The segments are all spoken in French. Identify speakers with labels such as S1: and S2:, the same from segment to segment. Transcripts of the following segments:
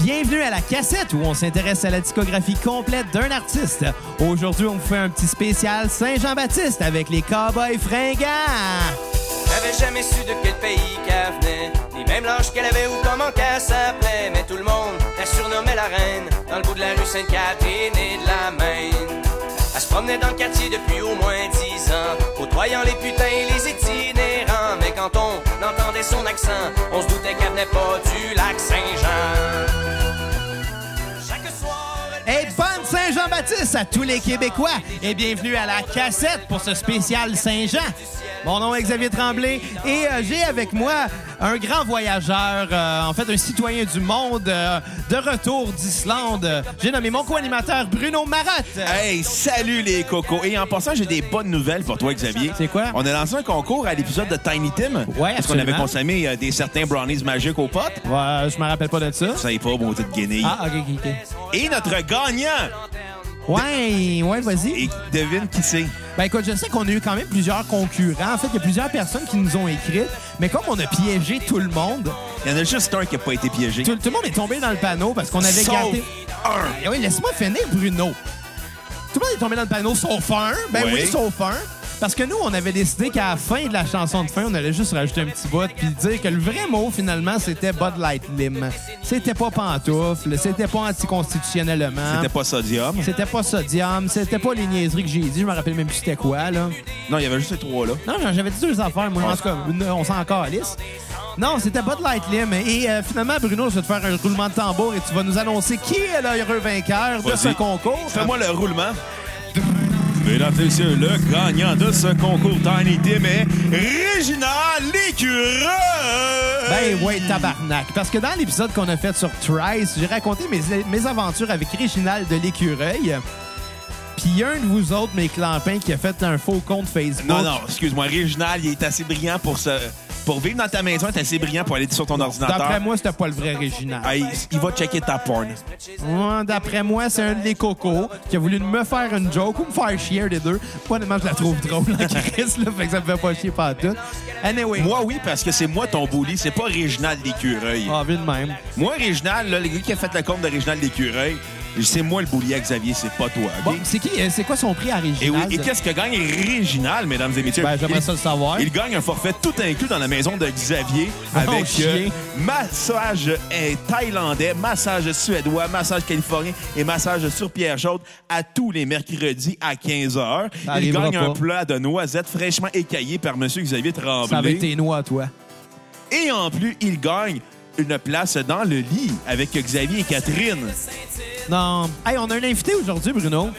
S1: Bienvenue à la cassette où on s'intéresse à la discographie complète d'un artiste. Aujourd'hui, on vous fait un petit spécial Saint-Jean-Baptiste avec les Cowboys fringants.
S2: J'avais jamais su de quel pays qu'elle venait, ni même l'âge qu'elle avait ou comment qu'elle s'appelait. Mais tout le monde la surnommait la reine, dans le bout de la rue Sainte-Catherine et de la Maine. Elle se promenait dans le quartier depuis au moins dix ans, côtoyant les putains et les itinérants. Mais quand on entendait son accent, on se doutait qu'elle venait pas du lac Saint-Jean. Chaque soir, elle
S1: Et
S2: laissait
S1: bonne
S2: son-
S1: Saint-Jean-Baptiste à tous les Québécois et bienvenue à la cassette pour ce spécial Saint-Jean. Mon nom est Xavier Tremblay et euh, j'ai avec moi un grand voyageur, euh, en fait un citoyen du monde euh, de retour d'Islande. J'ai nommé mon co-animateur Bruno Marotte.
S3: Hey, salut les cocos! Et en passant, j'ai des bonnes nouvelles pour toi, Xavier.
S1: C'est quoi?
S3: On a lancé un concours à l'épisode de Tiny Tim.
S1: Ouais,
S3: Parce qu'on avait
S1: absolument.
S3: consommé euh, des certains brownies magiques aux potes.
S1: Ouais, euh, je me rappelle pas de ça.
S3: Ça y est pas, beauté de Guinée.
S1: Ah, ok, ok, ok.
S3: Et notre gagnant!
S1: Ouais, ouais, vas-y.
S3: Et devine qui c'est?
S1: Ben écoute, je sais qu'on a eu quand même plusieurs concurrents. En fait, il y a plusieurs personnes qui nous ont écrites, mais comme on a piégé tout le monde,
S3: Il y en a juste un qui n'a pas été piégé.
S1: tout, tout le monde est tombé dans le panneau parce qu'on avait
S3: Sauf
S1: gardé.
S3: un!
S1: Eh oui, laisse-moi finir, Bruno. Tout le monde est tombé dans le panneau, sauf un. Ben oui,
S3: Oui.
S1: sauf un. Parce que nous, on avait décidé qu'à la fin de la chanson de fin, on allait juste rajouter un petit bout puis dire que le vrai mot, finalement, c'était Bud Light Lim. C'était pas pantoufle, c'était pas anticonstitutionnellement.
S3: C'était pas sodium.
S1: C'était pas sodium, c'était pas les niaiseries que j'ai dit, je me rappelle même plus c'était quoi, là.
S3: Non, il y avait juste ces trois-là.
S1: Non, j'en- j'avais dit deux affaires, moi, en tout cas, une- on s'en calisse. Non, c'était pas de Light Lim. Et euh, finalement, Bruno, je vais te faire un roulement de tambour et tu vas nous annoncer qui est l'heureux vainqueur de
S3: Vas-y.
S1: ce concours.
S3: Fais-moi le roulement. Mesdames et messieurs, le gagnant de ce concours Tiny Tim est Régina Lécureux!
S1: Ben ouais, tabarnak. Parce que dans l'épisode qu'on a fait sur Trice, j'ai raconté mes, mes aventures avec Réginald de l'écureuil. Puis il y a un de vous autres, mes clampins, qui a fait un faux compte Facebook.
S3: Non, non, excuse-moi. Réginald, il est assez brillant pour se... Pour vivre dans ta maison, il est assez brillant pour aller sur ton
S1: D'après
S3: ordinateur.
S1: moi, c'était pas le vrai Réginald.
S3: Ah, il, il va checker ta porn.
S1: Ouais, D'après moi, c'est un des cocos qui a voulu me faire une joke ou me faire chier un des deux. Moi, honnêtement, je la trouve drôle, la Chris, là, fait que ça me fait pas chier pas tout. Anyway.
S3: Moi, oui, parce que c'est moi ton bully, c'est pas Réginald l'écureuil.
S1: Ah, vu de même.
S3: Moi, Réginald, là, le gars qui a fait le compte de Réginald l'écureuil, c'est moi le bully à Xavier, c'est pas toi, OK?
S1: Bon, c'est qui, euh, c'est quoi son prix à
S3: et Eh oui,
S1: Réginald?
S3: et qu'est-ce que gagne Réginald, mesdames et messieurs?
S1: Ben, j'aimerais
S3: Il-
S1: ça le savoir.
S3: Il gagne un forfait tout inclus dans la maison de Xavier avec
S1: chien.
S3: euh, massage euh, thaïlandais, massage suédois, massage californien et massage sur pierre chaude à tous les mercredis à 15h.
S1: Ça
S3: Il
S1: arrivera
S3: gagne un
S1: pas.
S3: plat de noisettes fraîchement écaillé par M. Xavier Tremblay.
S1: Ça avec tes noix, toi.
S3: Et en plus, il gagne une place dans le lit avec Xavier et Catherine.
S1: Non. Hey, on a un invité aujourd'hui, Bruno.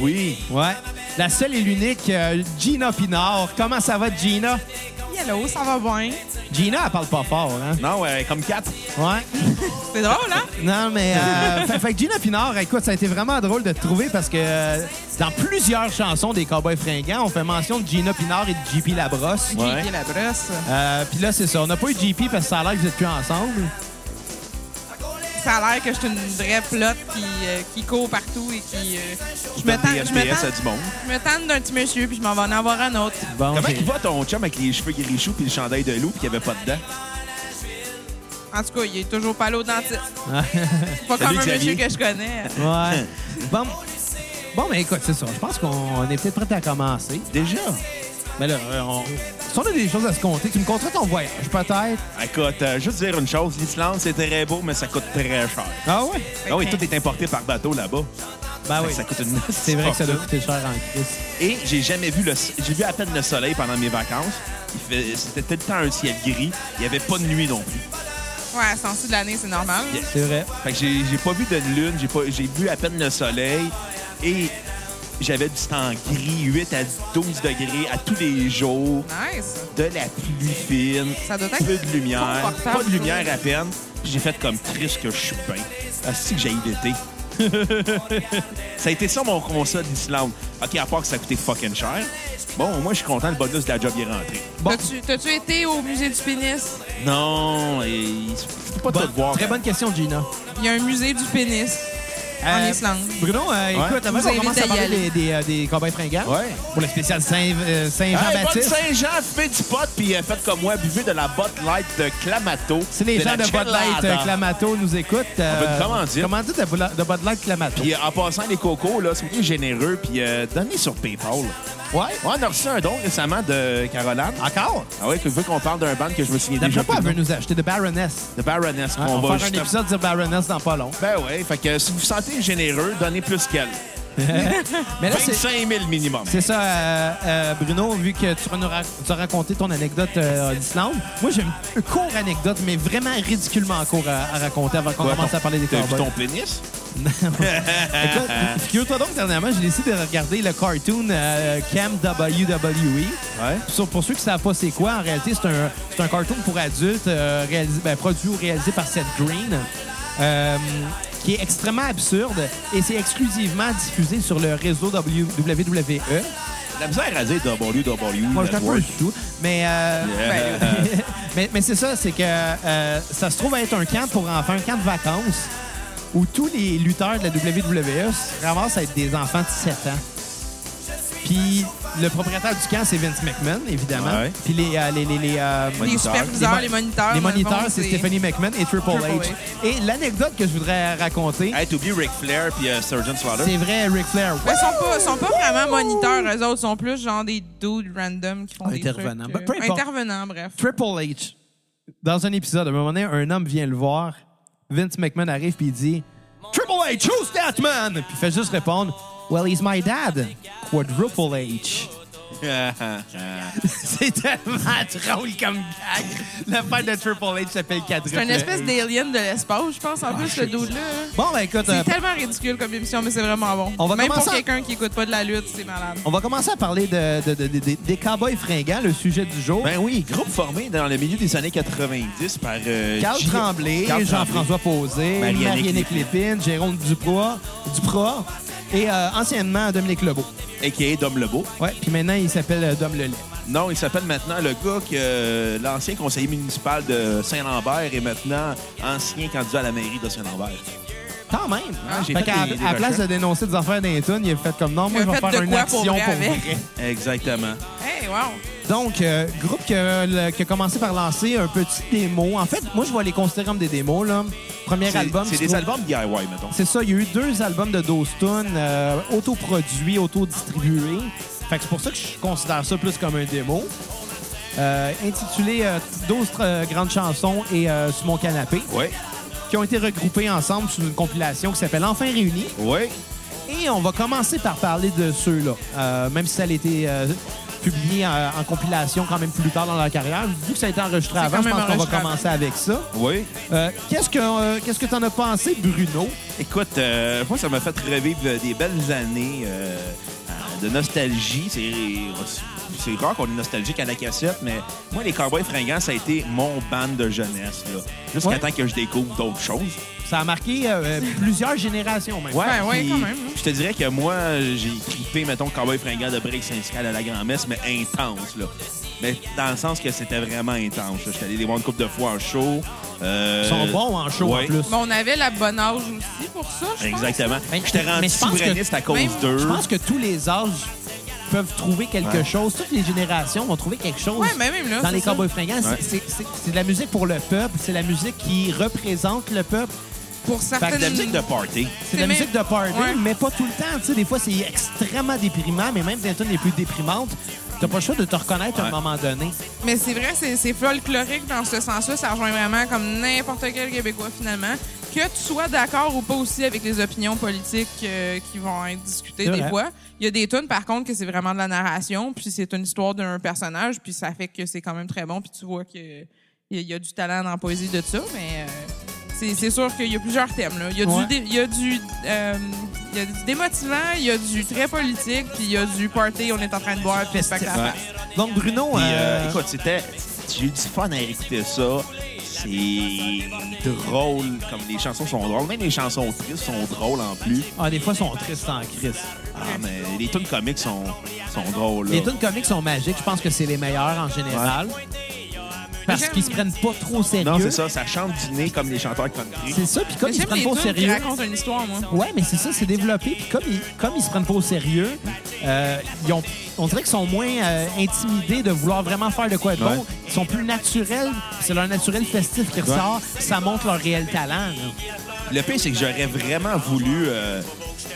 S3: Oui.
S1: Ouais. La seule et l'unique, euh, Gina Pinard. Comment ça va, Gina?
S4: Hello, ça va bien.
S1: Gina, elle parle pas fort, hein?
S3: Non, euh, comme Kat.
S1: Ouais.
S4: C'est drôle, hein?
S1: Non, mais euh, fait, fait que Gina Pinard, écoute, ça a été vraiment drôle de te trouver parce que euh, dans plusieurs chansons des Cowboys fringants, on fait mention de Gina Pinard et de JP Labrosse.
S3: Ouais.
S4: J'ai la brosse.
S1: Euh, Puis là, c'est ça. On n'a pas eu JP parce que ça a l'air que vous êtes plus ensemble.
S4: Ça a l'air que je suis une vraie flotte qui, euh, qui court partout et qui. euh, je me
S3: Dans
S4: tente,
S3: des
S4: je me
S3: FPS à
S4: tente-
S3: du monde.
S4: je me tente d'un petit monsieur puis je m'en vais en avoir un autre.
S1: Bon,
S3: Comment
S1: j'ai-
S3: il va ton chum avec les cheveux gris choux puis le chandail de loup puis qu'il n'y avait pas de dents?
S4: En tout cas, il est toujours pas allé au dentiste. C'est pas
S3: Salut,
S4: comme un
S3: Xavier.
S4: monsieur que je connais.
S1: Ouais. bon, bon, mais écoute, c'est ça. Je pense qu'on on est peut-être prêt à commencer.
S3: Déjà?
S1: Mais là, euh, on... si on a des choses à se compter, tu me compteras ton voyage, peut-être?
S3: Écoute, euh, juste dire une chose, l'Islande, c'est très beau, mais ça coûte très cher.
S1: Ah ouais?
S3: Ah oui, tout est importé par bateau là-bas.
S1: Ben
S3: Fait
S1: oui.
S3: que Ça coûte une
S1: C'est vrai que ça doit coûter cher en crise.
S3: Et j'ai jamais vu le... J'ai vu à peine le soleil pendant mes vacances. Il fait- C'était tout le temps un ciel gris. Il n'y avait pas de nuit non plus.
S4: Ouais, à ce temps-ci de l'année, c'est normal.
S3: Yeah.
S1: C'est vrai.
S3: Fait que j'ai j'ai pas vu de lune, j'ai pas- j'ai vu à peine le soleil. Et j'avais du temps gris, 8 à 12 degrés à tous les jours.
S4: Nice.
S3: de la pluie fine,
S4: Ça doit être
S3: peu de lumière,
S4: confortable.
S3: pas de lumière à peine. Puis J'ai fait comme triste que je suis bien. Asti que j'ai l'été. ça a été ça mon constat d'Islande. OK, à part que ça a coûté fucking cher. Bon, moi, je suis content, le bonus de la job est rentré.
S1: Bon.
S4: T'as-tu- T'as-tu été au musée du pénis?
S3: Non, et... je peux pas
S1: Bonne-
S3: tout voir.
S1: Très bonne question, Gina.
S4: Il y a un musée du pénis. En
S1: Euh,
S4: Islande.
S1: Bruno, euh, écoute, avant
S4: Vous
S1: qu'on
S4: invite
S1: commence à
S4: à y
S1: parler des,
S4: aller.
S1: des, euh, des combats fringants,
S3: Ouais.
S1: pour le spécial Saint- euh,
S3: Hey, bonne
S1: Saint-Jean-Baptiste,
S3: Saint-Jean, fumez du pot, puis euh, faites comme moi, buvez de la Bud Light de Clamato.
S1: si les gens
S3: la hein.
S1: de Bud Light euh,
S3: Chelada.
S1: Clamato nous écoutent,
S3: veut une
S1: euh,
S3: commandite.
S1: commandite de, Bula- de Bud Light Clamato.
S3: Puis euh, en passant les cocos, là, soyez généreux, puis euh, donnez sur PayPal. Ouais,
S1: Ouais.
S3: on a reçu un don récemment de Caroline.
S1: Encore?
S3: Ah ouais, que veut qu'on parle d'un band que je me souviens déjà.
S1: D'après quoi, elle
S3: plus
S1: veut
S3: le nom.
S1: nous acheter de Baroness.
S3: De Baroness,
S1: Hein,
S3: qu'on
S1: on
S3: va
S1: va faire un
S3: justement-
S1: épisode sur Baroness dans pas long.
S3: Ben ouais, fait que si vous vous sentez généreux, donnez plus qu'elle.
S1: Mais là, c'est...
S3: 25 000 minimum.
S1: C'est ça, euh, euh, Bruno, vu que tu, nous ra- tu as raconté ton anecdote euh, d'Islande, moi j'ai une- une courte anecdote, mais vraiment ridiculement courte à, à raconter avant qu'on
S3: Quoi,
S1: commence
S3: ton-
S1: à parler des
S3: T'as vu
S1: cowboys.
S3: ton pénis?
S1: Écoute, figure-toi donc, dernièrement, j'ai décidé de regarder le cartoon euh, Cam WWE.
S3: Ouais.
S1: Sur- pour ceux qui ne savent pas c'est quoi, en réalité, c'est un, c'est un cartoon pour adultes euh, réalisé- ben, produit ou réalisé par Seth Green, euh, qui est extrêmement absurde et c'est exclusivement diffusé sur le réseau W- WWE.
S3: La misère à dire E, WW.
S1: Moi, je suis un peu
S3: Network.
S1: sous, mais... euh,
S3: Yeah.
S1: ben, mais mais c'est ça, c'est que euh, ça se trouve être un camp pour enfants, un camp de vacances où tous les lutteurs de la WWE se ramassent à être des enfants de 7 ans. Puis le propriétaire du camp, c'est Vince McMahon, évidemment.
S3: Ouais.
S1: Puis les... euh, les, les, les, euh,
S4: Les
S3: Moniteurs.
S4: superviseurs,
S1: les
S4: les
S1: mo-
S4: moniteurs.
S1: les
S4: dans le fond,
S1: moniteurs, c'est Stephanie McMahon et Triple
S4: Triple
S1: H. Et l'anecdote que je voudrais raconter,
S3: Hey, t'oublies Ric Flair puis euh, Surgeon Slaughter.
S1: c'est vrai, Ric Flair.
S4: Ben, ils sont pas, sont pas vraiment moniteurs, eux autres. Ils sont plus genre des dudes random qui font
S1: Intervenants.
S4: des
S1: Ben,
S4: trucs. euh,
S1: peu importe.
S4: Intervenants, bref.
S1: Triple H, dans un épisode, à un moment donné, un homme vient le voir. Vince McMahon arrive puis il dit Triple H, who's that man? Puis il fait juste répondre Well, he's my dad. Quadruple H.
S3: Euh,
S1: C'est tellement drôle comme gag. Le père de Triple H s'appelle Quadruple.
S4: C'est un espèce d'alien de l'espace, je pense,
S1: Ah,
S4: en plus, le dude-là.
S1: Bon, ben écoute, euh,
S4: C'est tellement ridicule comme émission, mais c'est vraiment bon.
S1: On va
S4: Même pour
S1: commencer à-
S4: quelqu'un qui écoute pas de la lutte, c'est malade.
S1: on va commencer à parler de, de- de- de- de- des cowboys fringants, le sujet du jour.
S3: Ben oui, groupe formé dans le milieu des années 90 par... euh,
S1: Carl
S3: J-
S1: Tremblay,
S3: Carl
S1: Jean-François Posé,
S3: Marie-Annick
S1: Marie-Annick Lépine, Jérôme Duproy, Duprat et euh, anciennement Dominique Lebeau.
S3: Tremblay, A.K.A. Dom Lebeau.
S1: Ouais, puis maintenant, il s'appelle euh, Dom Lelay.
S3: Non, il s'appelle maintenant le gars que euh, l'ancien conseiller municipal de Saint-Lambert est maintenant ancien candidat à la mairie de Saint-Lambert.
S1: Quand même! hein?
S3: Ah, j'ai
S1: Fait
S3: fait
S1: qu'à
S3: des- des
S1: à la place
S3: recherches.
S1: de dénoncer des affaires d'Intune, il a fait comme non, moi,
S4: Il a
S1: je vais
S4: fait
S1: faire
S4: de
S1: une
S4: quoi
S1: action
S4: pour
S1: pour,
S4: vrai avec.
S1: vrai.
S3: Exactement.
S4: Hey, wow!
S1: Donc, euh, groupe qui a, le- qui a commencé par lancer un petit démo. En fait, moi, je vais les considérer comme des démos, là. Premier
S3: C'est-
S1: album.
S3: C'est
S1: tu
S3: des
S1: trouves-
S3: albums DIY, mettons.
S1: C'est ça, il y a eu deux albums de Dostun euh, autoproduits, autodistribués. Fait que c'est pour ça que je considère ça plus comme un démo. Euh, intitulé euh, 12 euh, grandes chansons et euh, Sur mon canapé,
S3: Oui,
S1: qui ont été regroupées ensemble sous une compilation qui s'appelle Enfin réunis.
S3: oui.
S1: Et on va commencer par parler de ceux-là, Euh, même si ça a été euh, publié euh, en compilation quand même plus tard dans leur carrière. Vu que ça a été enregistré
S4: C'est
S1: avant,
S4: quand
S1: je
S4: même
S1: pense qu'on va
S4: enregistré avant.
S1: commencer avec ça.
S3: Oui.
S1: Euh, Qu'est-ce que euh, qu'est-ce que t'en as pensé, Bruno?
S3: Écoute, euh, moi, ça m'a fait revivre des belles années euh, de nostalgie. C'est- C'est rare qu'on est nostalgique à la cassette, mais moi, les Cowboys Fringants, ça a été mon band de jeunesse. là. Jusqu'à
S1: Ouais.
S3: temps que je découvre d'autres choses.
S1: Ça a marqué euh, plusieurs générations même.
S4: Ben ouais,
S3: puis
S4: quand même, hein.
S3: Je te dirais que moi, j'ai trippé, mettons, Cowboy Fringant de break syndical à la grand-messe, mais intense, là. Mais dans le sens que c'était vraiment intense. Je suis allé les voir une couple de fois en show. Euh,
S1: Ils sont bons en show
S3: ouais.
S1: en plus.
S4: Bon, on avait la bonne âge aussi pour ça, je pense.
S3: Exactement.
S1: Mais-
S3: J'étais
S1: mais
S3: rendu
S1: je pense que-
S3: souverainiste à cause
S4: même-
S3: d'eux.
S1: Je pense que tous les âges peuvent trouver quelque
S3: Ouais.
S1: chose. Toutes les générations vont trouver quelque chose.
S4: Ouais, mais même là,
S1: dans
S4: Ah, c'est
S1: les
S4: ça.
S1: Cowboys fringants, c'est-
S3: Ouais.
S1: c'est- c'est c'est de la musique pour le peuple. C'est la musique qui représente le peuple.
S4: Pour certaines...
S3: C'est de la musique de party.
S1: C'est de la
S4: C'est
S1: musique de
S4: même-
S1: party,
S4: Ouais.
S1: mais pas tout le temps. Tu sais, des fois, c'est extrêmement déprimant, mais même dans les tunes les plus déprimantes, t'as pas le choix de te reconnaître à un
S3: Ouais.
S1: moment donné.
S4: Mais c'est vrai, c'est c'est folklorique dans ce sens-là. Ça rejoint vraiment comme n'importe quel Québécois, finalement. Que tu sois d'accord ou pas aussi avec les opinions politiques euh, qui vont être discutées
S1: C'est
S4: des
S1: vrai.
S4: fois. Il y a des tunes, par contre, que c'est vraiment de la narration, puis c'est une histoire d'un personnage, puis ça fait que c'est quand même très bon, puis tu vois que il y a du talent dans la poésie de ça, mais euh, c'est c'est sûr qu'il y a plusieurs thèmes. Là. Il, y a
S1: Ouais.
S4: du dé- il y a du euh, il y a du démotivant, il y a du très politique, puis il y a du party, on est en train de boire, puis c'est pas que ça
S3: Ouais.
S4: fasse.
S1: Donc, Bruno,
S3: Puis, euh,
S1: euh,
S3: écoute, c'était. J'ai eu du fun à écouter ça. C'est drôle, comme les chansons sont drôles. Même les chansons tristes sont drôles en plus.
S1: ah, des fois, ils sont tristes en crise.
S3: Ah, mais les tunes comiques sont, sont drôles. là.
S1: Les tunes comiques sont magiques. Je pense que c'est les meilleures en général. parce qu'ils se prennent pas trop au sérieux.
S3: Non, c'est ça, ça chante du nez comme les chanteurs country.
S1: C'est ça, puis comme
S4: Mais
S1: ils se
S4: j'aime les
S1: prennent pas au
S4: tunes qui
S1: sérieux.
S4: racontent une histoire, moi.
S1: Ouais, mais c'est ça, c'est développé. Puis comme ils, comme ils se prennent pas au sérieux, euh, ils ont, on dirait qu'ils sont moins euh, intimidés de vouloir vraiment faire de quoi de
S3: Ouais.
S1: bon. Ils sont plus naturels. C'est leur naturel festif qui ressort. Ça montre leur réel talent. là.
S3: Le pire, c'est que j'aurais vraiment voulu euh,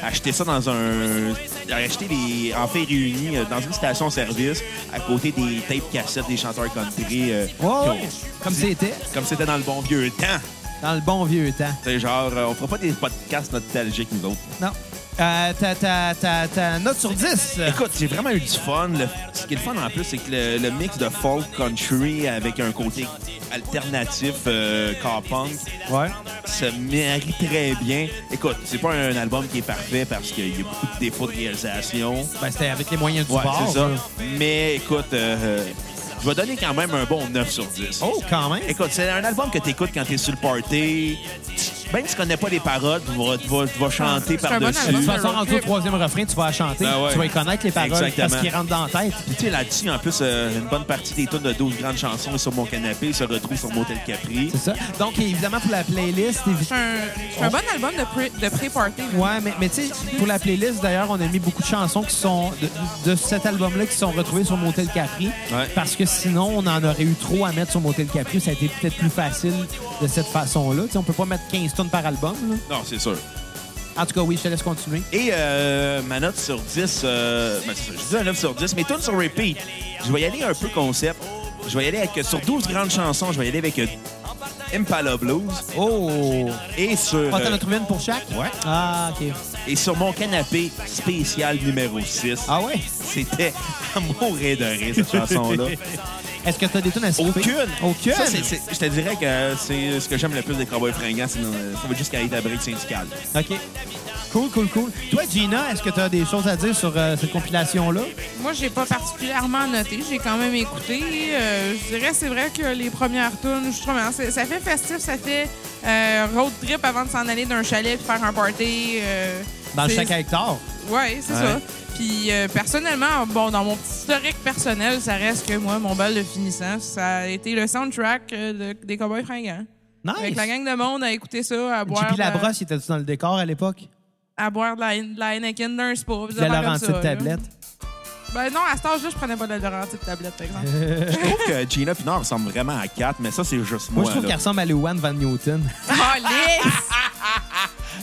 S3: acheter ça dans un. acheter les. en fait réunis euh, dans une station-service à côté des tapes cassettes des chanteurs country. euh, qui
S1: Ouais,
S3: ont-
S1: ouais. Comme c'était
S3: Comme c'était dans le bon vieux temps.
S1: dans le bon vieux temps.
S3: Tu sais, genre, euh, on fera pas des podcasts nostalgiques, nous autres.
S1: Non. Euh, ta, ta, ta, ta note sur 10. euh,
S3: Écoute, j'ai vraiment eu du fun. Le- ce qui est le fun en plus, c'est que le, le mix de folk country avec un côté alternatif euh, car punk
S1: Ouais.
S3: se marie très bien. Écoute, c'est pas un album qui est parfait parce qu'il y a beaucoup de défauts de réalisation.
S1: Ben, c'était avec les moyens du
S3: Ouais,
S1: bord.
S3: c'est ça.
S1: là.
S3: Mais écoute, euh, euh, je vais donner quand même un bon 9 sur 10.
S1: Oh, quand même.
S3: Écoute, c'est un album que t'écoutes quand t'es sur le party. Même si tu connais pas les paroles, tu vas, tu vas- tu vas chanter
S4: C'est un bon
S3: par-dessus.
S1: De
S4: album.
S1: toute
S4: c'est
S1: façon,
S4: un road
S1: rendu au
S4: trip.
S1: troisième refrain, tu vas la chanter.
S3: Ben ouais.
S1: Tu vas y connaître les paroles
S3: Exactement.
S1: parce qu'ils rentrent dans la tête.
S3: Puis tu sais, là-dessus, en plus, euh, une bonne partie des tunes de 12 grandes chansons sur mon canapé se retrouvent sur Motel Capri.
S1: C'est ça. Donc, évidemment, pour la playlist, évi-
S4: C'est un, c'est
S1: Oh.
S4: un bon album de pré- de pré-party. là.
S1: Ouais, mais, mais tu sais, pour la playlist, d'ailleurs, on a mis beaucoup de chansons qui sont de, de cet album-là qui sont retrouvées sur Motel Capri.
S3: Ouais.
S1: Parce que sinon, on en aurait eu trop à mettre sur Motel Capri. Ça a été peut-être plus facile de cette façon-là. Tu sais, on peut pas mettre 15 tonnes par album. là.
S3: Non, c'est sûr.
S1: En tout cas, oui, je te laisse continuer.
S3: Et euh, ma note sur 10, euh, ben, c'est ça, je dis un 9 sur 10, mais tunes sur repeat. Je vais y aller un peu concept. Je vais y aller avec, euh, sur 12 grandes chansons, je vais y aller avec euh, Impala Blues.
S1: Oh!
S3: Et sur,
S1: Ah, t'en
S3: euh,
S1: as trouvé une pour chaque?
S3: Ouais.
S1: Ah, OK.
S3: et sur mon canapé spécial numéro 6.
S1: Ah ouais?
S3: C'était à mourir de rire, cette chanson-là.
S1: Est-ce que t'as des tunes à skipper?
S3: Aucune.
S1: Aucune?
S3: Ça, c'est- c'est- je te dirais que c'est ce que j'aime le plus des cowboys fringants. c'est nos- Ça va jusqu'à être à brique syndicale.
S1: OK. Cool, cool, cool. Toi, Gina, est-ce que t'as des choses à dire sur euh, cette compilation-là?
S4: Moi, j'ai pas particulièrement noté. J'ai quand même écouté. Euh, je dirais, c'est vrai que les premières tunes, justement, c'est- ça fait festif, ça fait euh, road trip avant de s'en aller d'un chalet puis faire un party. euh,
S1: Dans le
S4: c'est-
S1: chaque hectare?
S4: Ouais, c'est
S3: Ouais.
S4: ça. Puis euh, personnellement, bon, dans mon petit historique personnel, ça reste que moi, mon bal de finissant, ça a été le soundtrack euh, de- des Cowboys fringants.
S1: Nice!
S4: Avec la gang de monde à écouter ça, à boire, euh,
S1: JP
S4: de la-
S1: Labrosse, il était-tu dans le décor à l'époque?
S4: à boire de la, de la Heineken d'un spa. puis des
S1: La
S4: affaires comme
S1: Laurentide
S4: ça, là.
S1: tablette.
S4: Ben non, à cet âge-là, je prenais pas de la Laurentide tablette, par exemple.
S3: Je trouve que Gina Pinard ressemble vraiment à 4, mais ça, c'est juste moi.
S1: Moi, je trouve
S3: là.
S1: qu'elle ressemble à Luan Van Newton.
S4: Ah, lisse!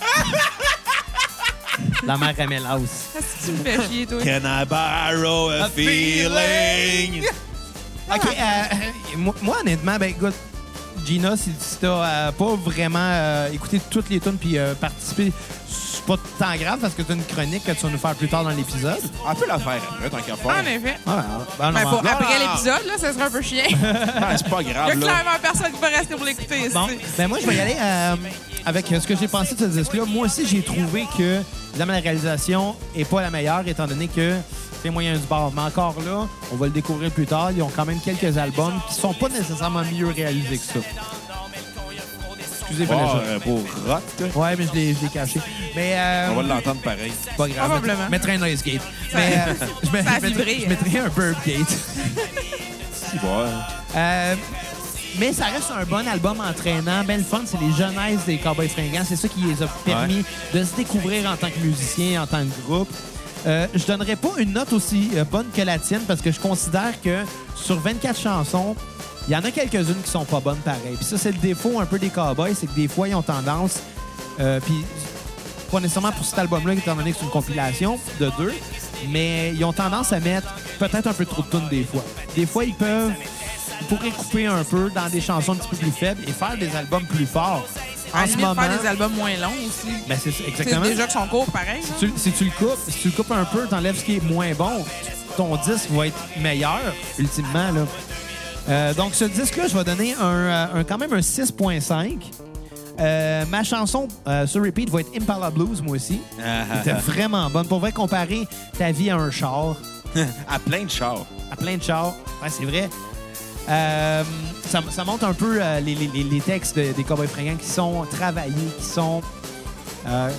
S1: la mère aimait l'house.
S4: Qu'est-ce que tu me fais chier, toi?
S3: Can I borrow a,
S1: A feeling?
S3: feeling?
S1: OK, euh, moi, moi, honnêtement, ben écoute, Gina, si, si t'as euh, pas vraiment euh, écouté toutes les tunes puis euh, participé, c'est pas tant grave parce que t'as une chronique que tu vas nous faire plus tard dans l'épisode.
S3: On peut la faire après, tant qu'à faire.
S4: En effet.
S1: Ah, ben, ben,
S4: Ben,
S1: non,
S4: pour
S1: ben,
S4: après
S3: non.
S4: l'épisode, là, ça serait un peu chiant.
S3: Ah, c'est pas
S4: Il y a
S3: grave, là.
S4: clairement personne qui va rester pour l'écouter.
S1: Bon,
S4: c'est-
S1: ben moi, je vais y aller euh, avec euh, ce que j'ai pensé de ce disque-là. Moi aussi, j'ai trouvé que, évidemment, la réalisation est pas la meilleure, étant donné que c'est moyen du bord. Mais encore là, on va le découvrir plus tard. Ils ont quand même quelques albums qui sont pas nécessairement mieux réalisés que ça. Excusez-moi.
S3: Fort,
S1: déjà.
S3: euh, pour rot.
S1: Ouais, mais je l'ai je l'ai caché. Mais euh,
S3: On va l'entendre pareil.
S1: c'est pas grave.
S4: Probablement.
S1: Mettre un noise gate.
S4: Ça-
S1: Mais euh, je, mets-
S4: ça a
S1: je mettrais-
S4: vibré,
S1: je
S4: hein.
S1: mettrais un burp gate.
S3: C'est bon.
S1: Euh, mais ça reste un bon album entraînant. Ben, le fun, c'est les jeunesses des Cowboys fringants. C'est ça qui les a permis de se découvrir en tant que musicien, en tant que groupe. Euh, je donnerais pas une note aussi euh, bonne que la tienne parce que je considère que sur 24 chansons, il y en a quelques-unes qui sont pas bonnes pareil. Puis ça, c'est le défaut un peu des Cowboys, c'est que des fois, ils ont tendance... euh, puis pas nécessairement pour cet album-là, étant donné que c'est une compilation de deux, mais ils ont tendance à mettre peut-être un peu trop de tunes des fois. Des fois, ils peuvent, ils pourraient couper un peu dans des chansons un petit peu plus faibles et faire des albums plus forts.
S4: À
S1: En
S4: la
S1: ce
S4: limite,
S1: moment,
S4: faire des albums moins longs aussi.
S1: ben c'est ça,
S4: C'est
S1: exactement.
S4: déjà que son cours, pareil. là.
S1: Tu- si tu le coupes, si tu le coupes un peu, t'enlèves ce qui est moins bon, ton disque va être meilleur, ultimement. Là. Euh, donc, ce disque-là, je vais donner un, euh, un- quand même un 6.5. Euh, ma chanson euh, sur repeat va être Impala Blues, moi aussi. Elle était vraiment bonne. Pour vrai, comparer ta vie à un char,
S3: à plein de chars.
S1: à plein de chars, ouais, c'est vrai. Euh, ça, ça montre un peu euh, les, les- les- les textes de- des Cowboys fringants qui sont travaillés, qui sont euh,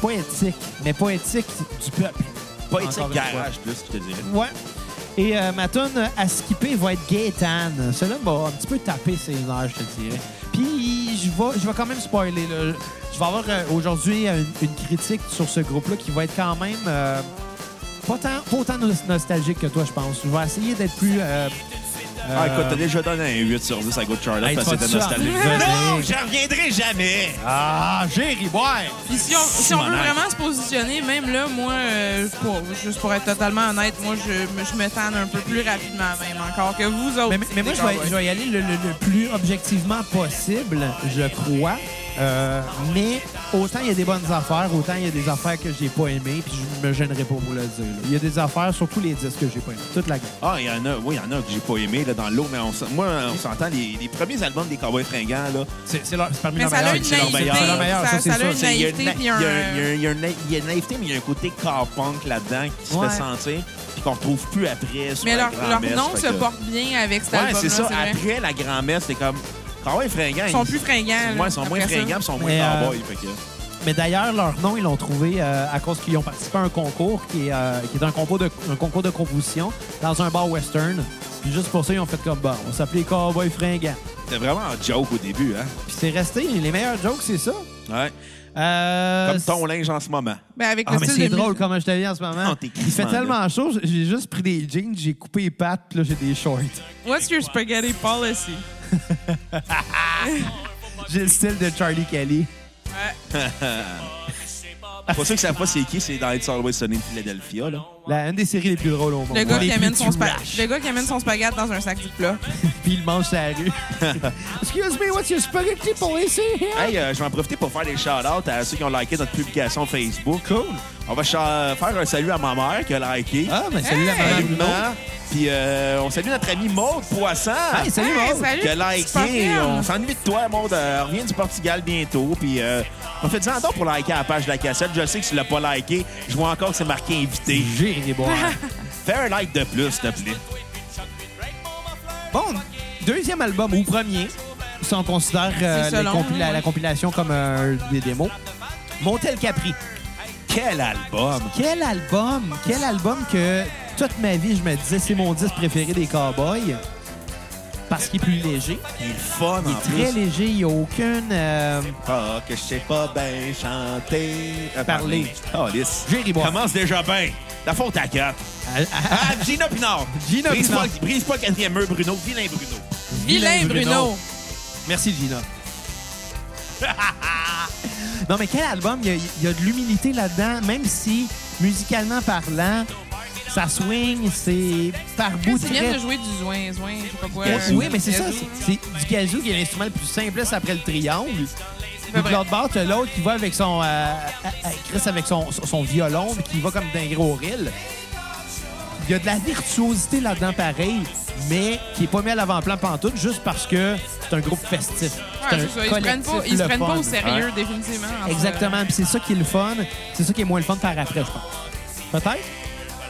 S1: poétiques, mais poétiques du peuple.
S3: Pas
S1: Encore
S3: éthique
S1: une
S3: garage, plus, je te dirais.
S1: fois. Ouais. Et euh, ma tune à skipper va être Gaétane. Celle-là m'a un petit peu tapé ses nerfs, je te dirais. Puis je vais, je vais quand même spoiler. là. Je vais avoir euh, aujourd'hui euh, une, une critique sur ce groupe-là qui va être quand même euh, pas, tant, pas autant nos- nostalgique que toi, je pense. Je vais essayer d'être plus... euh,
S3: Ah, écoute,
S1: euh,
S3: t'as déjà donné un 8 sur 10 à Good Charlotte
S1: Hey,
S3: parce
S1: tu
S3: que c'était
S1: vas-tu
S3: nostalgique.
S1: arriver?
S3: Non, j'en reviendrai jamais!
S1: Ah, j'ai riboire!
S4: Puis si on, si on veut
S3: Simonac.
S4: vraiment se positionner, même là, moi, euh, pour- juste pour être totalement honnête, moi, je, me- je me tanne un peu plus rapidement même encore que vous autres.
S1: Mais, mais- mais moi, je vais, je vais y aller le, le- le plus objectivement possible, je crois. Euh, mais autant il y a des bonnes affaires, autant il y a des affaires que j'ai pas aimées, puis je me gênerai pas pour le dire. là. Il y a des affaires, surtout les disques que j'ai pas aimées, toute la gamme.
S3: Ah, il y en a, oui, il y en a que j'ai pas aimé là, dans l'eau, mais on s'en- moi, on s'entend, les, les premiers albums des Cowboys fringants, là,
S1: C'est c'est leur- c'est parmi
S4: Mais
S1: leurs
S4: ça a
S1: meilleurs.
S4: une
S3: c'est leur
S4: naïveté.
S3: meilleur. C'est
S1: leur meilleur,
S4: Ça,
S1: ça, c'est
S4: ça a
S1: sûr.
S4: une
S3: tu sais, Ben, il y a
S4: naïveté
S3: une na-
S4: puis un...
S3: il y a un- il y a un- il y a un na- il y a une naïveté, mais il y a un côté car punk là-dedans qui se
S1: Ouais.
S3: fait sentir, puis qu'on retrouve plus après. Sur
S4: Mais
S3: la
S4: leur, leur
S3: grand-messe,
S4: nom
S3: fait
S4: se
S3: que-
S4: porte bien avec cet
S3: Ouais,
S4: album-là,
S3: c'est ça.
S4: vrai.
S3: Après la grand-messe, c'est comme. Cowboys fringants.
S4: Ils sont plus fringants.
S3: Ouais, ils sont moins fringants, ils sont moins
S1: Mais, euh,
S3: cowboys. fait que-
S1: Mais d'ailleurs, leur nom, ils l'ont trouvé euh, à cause qu'ils ont participé à un concours qui est, euh, qui est un, concours de, un concours de composition dans un bar western. Puis juste pour ça, ils ont fait comme bah, on s'appelait les Cowboys Fringants.
S3: C'était vraiment un joke au début, hein?
S1: Puis c'est resté, les meilleurs jokes, c'est ça.
S3: Ouais.
S1: Euh,
S3: Comme ton linge en ce moment.
S4: Ben, avec
S1: Ah,
S4: le
S1: mais
S4: style
S1: c'est
S4: de
S1: drôle
S4: musique.
S1: comme je t'ai vu en ce moment.
S3: Non, t'es
S1: Il fait
S3: crissement
S1: tellement chaud, j'ai juste pris des jeans, j'ai coupé les pattes, puis là, j'ai des shorts.
S4: What's your spaghetti policy?
S1: J'ai le style de Charlie Kelly.
S3: Pour ceux qui savent pas c'est qui, c'est dans It's Always Sunny de Philadelphia, là.
S1: La, une des séries les plus drôles au monde.
S4: Le, gars
S1: Les
S4: qui
S1: plus
S4: amène son spa-
S1: trash.
S4: le gars qui amène son spaghetti dans un sac du plat.
S1: Puis il mange sa rue. Excuse me, what's your spaghetti policy here?
S3: Hey, euh, je vais en profiter pour faire des shout-outs à ceux qui ont liké notre publication Facebook.
S1: Cool.
S3: On va cha- faire un salut à ma mère qui a liké.
S1: Ah, mais salut la
S3: Salut,
S1: maman de Maud.
S3: maman. Puis euh, on salue notre ami Maude Poisson.
S1: Hey, salut
S4: Hey,
S1: Maud.
S4: salut,
S3: qui a
S4: tu te portes
S3: liké.
S4: bien.
S3: On s'ennuie de toi, Maude. Euh, reviens du Portugal bientôt. Puis euh, on fait en donc pour liker la page de la cassette. Je sais que tu l'as pas liké. Je vois encore que c'est marqué invité.
S1: J'ai ri boire.
S3: Fais un like de plus, s'il te plaît.
S1: Bon, deuxième album ou premier, si on considère euh,
S4: C'est
S1: les
S4: selon,
S1: compila-
S4: ouais.
S1: la compilation comme euh, des démos. Montel Capri.
S3: Quel album!
S1: Quel album, quel album que toute ma vie, je me disais, c'est mon disque préféré des Cowboys. Parce qu'il est plus léger.
S3: Il est le fun,
S1: Il
S3: en
S1: est
S3: plus.
S1: très léger, il n'y a aucune... euh,
S3: Ah, que je sais pas bien chanter. Euh,
S1: Parler.
S3: Oh, lisse.
S1: Jerry Bois.
S3: Commence déjà bien. La faute à quatre.
S1: à- à-
S3: Ah, Gina Pinard.
S1: Gina
S3: brise
S1: Pinard.
S3: Pas, brise pas le quatrième mur, Bruno. Vilain Bruno.
S4: Ah, Vilain Bruno.
S1: Merci, Gina. non, mais quel album? Il y a, il y a de l'humilité là-dedans, même si, musicalement parlant, ça swing, c'est par bout
S4: Tu
S1: très-
S4: viens de jouer du zoin, zoin, je sais pas quoi.
S1: Kazoo. Oui, mais c'est ça.
S4: Kazoo.
S1: c'est- C'est du kazoo qui est l'instrument le plus simple là, c'est après le triangle. Puis de
S4: vrai.
S1: l'autre bord, t'as l'autre qui va avec son... euh, euh, euh, Chris avec son, son- son violon, puis qui va comme d'un gros reel. Il y a de la virtuosité là-dedans pareil, mais qui est pas mis à l'avant-plan pantoute juste parce que c'est un groupe festif. C'est un
S4: Ouais, c'est ça. Ils se prennent
S1: collectif,
S4: pas, ils se
S1: le
S4: prennent pas
S1: fun.
S4: au sérieux, définitivement. en
S1: Exactement. Puis c'est ça qui est le fun. C'est ça qui est moins le fun par après, je pense. Peut-être?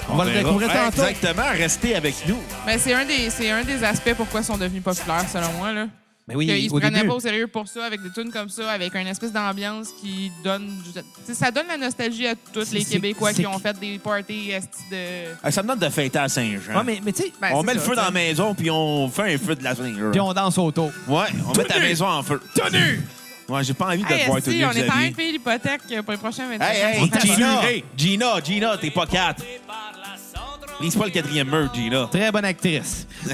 S1: On, va le
S3: verra.
S1: découvrir
S3: Ouais,
S1: tantôt.
S3: Exactement. Restez avec nous.
S4: Ben, c'est un des c'est un des aspects pourquoi ils sont devenus populaires selon moi là.
S1: Mais oui,
S4: Qu'ils se
S1: au
S4: prenaient
S1: début.
S4: pas au sérieux pour ça, avec des tunes comme ça, avec une espèce d'ambiance qui donne. du- T'sais, Ça donne la nostalgie à tous
S1: C'est-
S4: les
S1: c'est-
S4: Québécois
S1: c'est-
S4: qui ont fait des parties esti de.
S3: Ah, Ça me donne de fêter à Saint-Jean.
S1: Ouais, mais, mais tu sais,
S4: Ben,
S3: on
S4: c'est
S3: met le
S4: ça,
S3: feu dans la
S4: t'sais.
S3: maison, puis on fait un feu de la Saint-Jean.
S1: puis on danse autour.
S3: Ouais, on met ta maison en feu. Tenu! Ouais, j'ai pas envie de te
S4: Hey,
S3: voir tout
S4: esti,
S3: nu,
S4: on est en train
S3: Xavier.
S4: de payer l'hypothèque pour les prochains 25
S3: Hey,
S4: ans.
S3: hey, Gina!
S1: Hey,
S3: Gina, Gina, t'es pas quatre. Brise pas le quatrième mur, Gina.
S1: Très bonne actrice.
S4: Hey,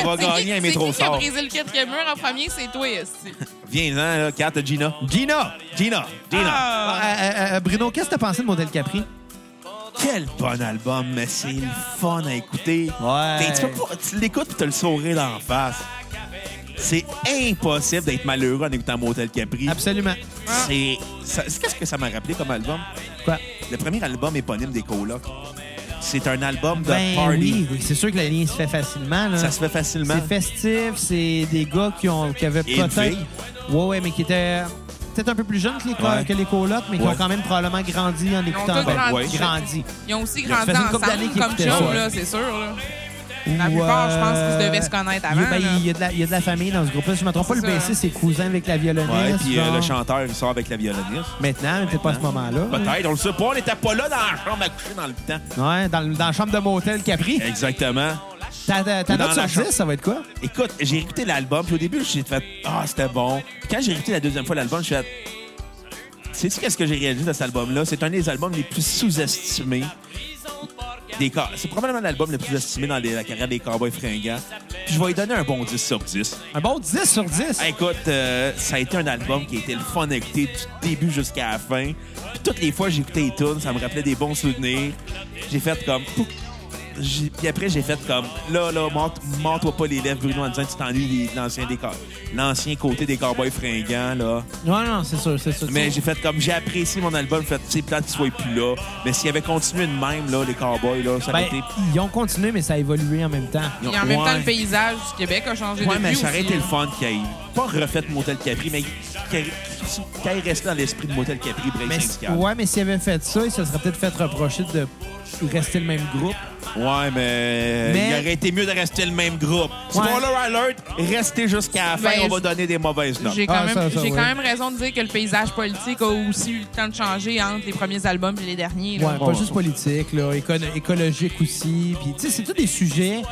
S3: Elle va
S4: c'est qui-
S3: gagner un métro
S4: C'est qui qui a
S3: sort.
S4: brisé le quatrième mur en premier? C'est toi, esti.
S3: Viens-en, là, quatre, Gina. Gina! Gina! Gina!
S4: Ah.
S1: Euh, euh, euh, Bruno, qu'est-ce que t'as pensé de Modèle Capri?
S3: Quel bon album, mais c'est le fun à écouter.
S1: Ouais.
S3: T'es- Tu, peux pas- tu l'écoutes et t'as le sourire en face. C'est impossible d'être malheureux en écoutant Motel Capri.
S1: Absolument.
S4: Ah,
S3: C'est. ça- Qu'est-ce que ça m'a rappelé comme album?
S1: Quoi?
S3: Le premier album éponyme des Colocs. C'est un album de
S1: Ben
S3: party.
S1: oui, oui, c'est sûr que le lien se fait facilement. Là.
S3: Ça se fait facilement.
S1: C'est festif, c'est des gars qui, ont, qui avaient
S3: Et une
S1: peut-être...
S3: fille.
S1: Ouais, ouais, mais qui étaient peut-être un peu plus jeunes que les, co-
S3: Ouais.
S1: que les colocs, mais qui
S3: Ouais.
S1: ont quand même probablement grandi en
S4: Ils ont
S1: écoutant.
S4: tous
S1: Ben,
S4: grandi.
S3: ouais.
S1: grandi.
S4: Ils ont aussi
S1: Ça
S4: grandi
S1: faisait une couple
S4: ensemble
S1: d'années qu'ils
S4: comme
S1: écoutaient ça,
S4: chum,
S1: ouais.
S4: là, c'est sûr. là. La
S1: Ou,
S4: plupart, je pense qu'ils
S1: euh,
S4: devaient se connaître
S1: il y
S4: avant.
S1: a- ben,
S4: là.
S1: il y, a de la- il y a de la famille dans ce groupe-là. Si je ne me trompe pas, le
S4: C'est ça.
S1: bassiste, c'est cousin avec la violoniste.
S3: Ouais, puis euh,
S1: genre.
S3: le chanteur, il sort avec la violoniste.
S1: Maintenant, mais peut-être pas à ce moment-là.
S3: Peut-être, on le sait pas, on n'était pas là dans la chambre à coucher dans le temps.
S1: Ouais, dans, le- dans la chambre de motel Capri.
S3: Exactement.
S1: Ta, ta, ta
S3: Ou dans
S1: note
S3: la
S1: sur
S3: chambre.
S1: 10, ça va être quoi?
S3: Écoute, j'ai écouté l'album, puis au début, j'ai fait Ah, c'était bon. Puis quand j'ai écouté la deuxième fois l'album, je fait Sais-tu qu'est-ce que j'ai réalisé de cet album-là? C'est un des albums les plus sous-estimés. Des co- C'est probablement l'album le plus estimé dans les- la carrière des Cowboys fringants. Puis je vais lui donner un bon 10 sur 10.
S1: Un bon 10 sur 10.
S3: Ah, Écoute, euh, ça a été un album qui a été le fun à écouter du début jusqu'à la fin. Puis toutes les fois que j'écoutais les tunes, ça me rappelait des bons souvenirs. J'ai fait comme... Pouf. J'ai- Puis après, j'ai fait comme... Là, là, mort toi pas les lèvres, Bruno, en disant que tu t'ennuies des- de l'ancien décor- l'ancien côté des cowboys fringants, là.
S1: Non, non, c'est sûr, c'est sûr.
S3: Mais j'ai fait comme... J'ai apprécié mon album. Fait, tu sais, peut-être qu'il soit plus là. Mais s'il avait continué de même, là, les cowboys, là, ça
S1: Ben,
S3: aurait été...
S1: ils ont continué, mais ça a évolué en même temps.
S4: Et en même temps,
S3: Ouais.
S4: le paysage du Québec a changé
S3: Ouais,
S4: depuis
S3: mais ça aurait
S4: aussi,
S3: été le
S4: là.
S3: fun qu'il ait pas refait Motel Capri, mais qu'il qu'il reste dans l'esprit de Motel Capri, Break
S1: Mais,
S3: Syndical.
S1: ouais, mais s'ils avaient fait ça, ils se seraient peut-être fait reprocher de rester le même groupe.
S3: Ouais, mais,
S1: Mais-
S3: il aurait été mieux de rester le même groupe.
S1: Ouais.
S3: Spoiler alert, restez jusqu'à la fin,
S4: Ben,
S3: on va donner des mauvaises notes.
S4: J'ai quand,
S1: Ah,
S4: même,
S1: ça, ça,
S4: j'ai
S1: oui.
S4: quand même raison de dire que le paysage politique a aussi eu le temps de changer entre les premiers albums et les derniers. là.
S1: Ouais, pas
S3: ouais.
S1: juste politique, là, éco- écologique aussi. Puis, tu sais, c'est tous des sujets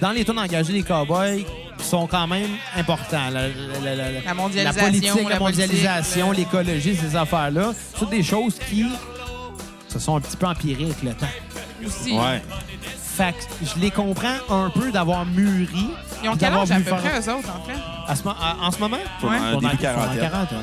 S1: dans les tunes engagées des cowboys qui sont quand même importants. La, la- la- la- la
S4: mondialisation,
S1: politique, la,
S4: la
S1: mondialisation,
S4: politique,
S1: l'écologie, ces affaires-là. C'est toutes des choses qui se sont un petit peu empirées avec le temps.
S4: Aussi.
S3: Ouais.
S1: Fait que je les comprends un peu d'avoir mûri.
S4: Ils ont
S1: puis
S4: quel
S1: d'avoir
S4: âge à
S1: voulu
S4: peu
S1: faire-
S4: près, eux autres, en fait?
S1: à ce mo- à- en ce moment?
S3: Pour
S4: Ouais.
S3: un
S1: Pour dans-
S3: début
S1: pour dans
S3: quarantaine.
S1: 40, ouais.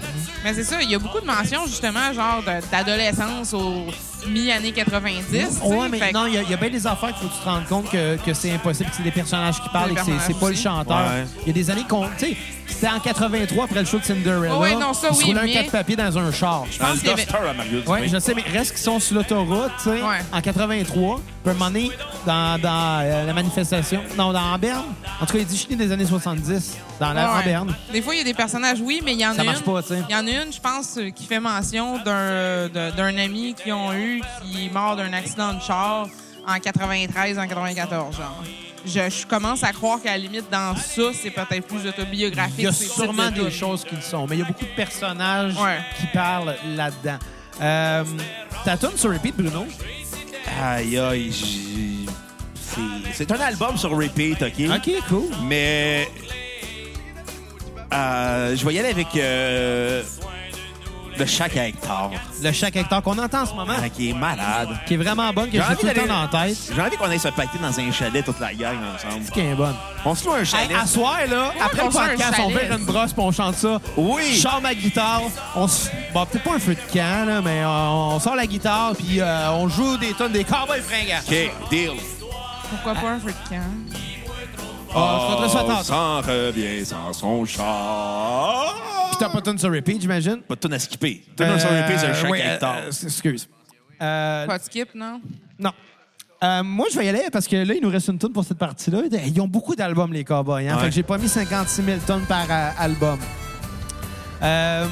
S4: Mais c'est ça, il y a beaucoup de mentions, justement, genre de- d'adolescence aux mi-années 90. tu sais,
S1: Ouais, mais
S4: fait que-
S1: non, il y, a- il y a bien des affaires qu'il faut que tu te rendes compte que, que c'est impossible, que c'est des personnages qui parlent
S4: Des
S1: et que c'est- c'est
S4: personnages
S1: pas le
S4: aussi.
S1: chanteur.
S3: Ouais.
S1: Il y a des années qu'on. Tu sais, c'était en 83 après le show de Cinderella.
S4: Oh ouais, non, ça,
S1: ils se
S4: oui,
S1: roulaient
S4: mais-
S1: un quatre-papiers dans un char.
S3: Dans
S4: pense
S3: le
S4: qu'il y avait-
S3: Duster à Mario
S1: Ouais,
S3: Dubé.
S1: je sais, mais reste qu'ils sont sur l'autoroute, tu sais,
S4: Ouais.
S1: en 83. Puis à un moment donné, dans, dans, euh, la manifestation. Non, dans Berne. En tout cas, il dit je suis né des années 70, dans la
S4: Ouais.
S1: en Berne.
S4: Des fois, il y a des personnages, oui, mais il y en
S1: Ça
S4: a
S1: marche
S4: une.
S1: pas, tu sais.
S4: Il y en a une, je pense, euh, qui fait mention d'un euh, de- d'un ami qu'ils ont eu qui est mort d'un accident de char en 93, en 94, genre. Je, je commence à croire qu'à la limite, dans ça, c'est peut-être plus autobiographique.
S1: Il y a
S4: c'est
S1: sûrement
S4: type de
S1: des
S4: truc.
S1: choses qui le sont, mais il y a beaucoup de personnages
S4: Ouais.
S1: qui parlent là-dedans. Euh, ta tune sur repeat, Bruno?
S3: Aïe, aïe, j'ai- c'est- C'est un album sur repeat,
S1: OK, cool.
S3: Mais euh, je vais y aller avec euh, le chac à Hector,
S1: Le chaque hectare qu'on entend en ce moment,
S3: euh, qui est malade.
S1: qui est vraiment bonne, que
S3: J'ai
S1: j'ai
S3: envie
S1: tout le
S3: d'aller-
S1: temps en tête.
S3: J'ai envie qu'on aille se pacter dans un chalet toute la gang ensemble.
S1: C'est qui est bonne.
S3: On se loue un chalet.
S1: Hey, à soir, là, après
S4: qu'on
S1: le
S4: se fait un
S1: podcast, on
S4: chalet?
S1: verra une brosse puis on chante ça. Je
S3: oui!
S1: sors ma guitare. On se... Bon, peut-être pas un feu de camp, là, mais euh, on sort la guitare puis euh, on joue des tonnes des cowboys fringants.
S3: OK, deal.
S4: Pourquoi pas un feu de camp?
S1: Ah, je serai très
S3: On s'en revient sans son char.
S1: T'as pas de tune sur repeat, j'imagine?
S3: Pas de tonne à skipper. Tonne à sur
S1: Euh,
S3: repeat, c'est le chac
S1: oui,
S3: à Hector.
S1: euh, excuse. Euh,
S4: Pas de skip, non?
S1: Non. Euh, moi, je vais y aller parce que là, il nous reste une tonne pour cette partie-là. Ils ont beaucoup d'albums, les Cowboys. Hein?
S3: Ouais.
S1: Fait que j'ai pas mis 56 000 tonnes par euh, album. Euh,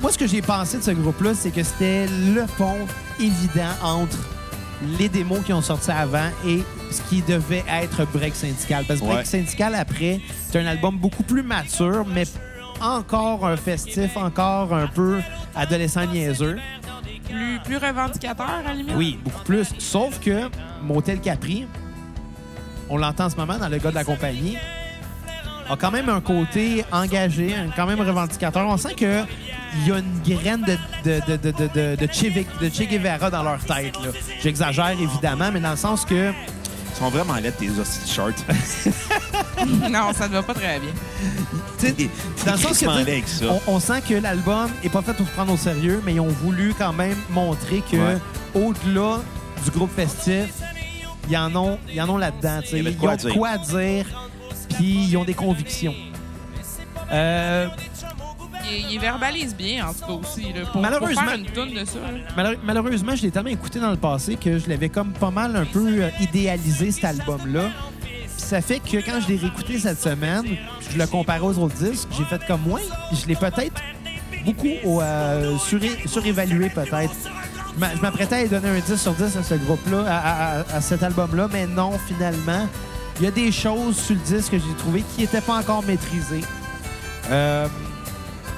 S1: moi, ce que j'ai pensé de ce groupe-là, c'est que c'était le pont évident entre les démos qui ont sorti avant et ce qui devait être Break Syndical. Parce que
S3: Ouais.
S1: Break Syndical, après, c'est un album beaucoup plus mature, mais encore un festif, encore un peu adolescent niaiseux.
S4: Plus, plus revendicateur, à la limite?
S1: Oui, beaucoup plus. Sauf que Motel Capri, on l'entend en ce moment dans le gars de la compagnie, a quand même un côté engagé, un- quand même revendicateur. On sent que il y a une graine de, de, de, de, de, de, de che, Vic- de Che Guevara dans leur tête. là. J'exagère, évidemment, mais dans le sens que...
S3: Ils sont vraiment laides, tes hosties de shorts.
S4: non, ça ne va pas très bien.
S1: tu sais, Dans le sens que,
S3: Crissement
S1: tu sais,
S3: laid avec ça.
S1: on, on sent que l'album est pas fait pour se prendre au sérieux, mais ils ont voulu quand même montrer que
S3: Ouais.
S1: au-delà du groupe festif, ils en ont, ils en ont là-dedans. tu sais.
S3: Il y
S1: Ils
S3: avait
S1: ont
S3: de quoi dire.
S1: quoi dire, puis ils ont des convictions. Euh,
S4: Il, il verbalise bien, en tout cas, aussi. Là, pour,
S1: Malheureusement-
S4: Pour faire une toune de ça. là.
S1: malheure- malheureusement, je l'ai tellement écouté dans le passé que je l'avais comme pas mal un peu euh, idéalisé cet album-là. Puis ça fait que quand je l'ai réécouté cette semaine, puis je le comparais aux autres disques, j'ai fait comme moi, je l'ai peut-être beaucoup au- euh, suré- surévalué peut-être. m'a- je m'apprêtais à lui donner un 10 sur 10 à ce groupe-là, à, à- à- à cet album-là, mais non, finalement. Il y a des choses sur le disque que j'ai trouvé qui n'étaient pas encore maîtrisées. Euh,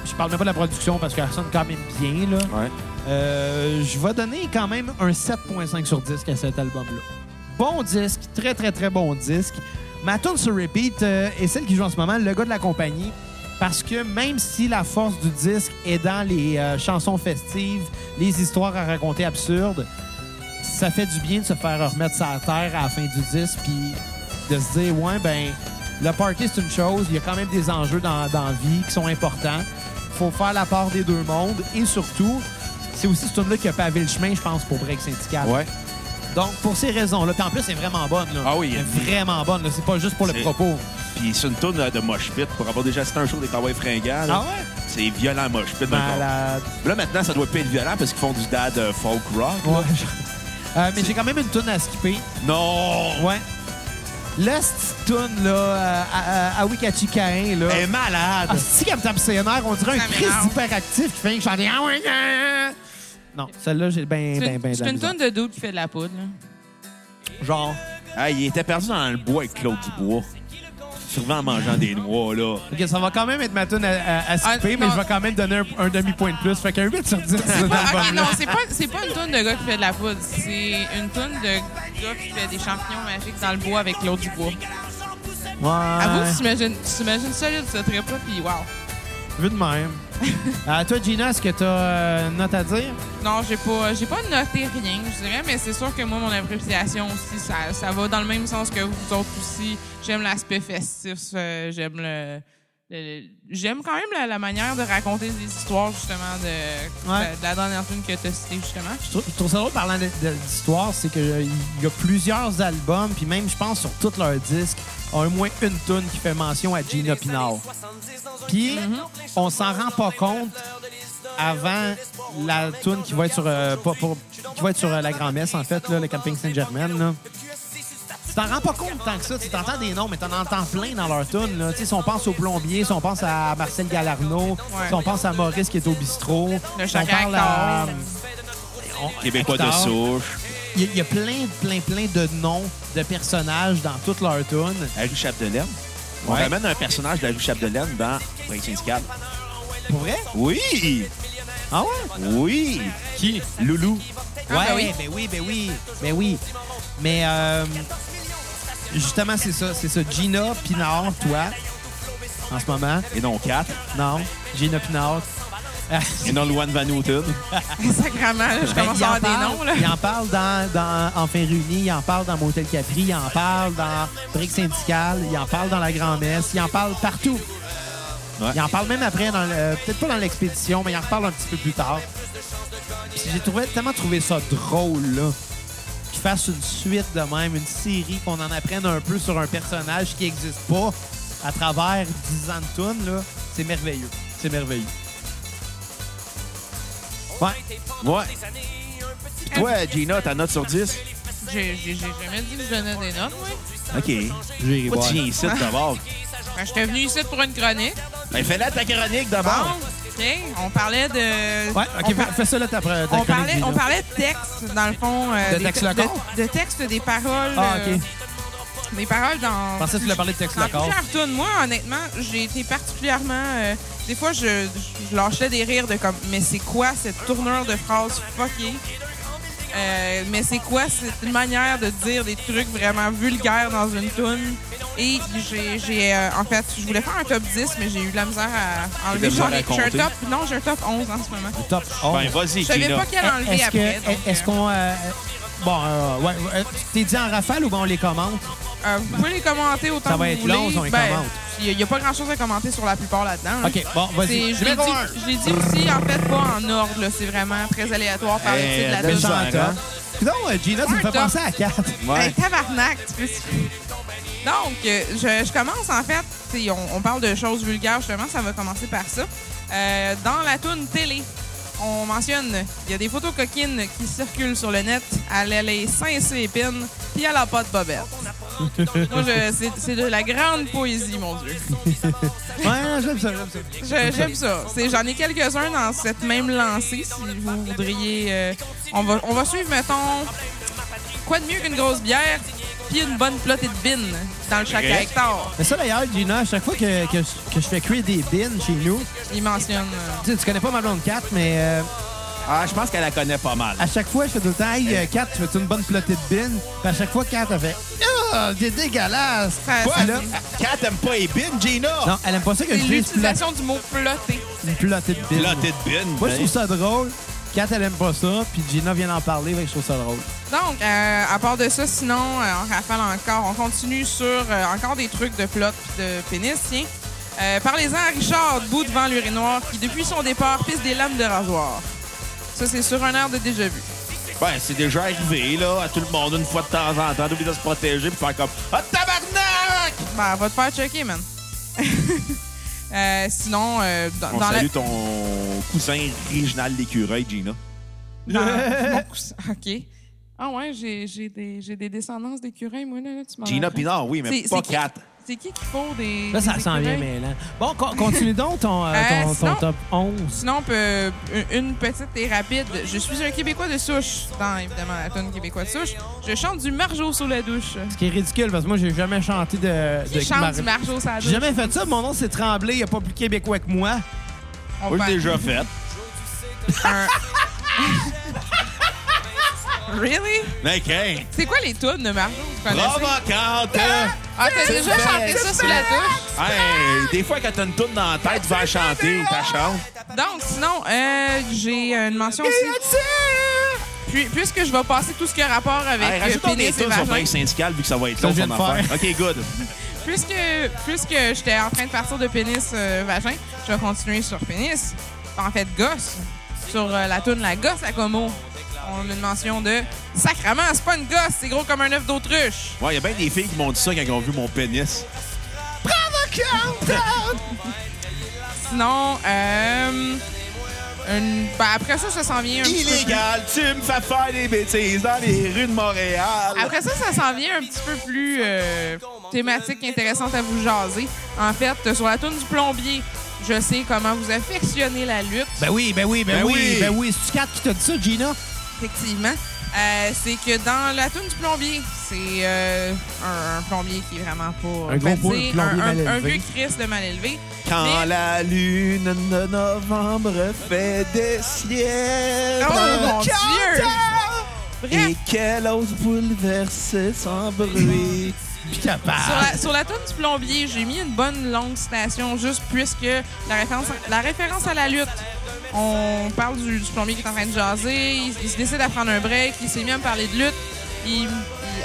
S1: je parle même pas de la production parce qu'elle sonne quand même bien, là.
S3: Ouais.
S1: Euh, je vais donner quand même un 7.5 sur 10 à cet album-là. Bon disque, très très très bon disque. Ma tune sur repeat euh, est celle qui joue en ce moment, le gars de la compagnie, parce que même si la force du disque est dans les euh, chansons festives, les histoires à raconter absurdes, ça fait du bien de se faire remettre sa terre à la fin du disque, puis de se dire, ouais, ben, le party, c'est une chose, il y a quand même des enjeux dans, dans la vie qui sont importants. faut faire la part des deux mondes, et surtout, c'est aussi ce tune-là qui a pavé le chemin, je pense, pour Break Syndical.
S3: Ouais.
S1: Donc, pour ces raisons-là, puis en plus, c'est vraiment bonne. Là.
S3: Ah oui.
S1: Elle est vraiment bonne. là. C'est pas juste pour le
S3: C'est-
S1: propos.
S3: Puis c'est une tourne de mosh pit pour avoir déjà assisté à un show des Cowboys fringants. là.
S1: Ah ouais?
S3: C'est violent mosh
S1: Ben,
S3: pit. dans le corps.
S1: Malade.
S3: Là, maintenant, ça doit plus être violent parce qu'ils font du dad euh, folk rock.
S1: Ouais. Euh, mais j'ai quand même une toune à skipper.
S3: Non!
S1: Ouais. La petite toune, là, euh, à, à, à Wikachi Cain, là.
S3: Elle est malade!
S1: Ah, c'est-tu qu'elle me tape ses nerfs? On dirait un
S4: Ça
S1: Chris
S4: m'énerve.
S1: hyperactif qui fait que j'en ai... Ah ouais, ah! Non, celle-là, j'ai ben,
S4: C'est
S1: ben, ben
S4: une-
S1: de
S4: c'est
S1: la
S4: une
S1: misère.
S4: tonne de doute qui fait de la poudre. là.
S1: Genre,
S3: Ah, il était perdu dans le bois avec Claude Dubois. Souvent en mangeant des noix, là.
S1: OK, ça va quand même être ma toune à, à- à skipper,
S4: Ah,
S1: mais
S4: non.
S1: je vais quand même donner un, un demi-point de plus. Fait qu'un 8 sur 10, c'est
S4: C'est pas- ok, non, c'est pas, c'est pas une tonne de gars qui fait de la poudre. C'est une tonne de gars qui fait des champignons magiques dans le bois avec l'eau du bois. Avoue, tu t'imagines- tu t'imagines solide ce trip-là, puis wow.
S1: Vu de même. Euh, toi, Gina, est-ce que t'as euh, une note à dire?
S4: Non, j'ai pas, j'ai pas noté rien, je dirais, mais c'est sûr que moi, mon appréciation aussi, ça, ça va dans le même sens que vous autres aussi. J'aime l'aspect festif, euh, j'aime le, le- j'aime quand même la, la manière de raconter des histoires justement de,
S1: Ouais.
S4: de, de la dernière film que tu as citée justement.
S1: Je trouve, je trouve ça drôle parlant de- de- d'histoire, c'est qu'il y a plusieurs albums, puis même, je pense, sur tous leurs disques, au moins une tune qui fait mention à Gina Pinard. Puis, on s'en rend pas compte avant la tune qui va être sur, euh, pas- pour- qui va être sur euh, la grand-messe, en fait, là, le Camping Saint-Germain. là. Tu t'en rends pas compte tant que ça. Tu t'entends des noms, mais t'en entends plein dans leur tune. là. Tu sais, Si on pense au plombier, si on pense à Marcel Galarno, si on pense à Maurice qui est au bistrot,
S4: Le
S1: si on
S4: chacun
S1: parle à...
S4: acteur.
S3: Québécois de
S1: Hector.
S3: souche.
S1: Il y a- il y, a plein, plein, plein de noms de personnages dans toutes leurs tunes.
S3: La rue Chapdelaine. On
S1: Ouais.
S3: ramène un personnage de la rue Chapdelaine dans Break Syndical.
S1: Pour vrai?
S3: Oui!
S1: Ah ouais?
S3: Oui!
S1: Qui?
S3: Loulou.
S1: Ouais,
S4: Ah, ben oui.
S1: ben oui, ben oui, ben oui. Mais euh, justement, c'est ça, c'est ça. Gina Pinard, toi, en ce moment.
S3: Et non 4.
S1: Non, Gina Pinard. Ah,
S3: Et non Luan Van Houten.
S4: Sacrement, là, je
S1: ben,
S4: commence
S1: il en
S4: à avoir des
S1: parle-
S4: noms. Là.
S1: Il en parle dans, dans Enfin Réunis, il en parle dans Motel Capri, il en parle dans Briques Syndicales, il en parle dans La Grand-Messe, il en parle partout.
S3: Ouais.
S1: Il en parle même après, dans le- euh, peut-être pas dans l'expédition, mais il en reparle un petit peu plus tard. Puis J'ai trouvé, tellement trouvé ça drôle, là. Qu'il fasse une suite de même, une série, qu'on en apprenne un peu sur un personnage qui n'existe pas à travers 10 ans de tunes, là. C'est merveilleux. C'est merveilleux. Ouais.
S3: Ouais. Puis toi, Gina, ta note sur 10?
S4: J'ai, j'ai, j'ai jamais dit que je donnais des notes. Moi,
S3: OK.
S1: J'irai
S3: Pourquoi
S1: voir.
S3: tu viens ici d'abord?
S4: Ben, j'étais venu ici pour une chronique.
S3: Ben, fais-la ta chronique d'abord.
S4: OK, on parlait de.
S1: Ouais,
S4: on
S1: ok,
S4: par-
S1: fais, fais ça là, ta, pre- ta
S4: On
S1: chronique,
S4: parlait,
S1: Gina.
S4: on parlait de texte, dans le fond. euh,
S1: De
S4: des-
S1: texte Lecor?
S4: de- de texte, des paroles.
S1: Ah, OK.
S4: euh, des paroles dans.
S1: Je pensais que tu voulais parler de texte
S4: Dans
S1: Lecor.
S4: plusieurs tunes, moi, honnêtement, j'ai été particulièrement. euh, des fois, je, je lâchais des rires de comme, mais c'est quoi cette tournure de phrase fuckée? Euh, mais c'est quoi cette manière de dire des trucs vraiment vulgaires dans une tune? Et j'ai, j'ai, euh, en fait, je voulais faire un top 10, mais j'ai eu de la misère à enlever.
S3: Tu devrais
S4: J'en ai- J'ai un
S3: raconter.
S4: top, non, j'ai un top 11 en ce moment.
S1: Top
S3: Ben,
S1: 11.
S3: vas-y,
S4: Je savais
S3: Gina.
S4: pas qu'elle enlever
S1: Est-ce
S4: après. donc,
S1: que- est-ce
S4: euh,
S1: qu'on... euh, Bon, euh, ouais, ouais, tu t'es dit en rafale ou bon, on les commente?
S4: Euh, vous pouvez les commenter autant
S1: Ça
S4: que
S1: va
S4: vous
S1: être
S4: voulez. Ben,
S1: long si on les commente.
S4: Il n'y a, pas grand-chose à commenter sur la plupart là-dedans. hein. là.
S1: OK, bon, vas-y.
S4: C'est- Je l'ai
S1: Numéro
S4: dit,
S1: un.
S4: je l'ai dit aussi, en fait, pas en ordre. là. C'est vraiment très aléatoire par le
S3: Eh,
S4: titre de la
S3: belle
S4: tune.
S1: Méchant
S3: Bizarre,
S1: top.
S3: hein?
S1: Coudon, euh, Gina, tu me
S4: Ouais,
S1: fais
S4: top.
S1: penser à 4.
S4: Hey, tabarnak! tu peux- Donc, euh, je, je commence, en fait, tu sais, on, on parle de choses vulgaires, justement, ça va commencer par ça. Euh, dans la toune télé, on mentionne, il y a des photos coquines qui circulent sur le net. Elle a les seins et ses épines, puis elle a pas de bobette. Non, je- c'est- C'est de la grande poésie, mon Dieu.
S1: Ouais, j'aime ça, j'aime ça.
S4: Je- J'aime ça. C'est- J'en ai quelques-uns dans cette même lancée, si vous voudriez. euh, on, va, on va suivre, mettons, quoi de mieux qu'une grosse bière puis une bonne plotée de bine dans le chaque
S3: Vrai.
S4: hectare.
S1: Mais ça, d'ailleurs, Gina, à chaque fois que, que, je- que je fais cuire des bins chez nous,
S4: Il mentionne... euh,
S1: tu, sais, tu connais pas ma blonde 4, mais euh,
S3: Ah, je pense qu'elle la connaît pas mal.
S1: à chaque fois, je fais tout le temps, hey, 4, tu fais une bonne plotée de bins? Puis à chaque fois, 4, elle fait, ah, c'est dégueulasse.
S4: Ça-
S1: Puis
S3: Ah,
S4: ça-
S1: là,
S3: Kat, t'aimes pas les bines, Gina?
S1: non, elle aime pas ça que
S4: C'est
S1: je dise plat-
S4: l'utilisation du mot ploté.
S1: une plotée de bins.
S3: Là, t'es de bines. ben.
S1: Moi, je trouve ça drôle. Kat, elle aime pas ça, puis Gina vient d'en parler, fait que je trouve ça drôle.
S4: Donc, euh, à part de ça, sinon, euh, on rafale encore. On continue sur euh, encore des trucs de plot pis de pénis, tiens. Euh, Parlez-en à Richard, debout devant l'urinoir, qui, depuis son départ, pisse des lames de rasoir. Ça, c'est sur un air de déjà-vu.
S3: Ben, c'est déjà arrivé, là, à tout le monde, une fois de temps en temps, d'oublier de se protéger puis faire comme Ah, tabarnak!
S4: Ben, va te faire checker, man. Euh, sinon, euh, dans,
S3: On
S4: dans
S3: salue ton cousin régional d'écureuil, Gina.
S4: la... dans- mon coussin. OK. Ah ouais, j'ai j'ai des, j'ai des descendances d'écureuils, moi, là, là, tu m'en
S3: Gina
S4: apprends.
S3: Pinard, oui, mais
S4: C'est-
S3: pas
S4: c'est qui-
S3: Kat.
S4: C'est qui qui faut des
S1: Là, ça
S4: des
S1: sent bien
S4: écureuils?
S1: mêlant. Bon, co- continue donc ton, euh,
S4: Euh,
S1: ton, ton
S4: sinon-
S1: top 11.
S4: Sinon, on peut- euh, une une petite et rapide. Je suis un Québécois de souche. Dans, évidemment, la tonne Québécois de souche. Je chante du margeau sous la douche.
S1: Ce qui est ridicule, parce que moi, j'ai jamais chanté de...
S4: Qui
S1: de
S4: chante
S1: Mar-
S4: du margeau sous la douche?
S1: J'ai jamais fait ça. Mon nom, c'est Tremblay. Il n'y a pas plus québécois que moi.
S4: On
S3: Moi,
S4: fait
S3: j'ai déjà fait.
S4: un- really?
S3: Mais qu'un!
S4: C'est quoi les tunes de margeau? que vous connaissez?
S3: Provocante! hein?
S4: Ah, t'as déjà chanté ça sous la douche?
S3: Ah! Hey, des fois, quand t'as une toune dans la tête, tu vas la chanter, ta chante.
S4: Donc, sinon, euh, j'ai une mention aussi. Puis, puisque je vais passer tout ce qui a rapport avec
S3: Hey,
S4: euh,
S3: rajoute-donc des
S4: pénis et
S3: tunes sur
S4: vagin,
S3: Break syndical, vu que ça va être
S1: Ça,
S3: long,
S1: je viens
S3: ton
S1: de
S3: affaire. OK, good.
S4: Puisque, puisque j'étais en train de partir de pénis euh, vagin, je vais continuer sur pénis. En fait, gosse. Sur euh, la toune La Gosse à Como. On a une mention de Sacrament, c'est pas une gosse, c'est gros comme un œuf d'autruche.
S3: Ouais, il y a bien des filles qui m'ont dit ça quand ils ont vu mon pénis.
S4: Sinon, euh. une- ben, après ça, ça s'en vient un petit peu plus-
S3: Illégal, tu me fais faire des bêtises dans les rues de Montréal.
S4: Après ça, ça s'en vient un petit peu plus euh, thématique intéressante à vous jaser. En fait, euh, sur la toune du plombier, je sais comment vous affectionnez la lutte.
S1: Ben oui, ben oui, ben,
S3: Ben
S1: oui,
S3: oui.
S1: ben oui. C'est-tu Kat qui t'a dit ça, Gina?
S4: Effectivement. Euh, c'est que dans la toune du plombier, c'est euh, un, un plombier qui est vraiment pas.
S1: Un gros
S4: je vais
S1: plombier
S4: dire, un- un-
S1: mal élevé.
S4: Un vieux Christ de mal élevé.
S3: Quand
S4: Mais-
S3: la lune de novembre fait des siècles.
S4: Oh mon Dieu! Hein?
S3: Et
S4: Bref,
S3: qu'elle ose bouleverser sans bruit.
S1: Puis capable.
S4: sur la, sur la toune du plombier, j'ai mis une bonne longue citation juste puisque la référence, la référence à la lutte. On parle du, du plombier qui est en train de jaser, il, il se décide à prendre un break, il s'est mis à me parler de lutte. il- il-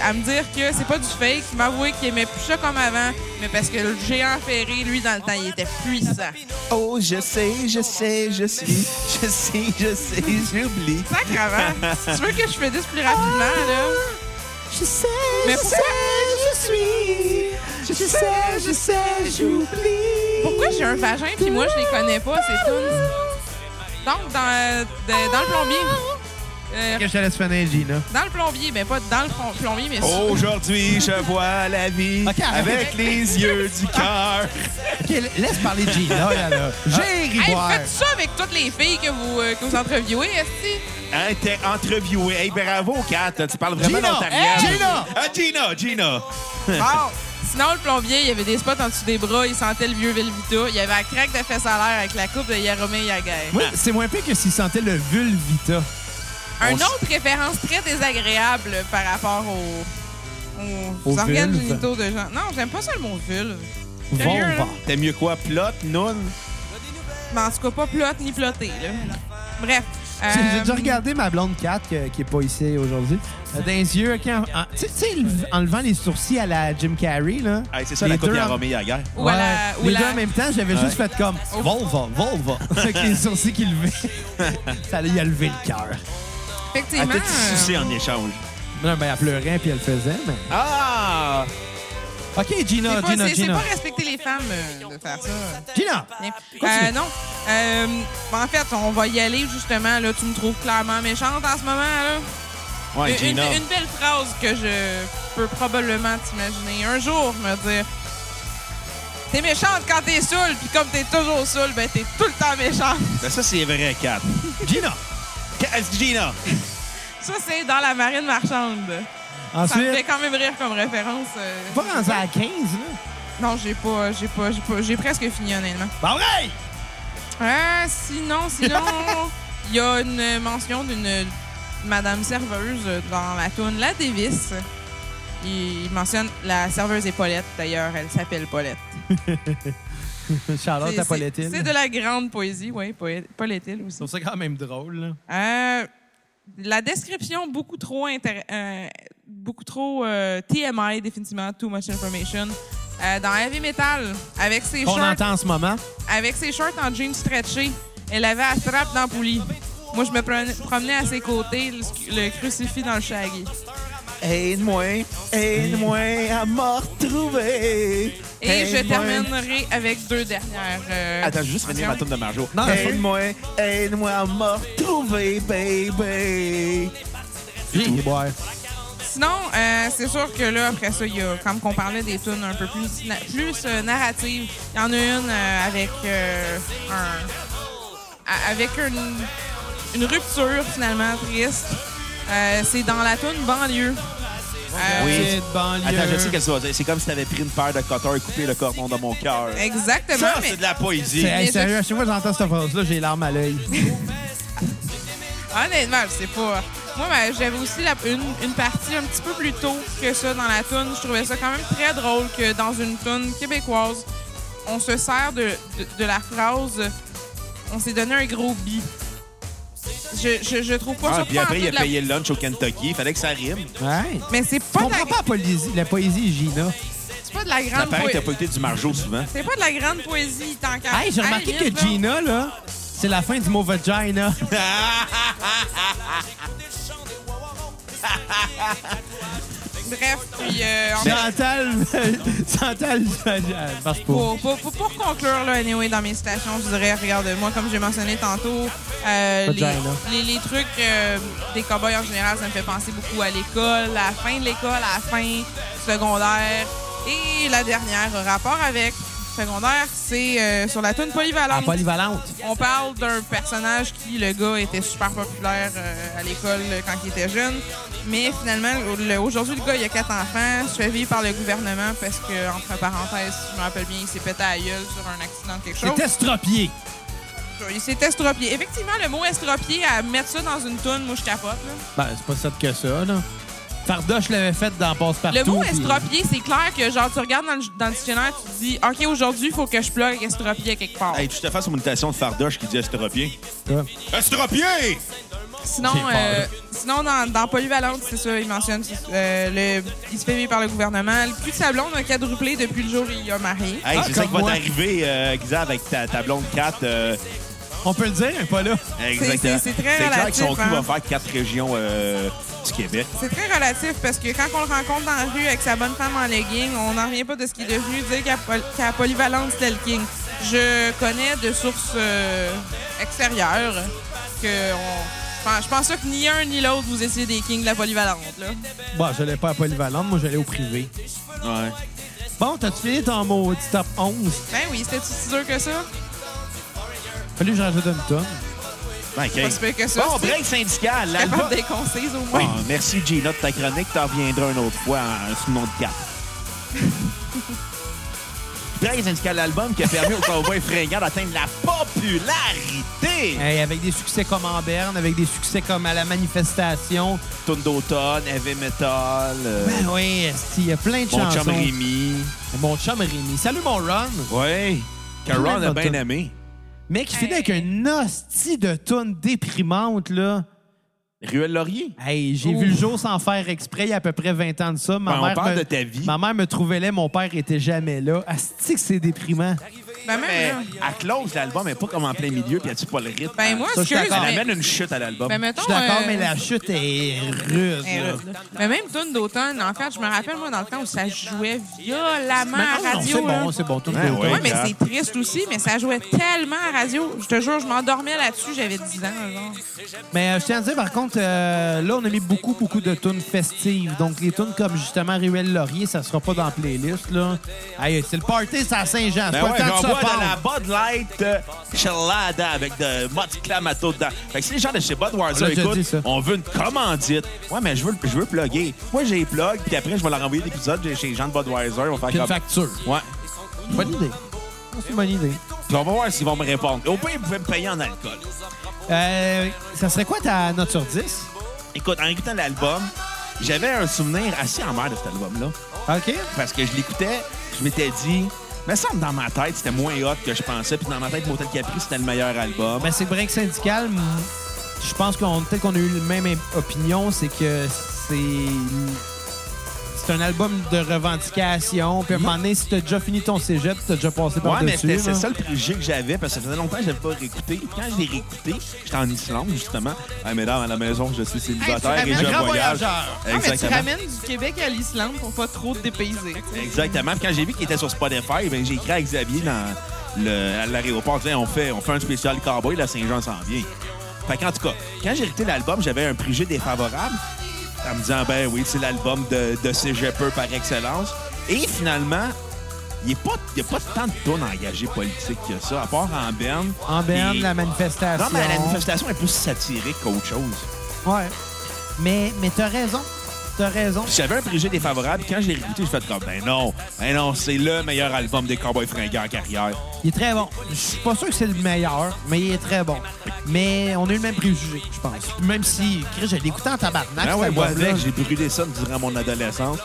S4: à me dire que c'est pas du fake, il m'a avoué qu'il aimait plus ça comme avant, mais parce que le géant ferré, lui, dans le temps, il était puissant.
S3: Oh, je sais, je sais, je suis. Je sais, je sais, j'oublie.
S4: Sacrement! si tu veux que je finisse plus rapidement, là.
S1: Je sais,
S4: Mais
S1: je
S4: pourquoi-
S1: sais, je suis. Je sais, je sais, j'oublie.
S4: Pourquoi j'ai un vagin puis moi je les connais pas, c'est tout. Donc dans, euh, de- dans le plombier. euh,
S1: Que je te laisse finir, Gina.
S4: dans le plombier, mais pas dans le plom- plombier, mais
S1: Oh,
S4: sur-
S3: Aujourd'hui, je vois la vie
S1: Ok, arrête.
S3: avec les yeux du cœur.
S1: OK, laisse parler Gina, là, là. Ah. J'ai
S4: Hey,
S1: rigoire.
S4: faites ça avec toutes les filles que vous, euh, que vous entreviewez, est
S3: Inter- Entreviewé. Hey, bravo, Kat. Tu parles vraiment
S1: Gina,
S3: d'Ontario.
S1: hey, Gina.
S3: Ah, Gina, Gina.
S4: Sinon, le plombier, il y avait des spots en dessous des bras, il sentait le vieux Velvita, il y avait un crack de fesses à l'air avec la coupe de Yaromé Yaguer.
S1: Moi, c'est moins pire que s'il sentait le vulvita.
S4: Un
S3: On s-
S4: autre référence très désagréable par rapport aux, aux
S1: Aux
S4: organes
S1: vulves.
S4: génitaux de gens. Non, j'aime pas ça le mot vulve. Sérieux,
S1: Vulva.
S4: là?
S3: T'es mieux quoi, plot, non?
S4: Mais en tout cas, pas plotte ni plottée, là. Bref. euh,
S1: J'ai j'ai déjà regardé ma blonde 4 qui, qui est pas ici aujourd'hui. Euh, Dans les yeux, ok, en, en- tu sais- tu sais, le- en levant les sourcils à la Jim Carrey, là.
S3: Hey, c'est ça
S1: Les
S3: la coupe
S1: deux en-
S3: Yaromé Yaguer.
S4: Ou
S1: Ouais.
S4: à la- ou
S1: les
S4: la-
S1: deux en même temps, j'avais juste fait comme Volva, Volva, avec les sourcils qui levaient. ça lui a levé le cœur.
S3: Elle
S1: Ah,
S4: Effectivement. euh,
S3: t'a sucé en échange.
S1: Non, ben, elle pleurait puis elle le faisait, mais.
S3: Ah!
S1: Ok,
S4: euh,
S1: Gina,
S4: c'est pas-
S1: Gina,
S4: c'est- C'est
S1: Gina.
S4: pas respecter les femmes euh, de faire ça.
S1: Gina!
S4: Bien.
S1: Continue.
S4: Euh, non. Euh, ben, en fait, on va y aller justement. Là, tu me trouves clairement méchante en ce moment. Là.
S3: Ouais,
S4: une,
S3: Gina.
S4: une- une belle phrase que je peux probablement t'imaginer un jour me dire T'es méchante quand t'es saoul, puis comme t'es toujours saoul, ben t'es tout le temps méchante.
S3: Ben, ça, c'est vrai, Kat. Gina! Kat, Gina!
S4: Ça, c'est dans la marine marchande. Ça me fait
S1: Ensuite,
S4: quand même rire comme référence. euh.
S1: pas rendu à 15, là.
S4: Non, j'ai pas, j'ai pas, j'ai pas, j'ai presque fini, honnêtement.
S1: Bah vrai!
S4: Ah, sinon, sinon, il y a une mention d'une madame serveuse dans la toune La Davis. Il mentionne la serveuse est Paulette. D'ailleurs, elle s'appelle Paulette.
S1: Charlotte
S4: C'est-
S1: à
S4: c'est- C'est de
S1: Pauletine.
S4: la grande poésie, oui, Paulette aussi.
S1: Je trouve ça quand même drôle, là.
S4: Euh, la description beaucoup trop intér- euh, beaucoup trop euh, TMI définitivement too much information Euh, dans heavy metal avec ses
S1: Qu'on
S4: shorts
S1: entend en ce moment.
S4: avec ses shorts en jeans stretchés elle avait la strap dans la poulie moi je me prenais- promenais à ses côtés le, le crucifix dans le shaggy
S3: Aide-moi, aide-moi à me retrouver.
S4: et je terminerai avec deux dernières euh,
S3: Attends, je vais juste revenir à ma tune de Marjo.
S1: Non, c'est-
S3: aide-moi, aide-moi à me retrouver, baby.
S1: J'ai boire.
S4: Sinon, euh, c'est sûr que là, après ça, il y a, comme qu'on parlait des tunes un peu plus, na- plus euh, narratives, il y en a une euh, avec euh, un. a- avec une, une rupture finalement triste. Euh, c'est dans la tune banlieue. Euh,
S3: Oui.
S1: banlieue.
S3: Attends, je sais qu'elle soit. C'est comme si t'avais pris une paire de cotons et coupé le cordon de mon cœur.
S4: Euh, Exactement.
S3: Ça,
S4: mais
S3: c'est de la poésie.
S1: C'est- hey,
S4: Mais
S1: sérieux,
S4: je-
S1: à chaque fois que j'entends cette phrase-là, j'ai larmes à l'œil.
S4: Honnêtement, je sais pas. Moi, ben, j'avais aussi la- une, une partie un petit peu plus tôt que ça dans la toune. Je trouvais ça quand même très drôle que dans une toune québécoise, on se sert de, de- de la phrase « on s'est donné un gros bi ». Je, je, je trouve pas
S3: Ah,
S4: ça
S3: puis
S4: pas en
S3: après,
S4: tout
S3: il
S4: de
S3: a
S4: la-
S3: payé le lunch au Kentucky. Il fallait que ça rime.
S1: Ouais.
S4: Mais c'est
S1: Je
S4: pas, de la-
S1: comprends pas la poésie, la poésie Gina.
S4: c'est pas de la
S3: Ça
S4: grande
S3: paraît que t'as
S4: poésie.
S3: pas écouté du Marjo souvent.
S4: C'est pas de la grande poésie tant qu'à...
S1: Hey, j'ai remarqué
S4: Hey,
S1: que
S4: viens,
S1: Gina,
S4: là.
S1: là, c'est la fin du mot vagina.
S4: Bref, puis... euh, en
S1: Chantal, Chantal, je marche pas.
S4: Pour, pour- pour- pour conclure, là, anyway, dans mes citations, je dirais, regarde, moi, comme j'ai mentionné tantôt, euh, les,
S1: Vagina.
S4: les- les trucs euh, des cow-boys en général, ça me fait penser beaucoup à l'école, à la fin de l'école, à la fin secondaire. Et la dernière, en rapport avec secondaire, c'est euh, sur la toune
S1: En
S4: polyvalente.
S1: polyvalente.
S4: On parle d'un personnage qui, le gars, était super populaire euh, à l'école euh, quand il était jeune. Mais finalement, le- aujourd'hui, le gars, il a quatre enfants, se fait vivre par le gouvernement parce que, entre parenthèses, si je me rappelle bien, il s'est pété à la gueule sur un accident de quelque chose.
S1: C'est estropié.
S4: Il s'est estropié. Effectivement, le mot estropié, à mettre ça dans une toune, moi, je capote. là.
S1: Ben, c'est pas ça que ça, là. Fardoche l'avait fait dans Passe-Partout.
S4: Le mot
S1: puis-
S4: estropié, c'est clair que, genre, tu regardes dans le, dans le dictionnaire, tu te dis, OK, aujourd'hui, il faut que je plug estropié quelque part.
S3: Hey, tu te fasses une mutation de Fardoche qui dit estropié.
S1: Ouais.
S3: Estropié!
S4: Sinon,
S1: J'ai peur.
S4: euh, sinon dans, dans Polyvalente, c'est ça, il mentionne euh, le, il se fait vivre par le gouvernement. Le cul de sa blonde a quadruplé depuis le jour où il a marié.
S3: Hey,
S1: Ah,
S3: c'est ça qui
S1: comme
S3: va
S1: moi.
S3: t'arriver, euh, Xav, avec ta, ta blonde 4.
S1: On peut le dire, elle est pas là.
S3: exactement.
S4: c'est- c'est très
S3: clair que son
S4: relatif,
S3: coup
S4: hein.
S3: va faire quatre régions euh, du Québec.
S4: C'est très relatif parce que quand on le rencontre dans la rue avec sa bonne femme en legging, on n'en revient pas de ce qu'il est devenu dire qu'à Pol- qu'à Polyvalente, c'était le king. Je connais de sources euh, extérieures que on- je pense- je pense pas que ni un ni l'autre vous étiez des kings de la Polyvalente. Là.
S1: Bon, je l'ai pas à polyvalente, moi, j'allais au privé.
S3: Ouais. Ben,
S1: Bon, t'as-tu fini ton mot du top 11?
S4: Ben oui, c'était si dur que ça?
S1: Fallu que je rajoute une tonne.
S4: Pas si
S3: OK.
S4: pire que ça.
S3: Bon,
S4: c'est-
S3: break syndical.
S4: Je suis
S3: l'album-
S4: capable d'être concise au
S3: Ah,
S4: moins.
S3: merci, Gina, de ta chronique. T'en reviendras une autre fois hein, en- sous le nom de 4. Break syndical, l'album qui a permis au cowboy fringant d'atteindre la popularité.
S1: Hey, avec des succès comme en Berne, avec des succès comme à la manifestation.
S3: Tourne d'automne, heavy metal, euh,
S1: Ben oui, esti, il y a plein de
S3: mon
S1: chansons.
S3: chum Rémi.
S1: Mon chum Rémi. Salut mon Ron.
S3: Oui. Caron a
S1: Plein de
S3: bien
S1: tonnes.
S3: aimé.
S1: Mec, qui finit
S4: Hey.
S1: avec un hostie de tonne déprimante, là.
S3: Ruelle Laurier.
S1: Hey, j'ai
S4: Ouh.
S1: vu le jour sans faire exprès il y a à peu près 20 ans de ça. Ma
S3: Ben, on
S1: mère
S3: parle
S1: me-
S3: de ta vie.
S1: Ma mère me trouvait là, mon père était jamais là. Asti que c'est déprimant.
S4: Ben, même,
S3: Mais
S4: là.
S3: à close, l'album est pas comme en plein milieu, puis elle tue pas le rythme.
S4: Ben, moi,
S1: Ça, je
S4: excuse,
S1: suis d'accord.
S3: Elle
S4: mais-
S3: amène une chute à l'album.
S4: Ben, mettons.
S1: Je suis d'accord,
S4: euh,
S1: mais la chute est rude.
S4: eh,
S1: là.
S4: rude, là. Mais même Tune d'automne, en fait, je me rappelle, moi, dans le temps où ça jouait violemment
S1: Mais
S4: à
S1: non, non,
S4: radio.
S1: c'est
S4: là.
S1: bon, c'est bon. Tout le
S3: Ouais,
S1: monde.
S3: ouais.
S4: Ouais, mais
S3: grave.
S4: c'est triste aussi, mais ça jouait tellement à radio. Je te jure, je m'endormais là-dessus, j'avais 10 ans. genre.
S1: Mais euh, je tiens à dire, par contre, euh, là, on a mis beaucoup, beaucoup de tunes festives. Donc, les tunes comme, justement, Ruel Laurier, ça sera pas dans la playlist, là. Hey, c'est le party, c'est à Saint-Jean. C'est
S3: Ben
S1: pas
S3: ouais,
S1: le temps
S3: j'en
S1: de se
S3: vois dans
S1: pendre.
S3: la Bud Light euh, Chelada avec de Mott Clamato dedans. Fait que si les gens de chez
S1: On
S3: Budweiser
S1: l'a déjà
S3: écoute,
S1: dit, ça.
S3: on veut une commandite. Ouais, mais je veux, je veux plugger. Moi, j'ai plug, puis après, je vais leur envoyer l'épisode chez les gens de Budweiser. On va
S1: Puis
S3: faire
S1: une
S3: comme...
S1: facture.
S3: Ouais.
S1: Bonne idée. C'est une bonne idée.
S3: Puis on va voir s'ils vont me répondre. Au pire, ils pouvaient me payer en alcool.
S1: Euh, ça serait quoi ta note sur 10?
S3: Écoute, en écoutant l'album, j'avais un souvenir assez amer de cet album-là.
S1: OK.
S3: parce que je l'écoutais, je m'étais dit, mais ça dans ma tête, c'était moins hot que je pensais, puis dans ma tête, Motel Capri, c'était le meilleur album.
S1: Ben, c'est Break Syndical. m- Je pense qu'on peut-être qu'on a eu la même im- opinion, c'est que c'est c'est un album de revendication. Puis à un moment donné, si t'as déjà fini ton cégep, t'as déjà passé
S3: Ouais, mais
S1: par-dessus.
S3: c'était-
S1: là.
S3: c'est ça le préjugé que j'avais, parce que ça faisait longtemps que je l'avais pas réécouté. Quand je l'ai réécouté, j'étais en Islande, justement. Ah, mesdames, à la maison, je suis célibataire
S4: Hey, tu
S3: et je
S4: ramènes-
S1: Grand
S3: voyage.
S1: voyageur.
S4: Ah, mais tu
S3: Exactement.
S4: ramènes du Québec à l'Islande pour pas trop te dépayser.
S3: Exactement. Puis Quand j'ai vu qu'il était sur Spotify, ben, j'ai écrit à Xavier dans le- à l'aéroport, Tiens, on fait, on fait un spécial cowboy, la Saint-Jean s'en vient. Fait qu'en tout cas, quand j'ai écouté l'album, j'avais un préjugé défavorable en me disant, ben oui, c'est l'album de, de cégepeux par excellence. Et finalement, il n'y a, pas- il y a pas tant de tonnes engagées politiques que ça, à part en Berne.
S1: En Berne,
S3: Et-
S1: la manifestation.
S3: Non, mais la manifestation est plus satirique qu'autre chose.
S1: Ouais. Mais, mais t'as raison. T'as raison.
S3: Puis J'avais un préjugé défavorable. Quand je l'ai réécouté, je fait comme, ben non, ben non, c'est le meilleur album des cowboys fringants en carrière.
S1: Il est très bon. Je suis pas sûr que c'est le meilleur, mais il est très bon. Mais on a eu le même préjugé, je pense. Même si, Chris, je l'ai écouté en tabarnak.
S3: Ah
S1: cet
S3: ouais, moi
S1: album-là.
S3: avec, j'ai brûlé ça durant mon adolescence.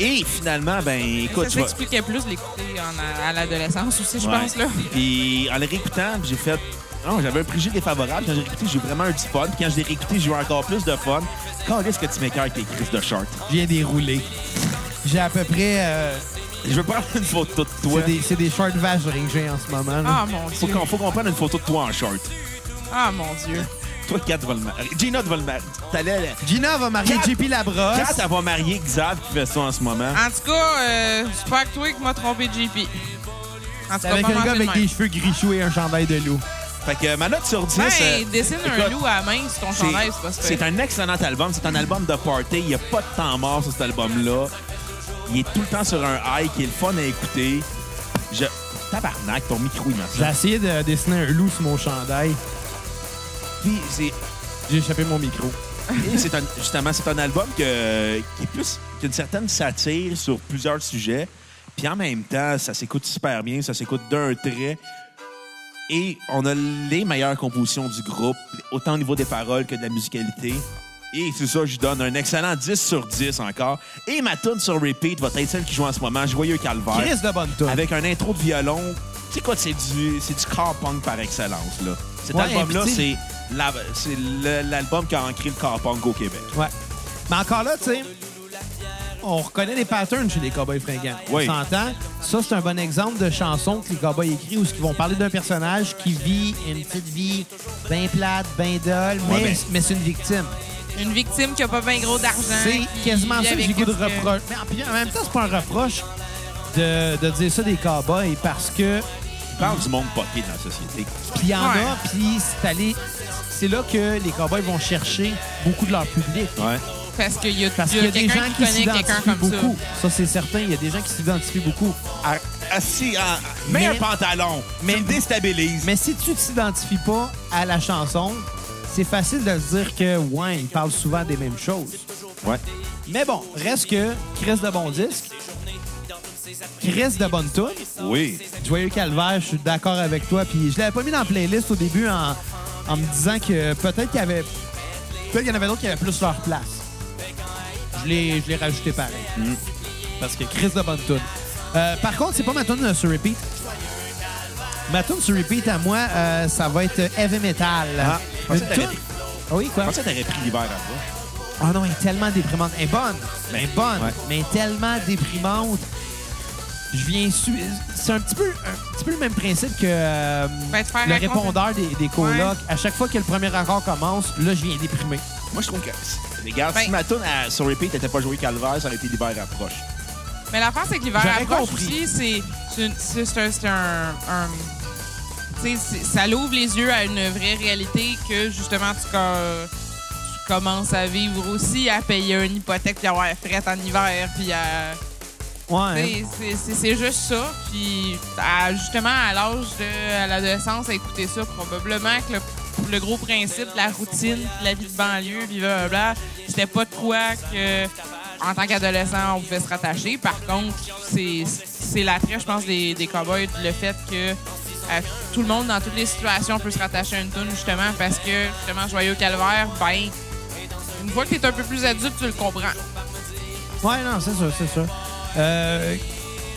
S3: Et finalement, ben écoute,
S4: ça
S3: tu vas-
S4: s'expliquait plus de l'écouter en- à l'adolescence aussi, je
S3: Ouais.
S4: pense. là.
S3: Puis en le réécoutant, j'ai fait. Non, j'avais un préjugé défavorable. Quand j'ai réécouté, j'ai eu vraiment eu du fun. Puis quand je l'ai réécouté, j'ai eu encore plus de fun. Quand est-ce que tu m'écœures avec tes crises de short?
S1: Je viens dérouler. J'ai à peu près. euh,
S3: Je veux prendre une photo de toi.
S1: c'est des- C'est des, shorts vagerins que j'ai en ce moment. là.
S4: Ah mon
S3: Faut
S4: Dieu.
S3: qu'on faut qu'on prenne une photo de toi en short.
S4: Ah mon Dieu.
S3: Toi, Kat va le marier. Gina va le marier. T'allais-
S1: Gina va marier
S3: Kat-
S1: JP Labrosse.
S3: Kat, elle va marier Xav qui fait ça en ce moment.
S4: En tout cas, euh, c'est pas que toi qui m'a trompé de JP. En tout cas,
S1: avec
S4: pas
S1: un
S4: mentionné
S1: gars avec
S4: de
S1: des cheveux grichou et un chandail de loup.
S3: Fait que ma note sur 10.
S4: même.
S3: euh,
S4: Ben, dessine un
S3: écoute,
S4: loup à la main sur ton
S3: C'est-
S4: chandail, c'est pas ça.
S3: C'est un excellent album. C'est un album de party. Il n'y a pas de temps mort sur cet album-là. Il est tout le temps sur un high qui est le fun à écouter. Je... Tabarnak, ton micro, il m'a
S1: J'ai essayé de dessiner un loup sur mon chandail.
S3: Puis c'est-
S1: J'ai échappé mon micro.
S3: et c'est un- Justement, c'est un album que- qui est plus qu'une certaine satire sur plusieurs sujets. Puis en même temps, ça s'écoute super bien. Ça s'écoute d'un trait. Et on a les meilleures compositions du groupe, autant au niveau des paroles que de la musicalité. Et c'est ça, je donne un excellent 10 sur 10 encore. Et ma tune sur repeat va être celle qui joue en ce moment, Joyeux Calvaire,
S1: Chris de bonne tour.
S3: avec un intro de violon. Tu sais quoi, c'est du, c'est du car punk par excellence, là. Cet
S1: Ouais,
S3: album-là,
S1: puis
S3: c'est
S1: tu-
S3: la- c'est le- l'album qui a ancré le car punk au Québec.
S1: Ouais. Mais encore là, tu sais, on reconnaît des patterns chez les cowboys fringants.
S3: Oui.
S1: On s'entend. Ça, c'est un bon exemple de chanson que les cowboys écrivent où ils vont parler d'un personnage qui vit une petite vie bien plate, bien dolle, mais,
S3: Ouais, ben-
S1: mais c'est une victime.
S4: Une victime qui a pas bien gros d'argent.
S1: C'est
S4: qui
S1: quasiment
S4: vit
S1: ça que
S4: avec
S1: j'ai le goût de
S4: qu'est-ce que-
S1: reproche. Mais en, puis en même temps, c'est pas un reproche de, de dire ça des cowboys parce que.
S3: Il parle du monde poqué dans la société.
S1: Puis il y en
S4: Ouais.
S1: a, puis c'est allé. C'est là que les cowboys vont chercher beaucoup de leur public.
S3: Ouais.
S4: Parce qu'il y a,
S1: Parce
S4: il
S1: qu'il y a des
S4: quelqu'un
S1: gens
S4: qui
S1: qui
S4: connaît quelqu'un
S1: s'identifient
S4: comme
S1: beaucoup. Ça, c'est certain. Il y a des gens qui s'identifient beaucoup.
S3: Ah, Assis, ah, mets
S1: Mais-
S3: un pantalon, mais,
S1: mais-
S3: tu me déstabilises.
S1: Mais si tu t'identifies pas à la chanson, c'est facile de se dire que, ouais, ils parlent souvent des mêmes choses.
S3: Ouais.
S1: Mais bon, reste que Chris de bon disque, Chris de bonne tune,
S3: Oui.
S1: Joyeux Calvaire, je suis d'accord avec toi. Puis je l'avais pas mis dans la playlist au début en, en me disant que peut-être qu'il y avait. Peut-être qu'il y en avait d'autres qui avaient plus leur place. Je l'ai, je l'ai rajouté pareil.
S3: Mm.
S1: Parce que Chris de bonne tune. Euh, par contre, c'est pas ma tune euh, sur repeat. Ma tune sur repeat à moi, euh, ça va être Heavy Metal.
S3: Ah, je
S1: Une
S3: pensais que t'avais
S1: tune-
S3: dit-
S1: Ah Oui, quoi?
S3: Je pensais que t'aurais pris l'hiver après.
S1: Ah non, elle est tellement déprimante. Elle est bonne. Elle est bonne,
S3: Ouais.
S1: mais elle est tellement déprimante. je viens. su- C'est un petit peu, un petit peu le même principe que euh,
S4: Ben, te faire
S1: le
S4: raconter-
S1: répondeur des, des colocs. À chaque fois que le premier accord commence, là, je viens déprimer.
S3: Moi, je trouve que. Regarde,
S4: Ben-
S3: si ma tune à- sur repeat n'était pas jouée Calvaire, ça aurait été l'hiver approche.
S4: Mais l'affaire, c'est que l'hiver
S1: J'aurais
S4: approche
S1: compris.
S4: aussi, c'est- c'est une- c'est- c'est un... c'est un- un- tu sais, c'est- ça l'ouvre les yeux à une vraie réalité que, justement, tu, co- tu commences à vivre aussi, à payer une hypothèque, puis avoir fret en hiver, puis à...
S1: Ouais.
S4: tu sais, c'est- c'est- C'est juste ça. Puis, à- justement, à l'âge de à l'adolescence, à écouter ça, probablement que le, le gros principe, la routine, puis la vie de banlieue, puis blablabla, c'était pas de quoi que, en tant qu'adolescent, on pouvait se rattacher. Par contre, c'est c'est l'attrait, je pense, des, des cowboys, le fait que euh, tout le monde, dans toutes les situations, peut se rattacher à une toune, justement, parce que, justement, Joyeux Calvaire, ben, une fois que t'es un peu plus adulte, tu le comprends.
S1: Ouais, non, c'est sûr, c'est sûr. Euh,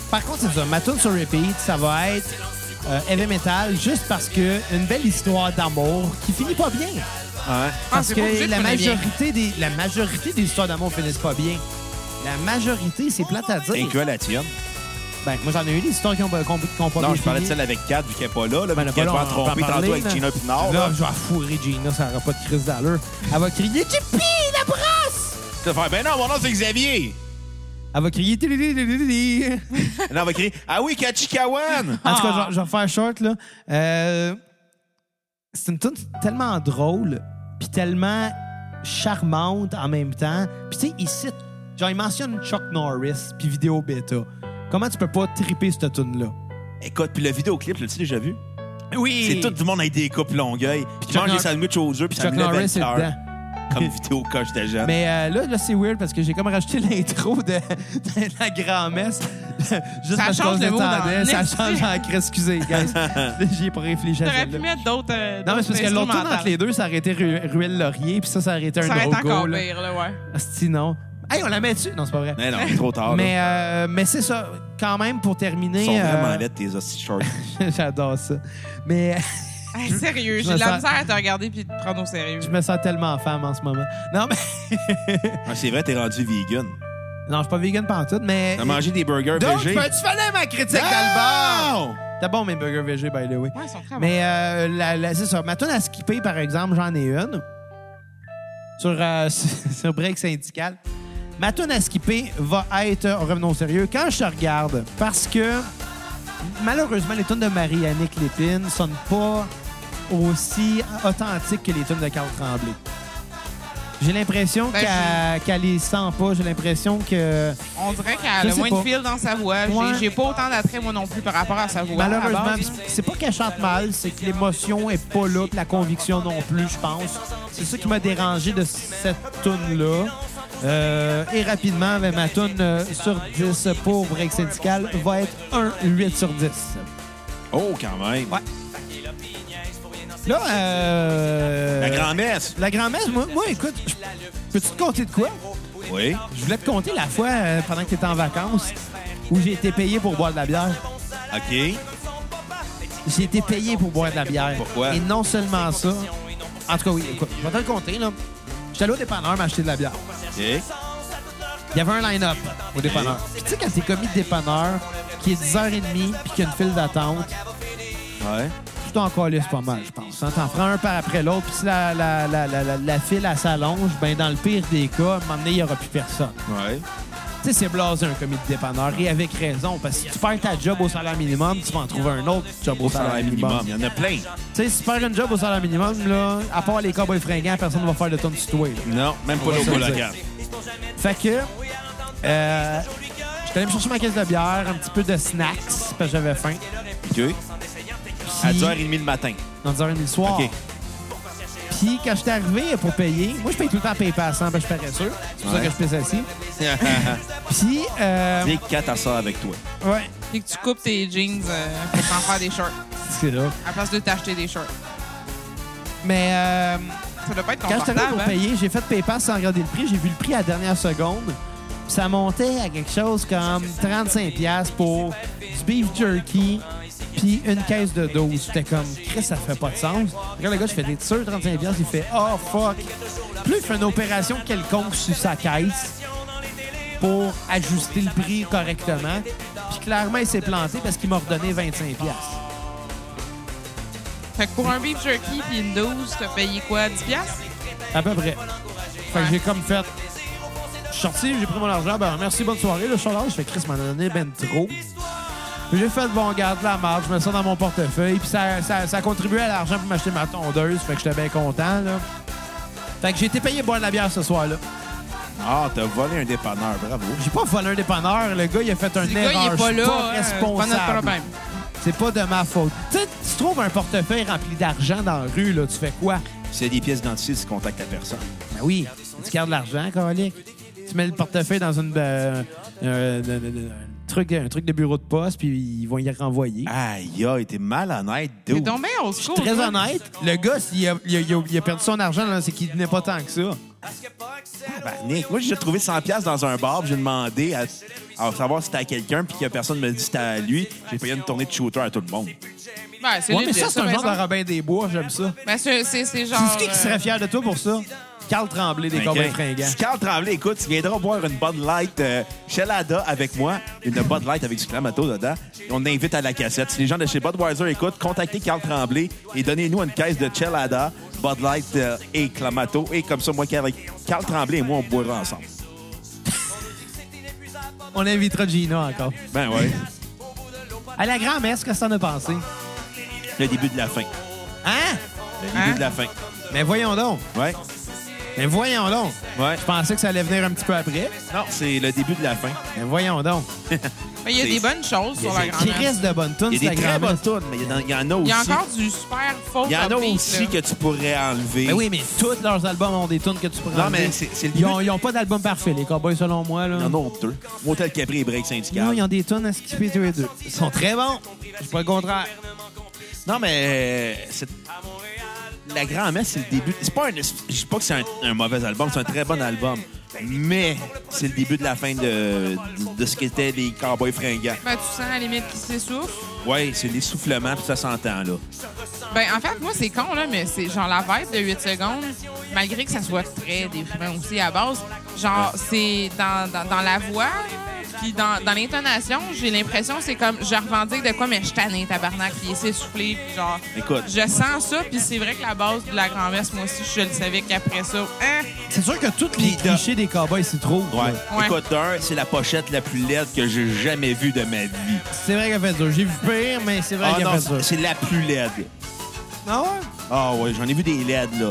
S1: par contre, c'est ça. Ma tune sur repeat, ça va être euh, Heavy Metal, juste parce que une belle histoire d'amour qui finit pas bien.
S3: Ouais.
S1: Parce
S4: Ah, c'est pas obligé
S1: que
S4: de
S1: la
S4: qu'on aille bien.
S1: majorité, des, la majorité des histoires d'amour finissent pas bien. La majorité, c'est plate à dire.
S3: Incluant la tienne.
S1: Ben, moi, j'en ai eu des histoires qui ont, pas- qui ont- qui ont pas
S3: Non,
S1: bien
S3: je parlais de
S1: fini.
S3: celle avec Kat, vu qu'elle n'est pas là. là
S1: Ben,
S3: vu
S1: là,
S3: qu'elle
S1: pas
S3: va
S1: là, on va en
S3: tromper
S1: parler,
S3: tantôt avec
S1: là.
S3: Gina Pinard.
S1: Là,
S3: Là,
S1: je vais fourrer Gina, ça n'aura pas de crise d'allure. Elle va crier Chippy, la brosse!
S3: Tu vas faire, ben non, mon nom, c'est Xavier.
S1: Elle va crier Tililililili.
S3: non, on va crier, ah oui, Ah, Kachikawan.
S1: En tout cas,
S4: Ah.
S1: je vais- je vais faire short, là. Euh, c'est une tune tellement drôle, puis tellement charmante en même temps. Puis tu sais, il cite, genre, il mentionne Chuck Norris, puis Vidéo Beta. Comment tu peux pas triper cette tune là
S3: Écoute, puis le vidéoclip, tu l'as déjà vu?
S1: Oui!
S3: C'est tout du monde avec des coupes longueuil. Puis qui
S1: Chuck
S3: mange des
S1: Nor-
S3: sandwichs aux œufs, puis ça
S1: Chuck
S3: me lève
S1: Norris
S3: le
S1: est
S3: cœur.
S1: dedans.
S3: Comme vidéo quand j'étais jeune.
S1: Mais euh, là, là c'est weird parce que j'ai comme rajouté l'intro de, de la grand-messe. Juste
S4: Ça
S1: parce
S4: change
S1: qu'on
S4: le mot dans
S1: s'entendait. Ça
S4: l'esti.
S1: change en crise. Excusez, guys. J'y ai pas réfléchi à
S4: T'aurais pu
S1: celle-là.
S4: mettre d'autres. euh,
S1: Non, mais
S4: d'autres
S1: c'est parce que l'autre tourne
S4: instrumentales.
S1: entre les deux, ça aurait été Ru- Ruelle Laurier, puis ça, ça aurait été un
S4: Ça aurait été
S1: no-go,
S4: encore
S1: là.
S4: pire, là, ouais.
S1: Asti, non. Hey, on la met dessus. Non, c'est pas vrai.
S3: Mais non, c'est trop tard. là.
S1: Mais, euh, mais c'est ça. Quand même, pour terminer.
S3: Ils sont
S1: euh,
S3: vraiment laides, tes hosties shorts.
S1: J'adore ça. Mais
S4: Hey, sérieux,
S1: je
S4: j'ai
S1: me
S4: de la
S1: sens-
S4: misère à te regarder puis de te prendre au sérieux.
S1: je me sens tellement femme en ce moment. Non, mais.
S3: Ah, c'est vrai, t'es rendu vegan.
S1: Non, je suis pas vegan pantoute, mais.
S3: T'as mangé des burgers
S1: Donc, tu
S3: végés.
S1: fallais ma critique d'Albert!
S3: Non!
S1: T'as bon, mes burgers végés, by the way.
S4: Ouais, ils sont très bons.
S1: Mais euh, la- la- c'est ça. Ma tune à skipper, par exemple, j'en ai une. Sur, euh, sur Break Syndical. Ma tune à skipper va être, euh, revenons au sérieux, quand je te regarde. Parce que, malheureusement, les tunes de Marie-Annick Lépine sonnent pas aussi authentiques que les tunes de Carl Tremblay. J'ai l'impression
S4: Ben,
S1: qu'elle qu'elle les sent pas. J'ai l'impression que...
S4: On dirait
S1: je
S4: qu'elle a
S1: sais
S4: moins
S1: pas.
S4: de fil dans sa voix. J'ai-
S1: Ouais.
S4: J'ai pas autant d'attrait, moi non plus, par rapport à sa voix. à
S1: Malheureusement,
S4: base.
S1: pis c'est pas qu'elle chante mal, c'est que l'émotion est pas là, pis la conviction non plus, je pense. C'est ça qui m'a dérangé de cette tune-là. Euh, et rapidement, ben, ma tune euh, sur 10 pour Break Syndical va être un 8 sur 10.
S3: Oh, quand même.
S1: Là, euh,
S3: La grand-messe.
S1: la grand-messe, moi, moi, écoute, je- peux-tu te compter de quoi?
S3: Oui.
S1: Je voulais te compter la fois euh, pendant que tu étais en vacances où j'ai été payé pour boire de la bière.
S3: OK.
S1: J'ai été payé pour boire de la bière.
S3: Pourquoi?
S1: Et non seulement ça. En tout cas, oui, écoute, je vais te le compter, là. J'étais allé au dépanneur m'acheter de la bière.
S3: OK.
S1: Il y avait un line-up au dépanneur. Puis tu sais, quand t'es commis de dépanneur, qui est 10h30 puis qu'il y a une file d'attente,
S3: Ouais.
S1: tout encore lisse pas mal, je pense. hein. T'en prends un par après l'autre, puis si la, la, la, la, la, la file, elle s'allonge, ben dans le pire des cas, à un moment donné, il n'y aura plus personne.
S3: Ouais.
S1: Tu sais, c'est blasé un commis de dépanneur, et avec raison, parce que si tu perds ta job au salaire minimum, tu vas en trouver un autre job au,
S3: Au salaire minimum. Il y en a plein.
S1: Tu sais, si tu perds une job au salaire minimum, là, à part les cowboys fringants, personne ne va faire de tonne sur toi. là.
S3: Non, même pas
S1: Ouais, ça
S3: local.
S1: veut dire. Fait que, euh, j'étais allé me chercher ma caisse de bière, un petit peu de snacks, parce que j'avais faim.
S3: OK. À 10h30 le matin.
S1: Dans 10h30 le soir.
S3: OK.
S1: Puis quand j'étais arrivé pour payer, moi je paye tout le temps PayPal 100, ben je suis paresseux. C'est pour
S3: Ouais.
S1: ça que je paye assis. Puis, euh,
S3: Dès que Kat, elle sort avec toi.
S1: ouais,
S4: Puis que tu coupes tes jeans euh, pour t'en faire des shorts.
S1: c'est là.
S4: À place de t'acheter des shorts.
S1: Mais euh,
S4: Ça doit pas être
S1: quand j'étais arrivé
S4: confortable.
S1: pour
S4: hein?
S1: payer, j'ai fait PayPal sans regarder le prix. J'ai vu le prix à la dernière seconde. Puis Ça montait à quelque chose comme 35$ piastres pour du beef jerky puis une caisse de 12. J'étais comme, Chris, ça fait pas de sens. Regarde le gars, je fais des sûr 35$. piastres. Il fait, oh fuck. Plus il fait une opération quelconque sur sa caisse pour ajuster le prix correctement. Puis clairement, il s'est planté parce qu'il m'a redonné 25$. piastres.
S4: Fait que pour un beef jerky puis une 12, t'as payé quoi? 10 piastres?
S1: À peu près. Fait que
S4: Ouais.
S1: j'ai comme fait. Je suis sorti, j'ai pris mon argent, ben merci, bonne soirée. Là, je suis là, je fais Chris m'en a donné ben trop. Puis J'ai fait bon garde la marge, je mets ça dans mon portefeuille, puis ça, ça, ça contribuait à l'argent pour m'acheter ma tondeuse, fait que j'étais bien content, là. Fait que j'ai été payé boire de la bière ce soir-là.
S3: Ah, t'as volé un dépanneur, bravo.
S1: J'ai pas volé un dépanneur, le gars, il a fait un
S4: Le
S1: erreur.
S4: gars, il est pas
S1: je suis
S4: là.
S1: pas
S4: hein,
S1: responsable.
S4: C'est pas notre problème.
S1: C'est pas de ma faute. Tu sais, tu trouves un portefeuille rempli d'argent dans la rue, là, tu fais quoi?
S3: S'il y a des pièces d'identité, tu contactes la personne.
S1: Ben oui, tu gardes l'argent, colique. Tu mets le portefeuille dans une, euh, euh, de- de- de- un, truc, un truc de bureau de poste, puis ils vont y renvoyer.
S3: Ah. Aïe, aïe, t'es malhonnête,
S4: T'es
S3: dude.
S4: tombé au
S1: Je suis
S4: secours.
S1: très
S4: toi.
S1: honnête, le gars, s'il a- il a, il a- il a perdu son argent, là, c'est qu'il n'est pas tant que ça.
S3: Nick, moi, j'ai trouvé 100 pièces dans un bar, puis j'ai demandé à, à savoir si c'était à quelqu'un, puis que personne me dit c'était à lui. J'ai payé une tournée de shooter à tout le monde.
S4: Ben, c'est
S1: Ouais, mais
S4: legit,
S1: ça, c'est un
S4: par
S1: genre de
S4: exemple.
S1: Robin des Bois, j'aime ça.
S4: Ben, c'est- c'est c'est genre. euh,
S1: C'est qui qui serait fier de toi pour ça? Carl Tremblay des
S3: Ok.
S1: Combats Fringants.
S3: Si Carl Tremblay, écoute, tu viendras boire une Bud Light euh, chez Lada avec moi, une Bud Light avec du clamato dedans, et on invite à la cassette. Si les gens de chez Budweiser écoutent, contactez Carl Tremblay et donnez-nous une caisse de Chelada, Bud Light euh, et clamato. Et comme ça, moi, Carl, Carl Tremblay et moi, on boira ensemble.
S1: On invitera Gina encore.
S3: Ben ouais.
S1: À la grand-messe, qu'est-ce que t'en as pensé?
S3: Le début de la fin.
S1: Hein?
S3: Le début
S4: Hein?
S3: de la fin.
S1: Mais voyons donc.
S3: Ouais.
S1: Mais voyons donc.
S3: Ouais.
S1: Je pensais que ça allait venir un petit peu après.
S3: Non, c'est le début de la fin.
S1: Mais voyons donc.
S4: Mais ben, il y a
S3: C'est-
S4: des bonnes choses sur la
S1: Qui
S4: grande
S1: reste de bonnes tunes,
S3: Il y
S1: c'est
S3: a
S1: la
S3: des très bonnes
S1: grand-messe.
S3: tunes, mais il y en a- il y en a aussi.
S4: Il y a encore du super faux.
S3: Il y en a
S4: upbeat,
S3: aussi
S4: là. Ben
S3: que tu pourrais enlever.
S1: Mais Ben oui, mais tous leurs albums ont des tunes que tu prends.
S3: Non, mais c'est- c'est le
S1: ils, ont,
S3: début.
S1: ils ont pas d'album parfait, les Cowboys, selon moi. Là.
S3: Il y en a autre deux. Motel Capri et Break Syndical.
S1: Non, ils ont des tunes à skipper tous les deux. Ils sont très bons. Je pas le contraire.
S3: Non, mais euh, c'est- la grand-messe, c'est le début. C'est pas un... Je dis pas que c'est un, un mauvais album, c'est un très bon album. Mais c'est le début de la fin de, de, de ce qu'étaient les cowboys fringants.
S4: Ben, tu sens à la limite qui s'essouffle.
S3: Ouais, c'est l'essoufflement, puis ça s'entend, là.
S4: Ben, en fait, moi, c'est con, là, mais c'est genre la vibe de 8 secondes, malgré que ça soit très déprimant aussi à base, genre, c'est dans, dans, dans la voix, puis dans, dans l'intonation, j'ai l'impression, c'est comme, je revendique de quoi, mais je suis tannée, tabarnak, puis c'est soufflé, puis genre,
S3: Écoute.
S4: je sens ça, puis c'est vrai que la base de la grand-messe, moi aussi, je le savais qu'après ça, hein,
S1: C'est sûr que tous les
S3: Puis de-
S1: clichés des Cowboys s'y trouvent.
S3: Ouais.
S1: là.
S4: Ouais.
S3: Écoute, d'un, c'est la pochette la plus laide que j'ai jamais vue de ma vie.
S1: C'est vrai qu'il a fait dur. J'ai vu pire, mais c'est vrai
S3: Ah
S1: qu'il a
S3: non,
S1: fait dur.
S3: c'est la plus laide.
S1: Ah ouais?
S3: Ah ouais, j'en ai vu des laides, là.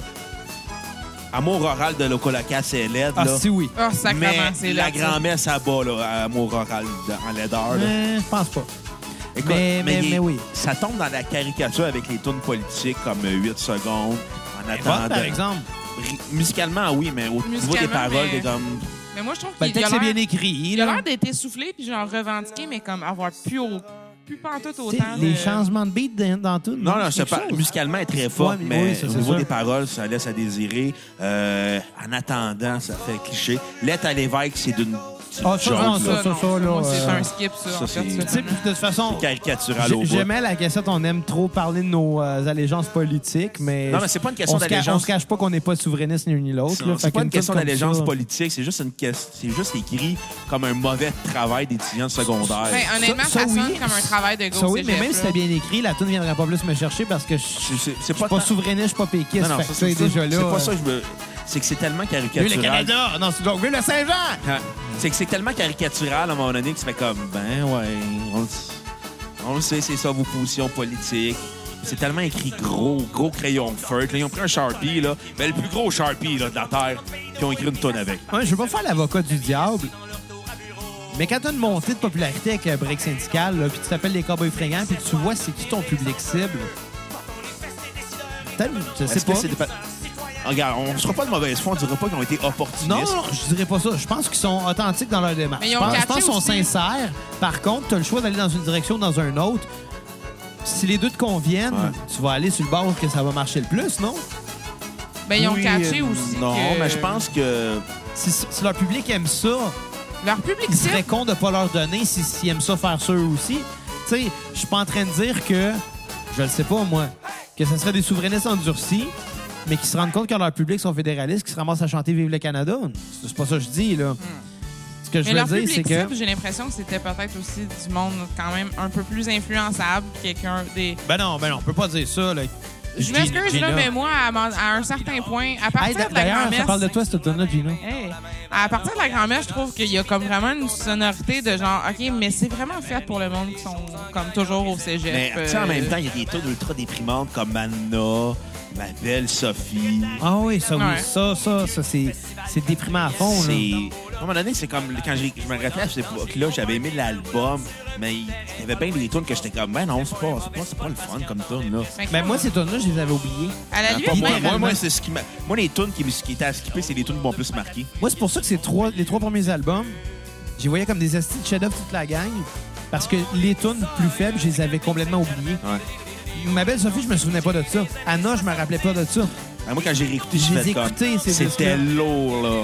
S3: Amour oral de Locoloca, c'est laide,
S1: Ah,
S3: là.
S1: si oui.
S4: oh, sacrement,
S3: Mais
S4: c'est
S3: la
S4: là, ça.
S3: grand-messe à bas, là, amour oral de- en laideur. là.
S1: Mais Euh, je pense pas.
S3: Écoute,
S1: Mais, mais,
S3: il-
S1: mais oui.
S3: Ça tombe dans la caricature avec les tunes politiques comme euh, 8 secondes, en attendant.
S1: Bonne, par exemple.
S3: Ri- Musicalement, oui, mais au niveau des
S4: Musicalement,
S3: paroles, t'es
S4: mais-
S3: comme.
S4: Mais moi, je trouve
S1: Ben,
S4: qu'il
S1: le
S4: y a
S1: texte est bien
S4: l'air-
S1: écrit.
S4: il a
S1: là.
S4: l'air d'être essoufflé, puis genre revendiqué, mais comme avoir plus, au, plus pantoute
S1: Tu sais,
S4: autant
S1: Les
S4: de-
S1: changements de beat dans, dans tout.
S3: Non, non, c'est
S1: quelque
S3: pas-
S1: chose.
S3: musicalement, elle est très fort,
S1: Ouais, mais-
S3: mais
S1: oui, ça,
S3: au
S1: c'est
S3: niveau
S1: sûr.
S3: des paroles, ça laisse à désirer. Euh, en attendant, ça fait cliché. Lettre à l'évêque, c'est d'une. c'est
S1: Ah,
S3: une
S1: ça,
S3: joke,
S1: non,
S3: là.
S1: ça,
S4: non,
S1: ça, là,
S4: moi, c'est
S1: euh,
S4: un skip, ça.
S3: ça,
S4: en
S3: c'est-
S4: fait,
S1: Tu sais, puis de toute façon,
S3: Caricatural au
S1: J'ai-
S3: bout.
S1: J'aimais la cassette, on aime trop parler de nos euh, allégeances politiques, mais.
S3: Non, mais c'est pas une question
S1: on se ca-
S3: d'allégeance.
S1: On se cache pas qu'on n'est pas souverainiste ni l'un ni l'autre. là.
S3: C'est
S1: Fait
S3: c'est pas
S1: qu'une
S3: une question
S1: toute comme
S3: d'allégeance
S1: ça-
S3: politique, c'est juste une question, c'est juste écrit comme un mauvais travail d'étudiant secondaire.
S4: Ben, honnêtement,
S1: Ça-
S4: ça,
S1: ça,
S4: sonne
S1: oui.
S4: comme un travail de gros
S1: Ça oui, mais
S4: cégep,
S1: même si
S4: là.
S1: c'était bien écrit, la tune viendrait pas plus me chercher parce que je
S3: C'est-
S1: suis
S3: c'est- c'est
S1: pas,
S3: pas tant-
S1: souverainiste, je suis pas péquiste.
S3: Non, non,
S1: fait
S3: ça,
S1: que
S3: c'est
S1: tu sais, déjà
S3: c'est
S1: là.
S3: pas
S1: euh,
S3: ça que je me. C'est que c'est tellement
S1: Vive
S3: caricatural.
S1: le Canada! Non, c'est donc vive le Saint-Jean!
S3: Ah, C'est que c'est tellement caricatural à un moment donné que tu fais comme, ben ouais, on le, on le sait, c'est ça vos positions politiques. C'est tellement écrit gros, gros crayon de feutre. Là, ils ont pris un Sharpie, là, ben, le plus gros Sharpie là, de la Terre, puis ils ont écrit une tonne avec.
S1: Ouais, je veux pas faire l'avocat du diable. Mais quand t'as une montée de popularité avec euh, Break Syndical, là, puis tu t'appelles les Cowboys fringants, puis tu vois c'est qui ton public cible. Peut-être, je sais
S3: Est-ce que
S1: pas.
S3: c'est des pa- Ah, Regarde, on ne sera pas de mauvaise foi, on ne dira pas qu'ils ont été opportunistes.
S1: Non, non, je dirais pas ça. Je pense qu'ils sont authentiques dans leur démarche.
S4: Mais ils
S1: je
S4: ont
S1: pense, je
S4: catché
S1: pense qu'ils sont
S4: aussi.
S1: sincères. Par contre, tu as le choix d'aller dans une direction ou dans une autre. Si les deux te conviennent,
S3: Ouais.
S1: tu vas aller sur le bord que ça va marcher le plus, non?
S4: Ben, ils ont
S3: Oui,
S4: catché
S3: euh,
S4: aussi
S3: Non,
S4: que
S3: mais je pense que.
S1: Si, si leur public aime ça,
S4: Leur public
S1: ils seraient
S4: cible,
S1: cons de pas leur donner s'ils s'ils aiment ça faire ça eux aussi. Tu sais, je suis pas en train de dire que, je le sais pas moi, que ce serait des souverainistes endurcis, mais qui se rendent compte que leur public sont fédéralistes, qui se ramassent à chanter Vive le Canada. C'est pas ça que je dis, là. Ce que je
S4: Hmm. Mais leur
S1: veux dire, c'est
S4: public
S1: que.
S4: type, j'ai l'impression que c'était peut-être aussi du monde quand même un peu plus influençable, quelqu'un des.
S1: Ben non, ben non, on peut pas dire ça. Là.
S4: Je
S1: Gina-
S4: m'excuse là,
S1: Gina.
S4: mais moi, à, mon- à un certain point, à
S1: Hey,
S4: partir
S1: d'a-
S4: de la
S1: D'ailleurs, ça
S4: grand-messe,
S1: parle de toi, cette tonne-là, Gino.
S4: Hey. À partir de la grand-mère, je trouve qu'il y a comme vraiment une sonorité de genre, OK, mais c'est vraiment fait pour le monde qui sont comme toujours au cégep.
S3: Mais tu sais, en
S4: euh,
S3: même temps, il y a des tas d'ultra déprimantes comme Anna, ma belle Sophie.
S1: Ah oui, ça, oui.
S4: Ouais.
S1: ça, ça, ça, c'est c'est déprimant à fond. là.
S3: C'est. À un moment donné, c'est comme quand j'ai- je me rappelle à cette époque-là, j'avais aimé l'album, mais il il y avait bien des tunes que j'étais comme, ben non, c'est pas, c'est pas, c'est pas le fun comme tune là.
S4: fait que-
S1: Ben moi, ces tonnes-là, je les avais oubliées.
S4: À la
S3: Ah,
S4: limite,
S3: pas moi,
S4: même-
S3: moi, moi, c'est ce qui m'a- moi, les tunes qui, me- qui étaient à skipper, c'est les tunes qui m'ont plus marqué.
S1: Moi, c'est pour ça que ces trois, les trois premiers albums, j'y voyais comme des astis de chef-d'œuvre toute la gang. Parce que les tunes plus faibles, je les avais complètement oubliées.
S3: Ouais.
S1: Ma belle Sophie, je me souvenais pas de ça. Anna, je me rappelais pas de ça.
S3: Ah, moi, quand j'ai réécouté,
S1: Je
S3: j'ai
S1: les ai
S3: fait comme.
S1: écoutés, ces disques-là.
S3: C'était lourd, là.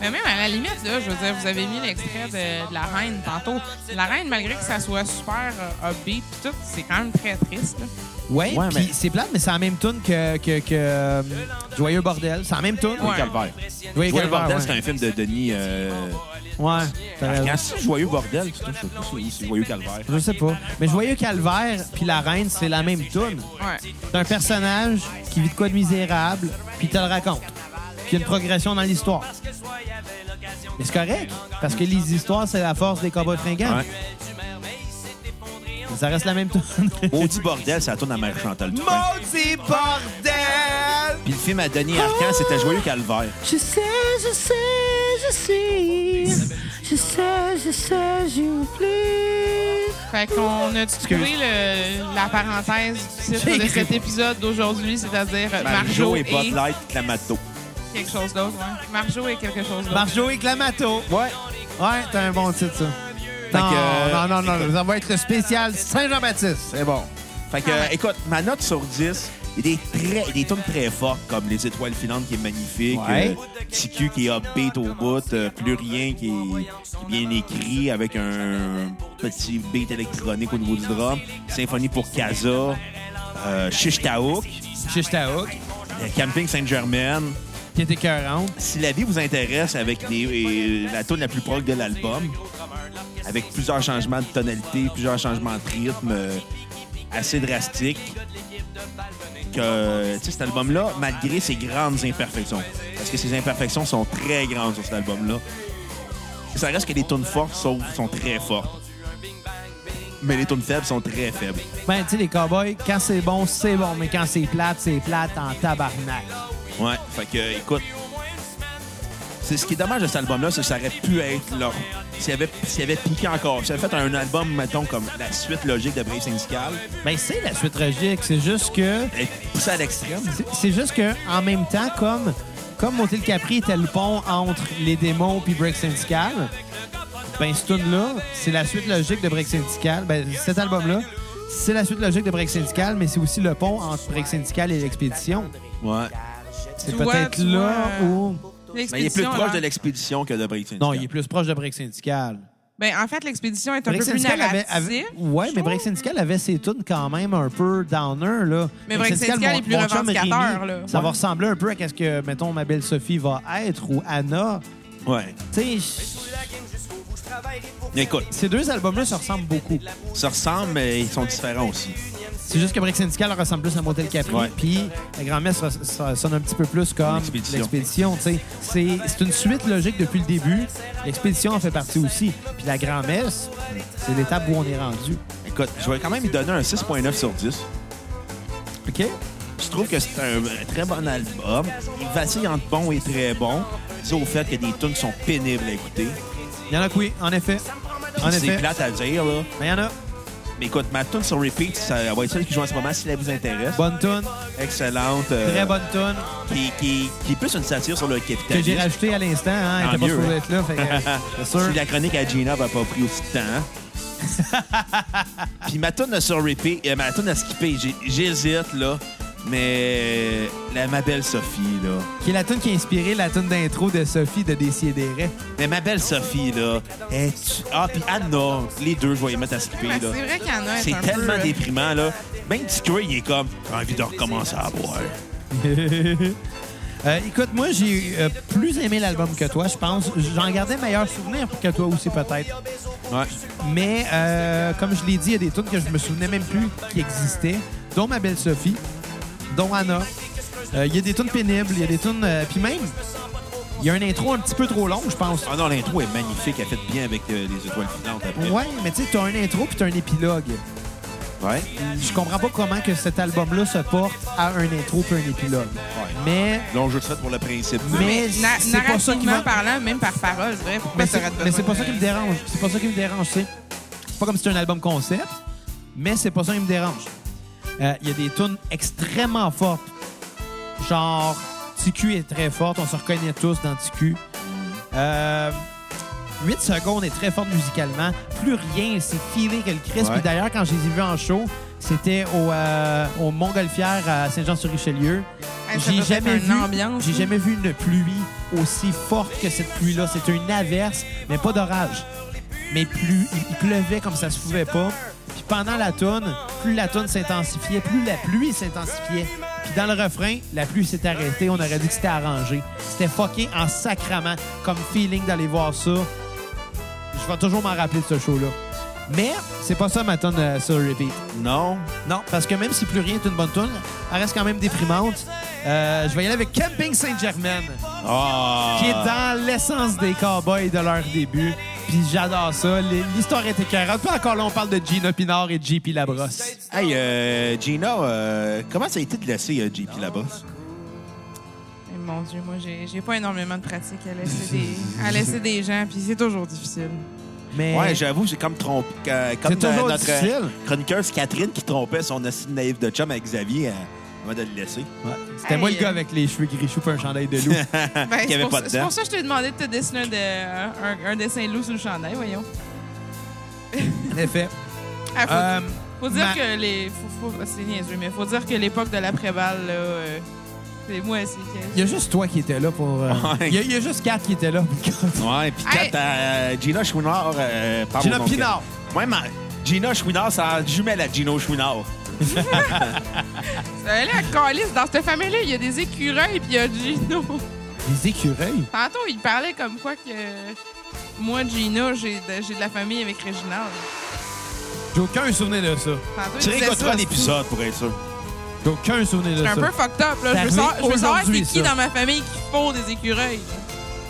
S4: Mais même à la limite, là, je veux dire, vous avez mis l'extrait de, de La Reine tantôt. La Reine, malgré que ça soit super euh, upbeat pis tout, c'est quand même très triste. là.
S1: Ouais,
S3: Ouais,
S1: puis
S3: mais-
S1: c'est plate, mais c'est la même tune que, que, que euh, Joyeux Bordel. C'est la même tune.
S4: Ouais.
S3: Calvaire.
S1: Joyeux,
S3: Joyeux
S1: Calvaire,
S3: Bordel, c'est
S1: ouais.
S3: un film de Denis. Euh...
S1: Ouais, t'as raison.
S3: Quand c'est Joyeux Bordel, putain, je sais pas si c'est Joyeux Calvaire.
S1: Je sais pas. Mais Joyeux Calvaire puis la reine, c'est la même tune.
S4: Ouais.
S1: C'est un personnage qui vit de quoi de misérable, puis il te le raconte. Puis il y a une progression dans l'histoire. Mais c'est correct, parce que les histoires, c'est la force des combats fringants.
S3: Ouais.
S1: Ça reste la même tune.
S3: Maudit Bordel, ça tourne à Mère Chantal Toupin.
S1: Maudit bordel!
S3: Puis le film à Denis Arcand, c'était Joyeux Calvaire.
S1: Je sais, je sais, je sais. Je sais, je sais, j'oublie.
S4: Fait qu'on a trouvé le- la parenthèse du
S1: J'ai
S4: titre de
S1: écrit-
S4: cet épisode d'aujourd'hui, c'est-à-dire euh, Marjo
S3: Marjo
S4: et,
S3: et Bud Light Clamato.
S4: quelque chose d'autre. Ouais. Marjo et quelque chose d'autre.
S1: Marjo et Clamato. Ouais. Ouais, t'as un bon titre, ça. Non,
S3: que, euh,
S1: non, non, non, ça va être le spécial Saint-Jean-Baptiste. C'est bon.
S3: Fait que,
S4: Ah ouais.
S3: euh, écoute, ma note sur 10, il y a des, très, des tunes très fortes, comme Les Étoiles filantes, qui est magnifique,
S1: Ouais.
S3: euh, TQ qui est upbeat au bout, euh, Plus rien qui est, qui est bien écrit, avec un petit beat électronique au niveau du drum, Symphonie pour Casa, euh, Chiche Taouk,
S1: Chichtaouk,
S3: euh, Camping Saint-Germain.
S1: qui est écœurante.
S3: Si la vie vous intéresse, avec des- et euh, la tune la plus proche de l'album, avec plusieurs changements de tonalité, plusieurs changements de rythme, euh, assez drastiques, que tu sais, cet album-là, malgré ses grandes imperfections, parce que ses imperfections sont très grandes sur cet album-là, ça reste que les tunes fortes sont, sont très fortes. Mais les tunes faibles sont très faibles.
S1: Ben, tu sais, les cowboys, quand c'est bon, c'est bon, mais quand c'est plate, c'est plate en tabarnak.
S3: Ouais, fait que, euh, écoute, c'est ce qui est dommage de cet album-là, c'est que ça aurait pu être leur... S'il avait, s'il avait piqué encore, s'il avait fait un album, mettons, comme la suite logique de Brave Syndical,
S1: Ben, c'est la suite tragique. C'est juste que.
S3: elle est poussée à l'extrême.
S1: c'est- C'est juste que, en même temps, comme. Comme Monter le Capri était le pont entre les démons puis Break Syndical, ben, ce tune-là, c'est la suite logique de Break Syndical. Ben, cet album-là, c'est la suite logique de Break Syndical, mais c'est aussi le pont entre Break Syndical et l'Expédition.
S3: Ouais.
S1: C'est
S4: Tu vois,
S1: peut-être
S4: tu
S1: là
S4: vois,
S1: où.
S3: Mais il est plus
S4: L'expédition,
S3: proche
S4: alors.
S3: de l'expédition que de Brave Syndical.
S1: hein? Non, il est plus proche de Break Syndical.
S4: Ben, en fait, l'expédition est un
S1: Break
S4: peu plus
S1: Syndical avait,
S4: narrative.
S1: avait- ouais, mais Break Syndical avait ses tunes quand même un peu downer là.
S4: Mais Break Syndical est plus
S1: mon chum
S4: revendicateur,
S1: Rémi,
S4: là.
S1: Ça va ressembler un peu à ce que mettons ma belle Sophie va être ou Anna.
S3: Ouais.
S1: Tu sais,
S3: Mais écoute,
S1: ces deux albums là se ressemblent beaucoup.
S3: ça ressemble, mais ils sont différents aussi.
S1: C'est juste que Break Syndical ressemble plus à Motel Capri,
S3: Ouais.
S1: puis la grand-messe res- ça sonne un petit peu plus comme
S3: L'expédition.
S1: l'expédition. tu sais. C'est c'est une suite logique depuis le début. L'expédition en fait partie aussi. Puis la grand-messe, c'est l'étape où on est rendu.
S3: Écoute, je vais quand même lui donner un 6.9 sur 10.
S1: Ok.
S3: Je trouve que c'est un un très bon album. Il vacille entre bon et très bon, dû au fait que des tunes sont pénibles à écouter.
S1: Il y en a que oui, en effet. En
S3: C'est
S1: effet.
S3: plate à dire, là.
S1: Mais il y en a.
S3: Mais écoute, ma tune sur repeat, ça va être celle qui joue en ce moment si elle vous intéresse.
S1: Bonne tune,
S3: Excellente. euh,
S1: très bonne tune
S3: Qui, qui, qui est plus une satire sur le
S1: que
S3: capitalisme.
S1: j'ai rajoutée à l'instant. Hein, elle
S3: Tant
S1: était pas
S3: mieux,
S1: supposée
S3: hein.
S1: être là, fait que, c'est sûr.
S3: Si la chronique à Gina va pas pris aussi de temps. Puis ma tune sur repeat, euh, ma tune à skipper, j'ai- j'hésite, là. Mais la, ma belle Sophie, là.
S1: Qui est la tune qui a inspiré la tune d'intro de Sophie de Décideret.
S3: Mais ma belle Sophie, là. est- Ah, puis Anna, les deux, je vais les mettre à skipper,
S4: Ouais,
S3: là.
S4: C'est vrai qu'il y en a un
S3: C'est
S4: peu,
S3: tellement
S4: euh,
S3: déprimant, là. Même Petit Cray, il est comme, j'ai envie de recommencer à boire.
S1: Euh, écoute, moi, j'ai euh, plus aimé l'album que toi, je pense. J'en gardais meilleur souvenir que toi aussi, peut-être.
S3: Ouais.
S1: Mais euh, comme je l'ai dit, il y a des tunes que je me souvenais même plus qui existaient, dont ma belle Sophie, dont Anna. Euh, Il y a des tunes pénibles, il y a des tunes. euh, Puis même, il y a un intro un petit peu trop long, je pense.
S3: Ah non, l'intro est magnifique. Elle fait bien avec euh, les étoiles filantes après.
S1: Ouais, mais tu sais, t'as un intro puis t'as un épilogue.
S3: Ouais.
S1: Je comprends pas comment que cet album-là se porte à un intro puis un épilogue. Mais
S3: Ils l'ont juste fait pour le principe.
S1: Mais
S4: Na-
S1: c'est pas ça qui
S4: narrativement
S1: m'a-
S4: parlant, même par parole, je dirais, pourquoi
S1: Mais c'est
S4: Ben, t'aurais de
S1: mais c'est pas
S4: besoin
S1: ça qui
S4: de-
S1: me dérange. C'est pas ça qui me dérange, c'est. C'est pas comme si c'était un album concept, mais c'est pas ça qui me dérange. Euh, Il y a des tunes extrêmement fortes. Genre, TQ est très forte, on se reconnaît tous dans TQ. Euh, 8 secondes est très forte musicalement. Plus rien, c'est filé que le Christ.
S3: Ouais.
S1: Puis d'ailleurs, quand je les ai vus en show, c'était au, euh, au Montgolfière à Saint-Jean-sur-Richelieu.
S4: Hey, ça
S1: J'ai
S4: doit être
S1: jamais,
S4: une
S1: vu,
S4: ambiance, hein.
S1: j'ai
S4: là.
S1: jamais vu une pluie aussi forte que cette pluie-là. C'était une averse, mais pas d'orage. Mais plus, il, il pleuvait comme ça se pouvait pas. Puis pendant la toune, plus la toune s'intensifiait, plus la pluie s'intensifiait. Puis dans le refrain, la pluie s'est arrêtée. On aurait dit que c'était arrangé. C'était fucké en sacrament, comme feeling d'aller voir ça. Je vais toujours m'en rappeler de ce show-là. Mais c'est pas ça ma toune euh, sur repeat.
S3: Non.
S1: Non, parce que même si plus rien est une bonne tune, elle reste quand même déprimante. Euh, je vais y aller avec Camping Saint-Germain,
S3: Ah.
S1: qui est dans l'essence des cowboys de leur début. Puis j'adore ça. L- L'histoire est écœurante. Puis encore là, on parle de Gina Pinard et JP Labrosse.
S3: Hey, euh, Gina, euh, comment ça a été de laisser euh, JP là-bas?
S4: Mais Eh, Mon Dieu, moi, j'ai j'ai pas énormément de pratique à laisser des, à laisser des gens, puis c'est toujours difficile.
S1: Mais
S3: Ouais, j'avoue, j'ai comme trompé. ca-
S1: Eh.
S3: Comme
S1: C'est toujours
S3: euh, notre
S1: difficile.
S3: euh, chroniqueuse Catherine qui trompait son assis de naïf de chum avec Xavier euh, avant de le laisser.
S1: Ouais. c'était moi
S4: Hey,
S1: le gars
S4: euh.
S1: avec les cheveux gris chou et un chandail de loup.
S4: Ben,
S3: Ah, Qu'il y
S4: c'est
S3: avait
S4: pour,
S3: pas
S4: ça-
S3: de
S4: c'est
S3: dents.
S4: pour ça que je t'ai demandé de te dessiner de- un, un dessin de loup sur le chandail, voyons.
S1: en effet.
S4: Ah, faut,
S1: Euh,
S4: faut dire
S1: ma-
S4: que les. faut- faut- c'est niaiseux, mais faut dire que l'époque de l'après-balle, là. euh, c'est moi, c'est.
S1: Il y a juste toi qui étais là pour. euh,
S3: Ouais.
S1: Il y, a- il y a juste quatre qui étaient là.
S3: Ouais, puis
S4: Hey.
S3: quand euh, Gina Chouinard. Euh, pardon,
S1: Gina
S3: non,
S1: Pinard.
S3: Ouais, mais Gina Chouinard, ça jumelle à Gino Chouinard.
S4: Euh, là, calice, dans cette famille-là, il y a des écureuils, puis il y a Gino.
S1: Les écureuils.
S4: Tantôt, il parlait comme quoi que. Moi, Gino, j'ai de, j'ai de la famille avec Réginald.
S1: J'ai aucun souvenir de ça.
S4: Tantôt,
S3: Tu
S4: il disait ça.
S3: réécouteras l'épisode pour être sûr.
S1: J'ai aucun souvenir de
S4: C'est
S1: ça.
S4: un peu fucked up,
S1: C'est
S4: là. Je veux,
S1: arrivé
S4: savoir- je veux savoir c'est
S1: aujourd'hui,
S4: qui
S1: ça.
S4: dans ma famille qui font des écureuils.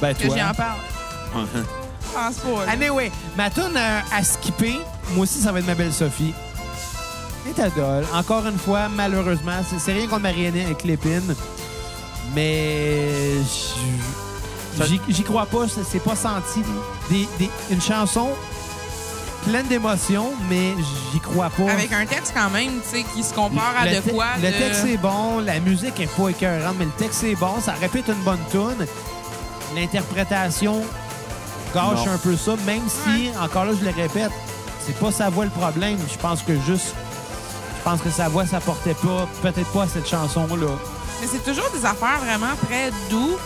S1: Ben,
S4: Que
S1: toi.
S4: j'y en parle. Je pense pas. là.
S1: Anyway, ma tune euh, à skipper, moi aussi, ça va être ma belle Sophie. Et ta dolle. Encore une fois, malheureusement, c'est- c'est rien contre Marianne avec l'épine, mais je-
S3: Ça-
S1: j'y- j'y crois pas, c'est c'est pas senti. Des- des- une chanson pleine d'émotions, mais j'y crois pas.
S4: Avec un texte quand même, tu sais, qui se compare à
S1: Le
S4: de
S1: te-
S4: quoi.
S1: Le
S4: de-
S1: texte est bon, la musique est pas écœurante, mais le texte est bon, ça répète une bonne tune. L'interprétation gâche
S3: Non.
S1: un peu ça, même si, encore là, je le répète, c'est pas sa voix le problème. Je pense que juste. Je pense que sa voix, ça portait pas, peut-être pas à cette chanson-là.
S4: Mais c'est toujours des affaires vraiment très doux.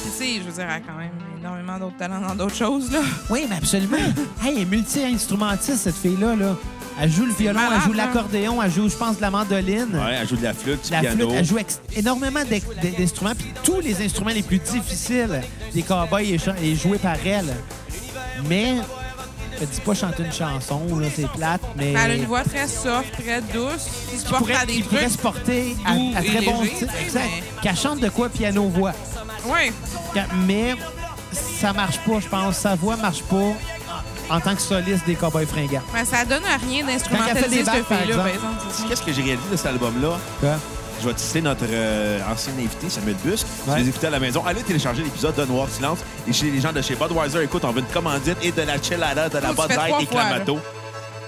S4: Puis, Tu sais, je veux dire, elle a quand même énormément d'autres talents dans d'autres choses, là.
S1: Oui, mais absolument. hey, elle est multi-instrumentiste, cette fille-là. Là. Elle joue le violon,
S4: malade,
S1: elle joue
S4: hein?
S1: l'accordéon, elle joue, je pense, de la mandoline.
S3: Ouais, elle joue de la flûte, du
S1: La
S3: piano.
S1: flûte, elle joue ex- énormément d'ex- d- d'instruments, puis tous les instruments les plus difficiles des cowboys est, chan- est joué par elle. Mais, elle dit pas chanter une chanson, là, c'est plate, mais.
S4: Mais Ben, Elle a une voix très soft, très douce, qui se
S1: il
S4: porte
S1: pourrait,
S4: à des
S1: il
S4: trucs.
S1: pourrait se porter à,
S4: doux
S1: à
S4: et
S1: très bon
S4: légers,
S1: titre.
S4: tu sais,
S1: Exact.
S4: mais-
S1: Qu'elle chante de quoi piano-voix.
S4: Ouais.
S1: Qu'elle- Mais ça marche pas, je pense. Sa voix marche pas en tant que soliste des cowboys fringants.
S4: Mais ça donne à rien
S1: Quand elle fait
S4: d'instrumentaliser
S1: des
S4: cette
S1: bacs, par
S4: fille-là, par
S1: exemple.
S4: exemple. c'est ça.
S3: Qu'est-ce que j'ai réalisé de cet album-là?
S1: Quoi?
S3: Je vais citer notre euh, ancien invité, Samuel Busque.
S1: Ouais.
S3: Si vous écoutez à la maison, allez télécharger l'épisode de Noir Silence. Et chez les gens de chez Budweiser, écoute, on veut une commandite et de la chelada, de la
S4: Oh, tu
S3: Bud
S4: fais
S3: Light
S4: trois
S3: et
S4: fois,
S3: Clamato.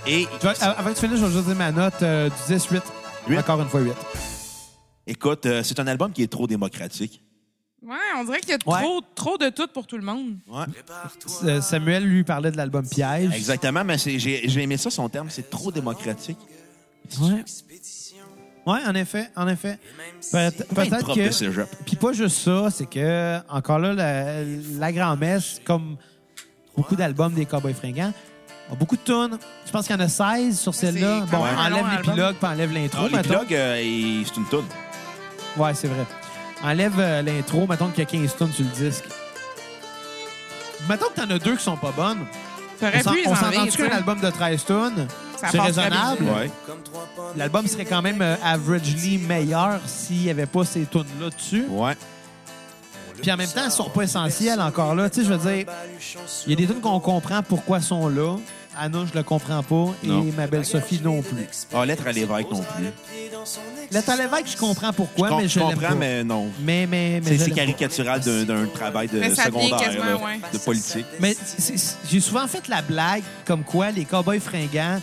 S3: Et
S1: Je vais- avant que tu ah. finisses, je vais juste dire ma note euh, du 10-8.
S3: Huit?
S1: Encore une fois, 8.
S3: écoute, euh, c'est un album qui est trop démocratique.
S4: Ouais, on dirait qu'il y a
S1: Ouais.
S4: trop, trop de tout pour tout le monde.
S3: Ouais.
S1: Euh, Samuel, lui, parlait de l'album Piège.
S3: Exactement, mais c'est- j'ai j'ai aimé ça, son terme, c'est trop démocratique.
S1: Ouais. Ouais, en effet, en effet. Peut-
S3: Plein de
S1: Peut-être
S3: profs de
S1: que.
S3: cégep.
S1: Puis pas juste ça, c'est que, encore là, la, la grand-messe, comme beaucoup d'albums des Cowboys fringants, a beaucoup de tunes. Je pense qu'il y en a 16 sur celle-là.
S4: C'est
S1: Bon,
S4: quand même un
S1: enlève
S4: long
S1: l'épilogue, puis enlève l'intro. mettons.
S3: Ah, L'épilogue, euh, il- c'est une toune.
S1: Ouais, c'est vrai. Enlève euh, l'intro, mettons qu'il y a 15 tonnes sur le disque. Mettons que t'en as deux qui sont pas bonnes.
S4: T'aurais
S1: On s'en-
S4: pu les
S1: on
S4: enlever. tu
S1: s'entend-tu
S4: sais.
S1: qu'un album de 13 tonnes,
S4: Ça
S1: c'est
S4: passe très
S1: raisonnable?
S4: bien.
S3: Ouais.
S1: L'album serait quand même euh, averagely meilleur s'il n'y avait pas ces tunes-là dessus.
S3: Ouais.
S1: Puis en même temps, elles sont pas essentielles encore là. Tu sais, je veux dire, il y a des tunes qu'on comprend pourquoi elles sont là. Anna, je le comprends pas. Et
S3: Non.
S1: ma belle Sophie non plus.
S3: Ah, lettre à l'évêque non plus.
S1: Le Talévêque, je comprends pourquoi,
S3: Com-
S1: mais je
S3: je
S1: l'aime
S3: comprends,
S1: pas.
S3: mais non.
S1: Mais, mais, mais
S3: C'est
S1: je
S3: c'est
S1: l'aime pas.
S3: caricatural d'un- d'un travail de
S4: Mais ça devient
S3: secondaire,
S4: quasiment,
S3: là,
S4: ouais.
S3: de politique.
S1: Mais c'est- c'est- j'ai souvent fait la blague comme quoi les cowboys fringants,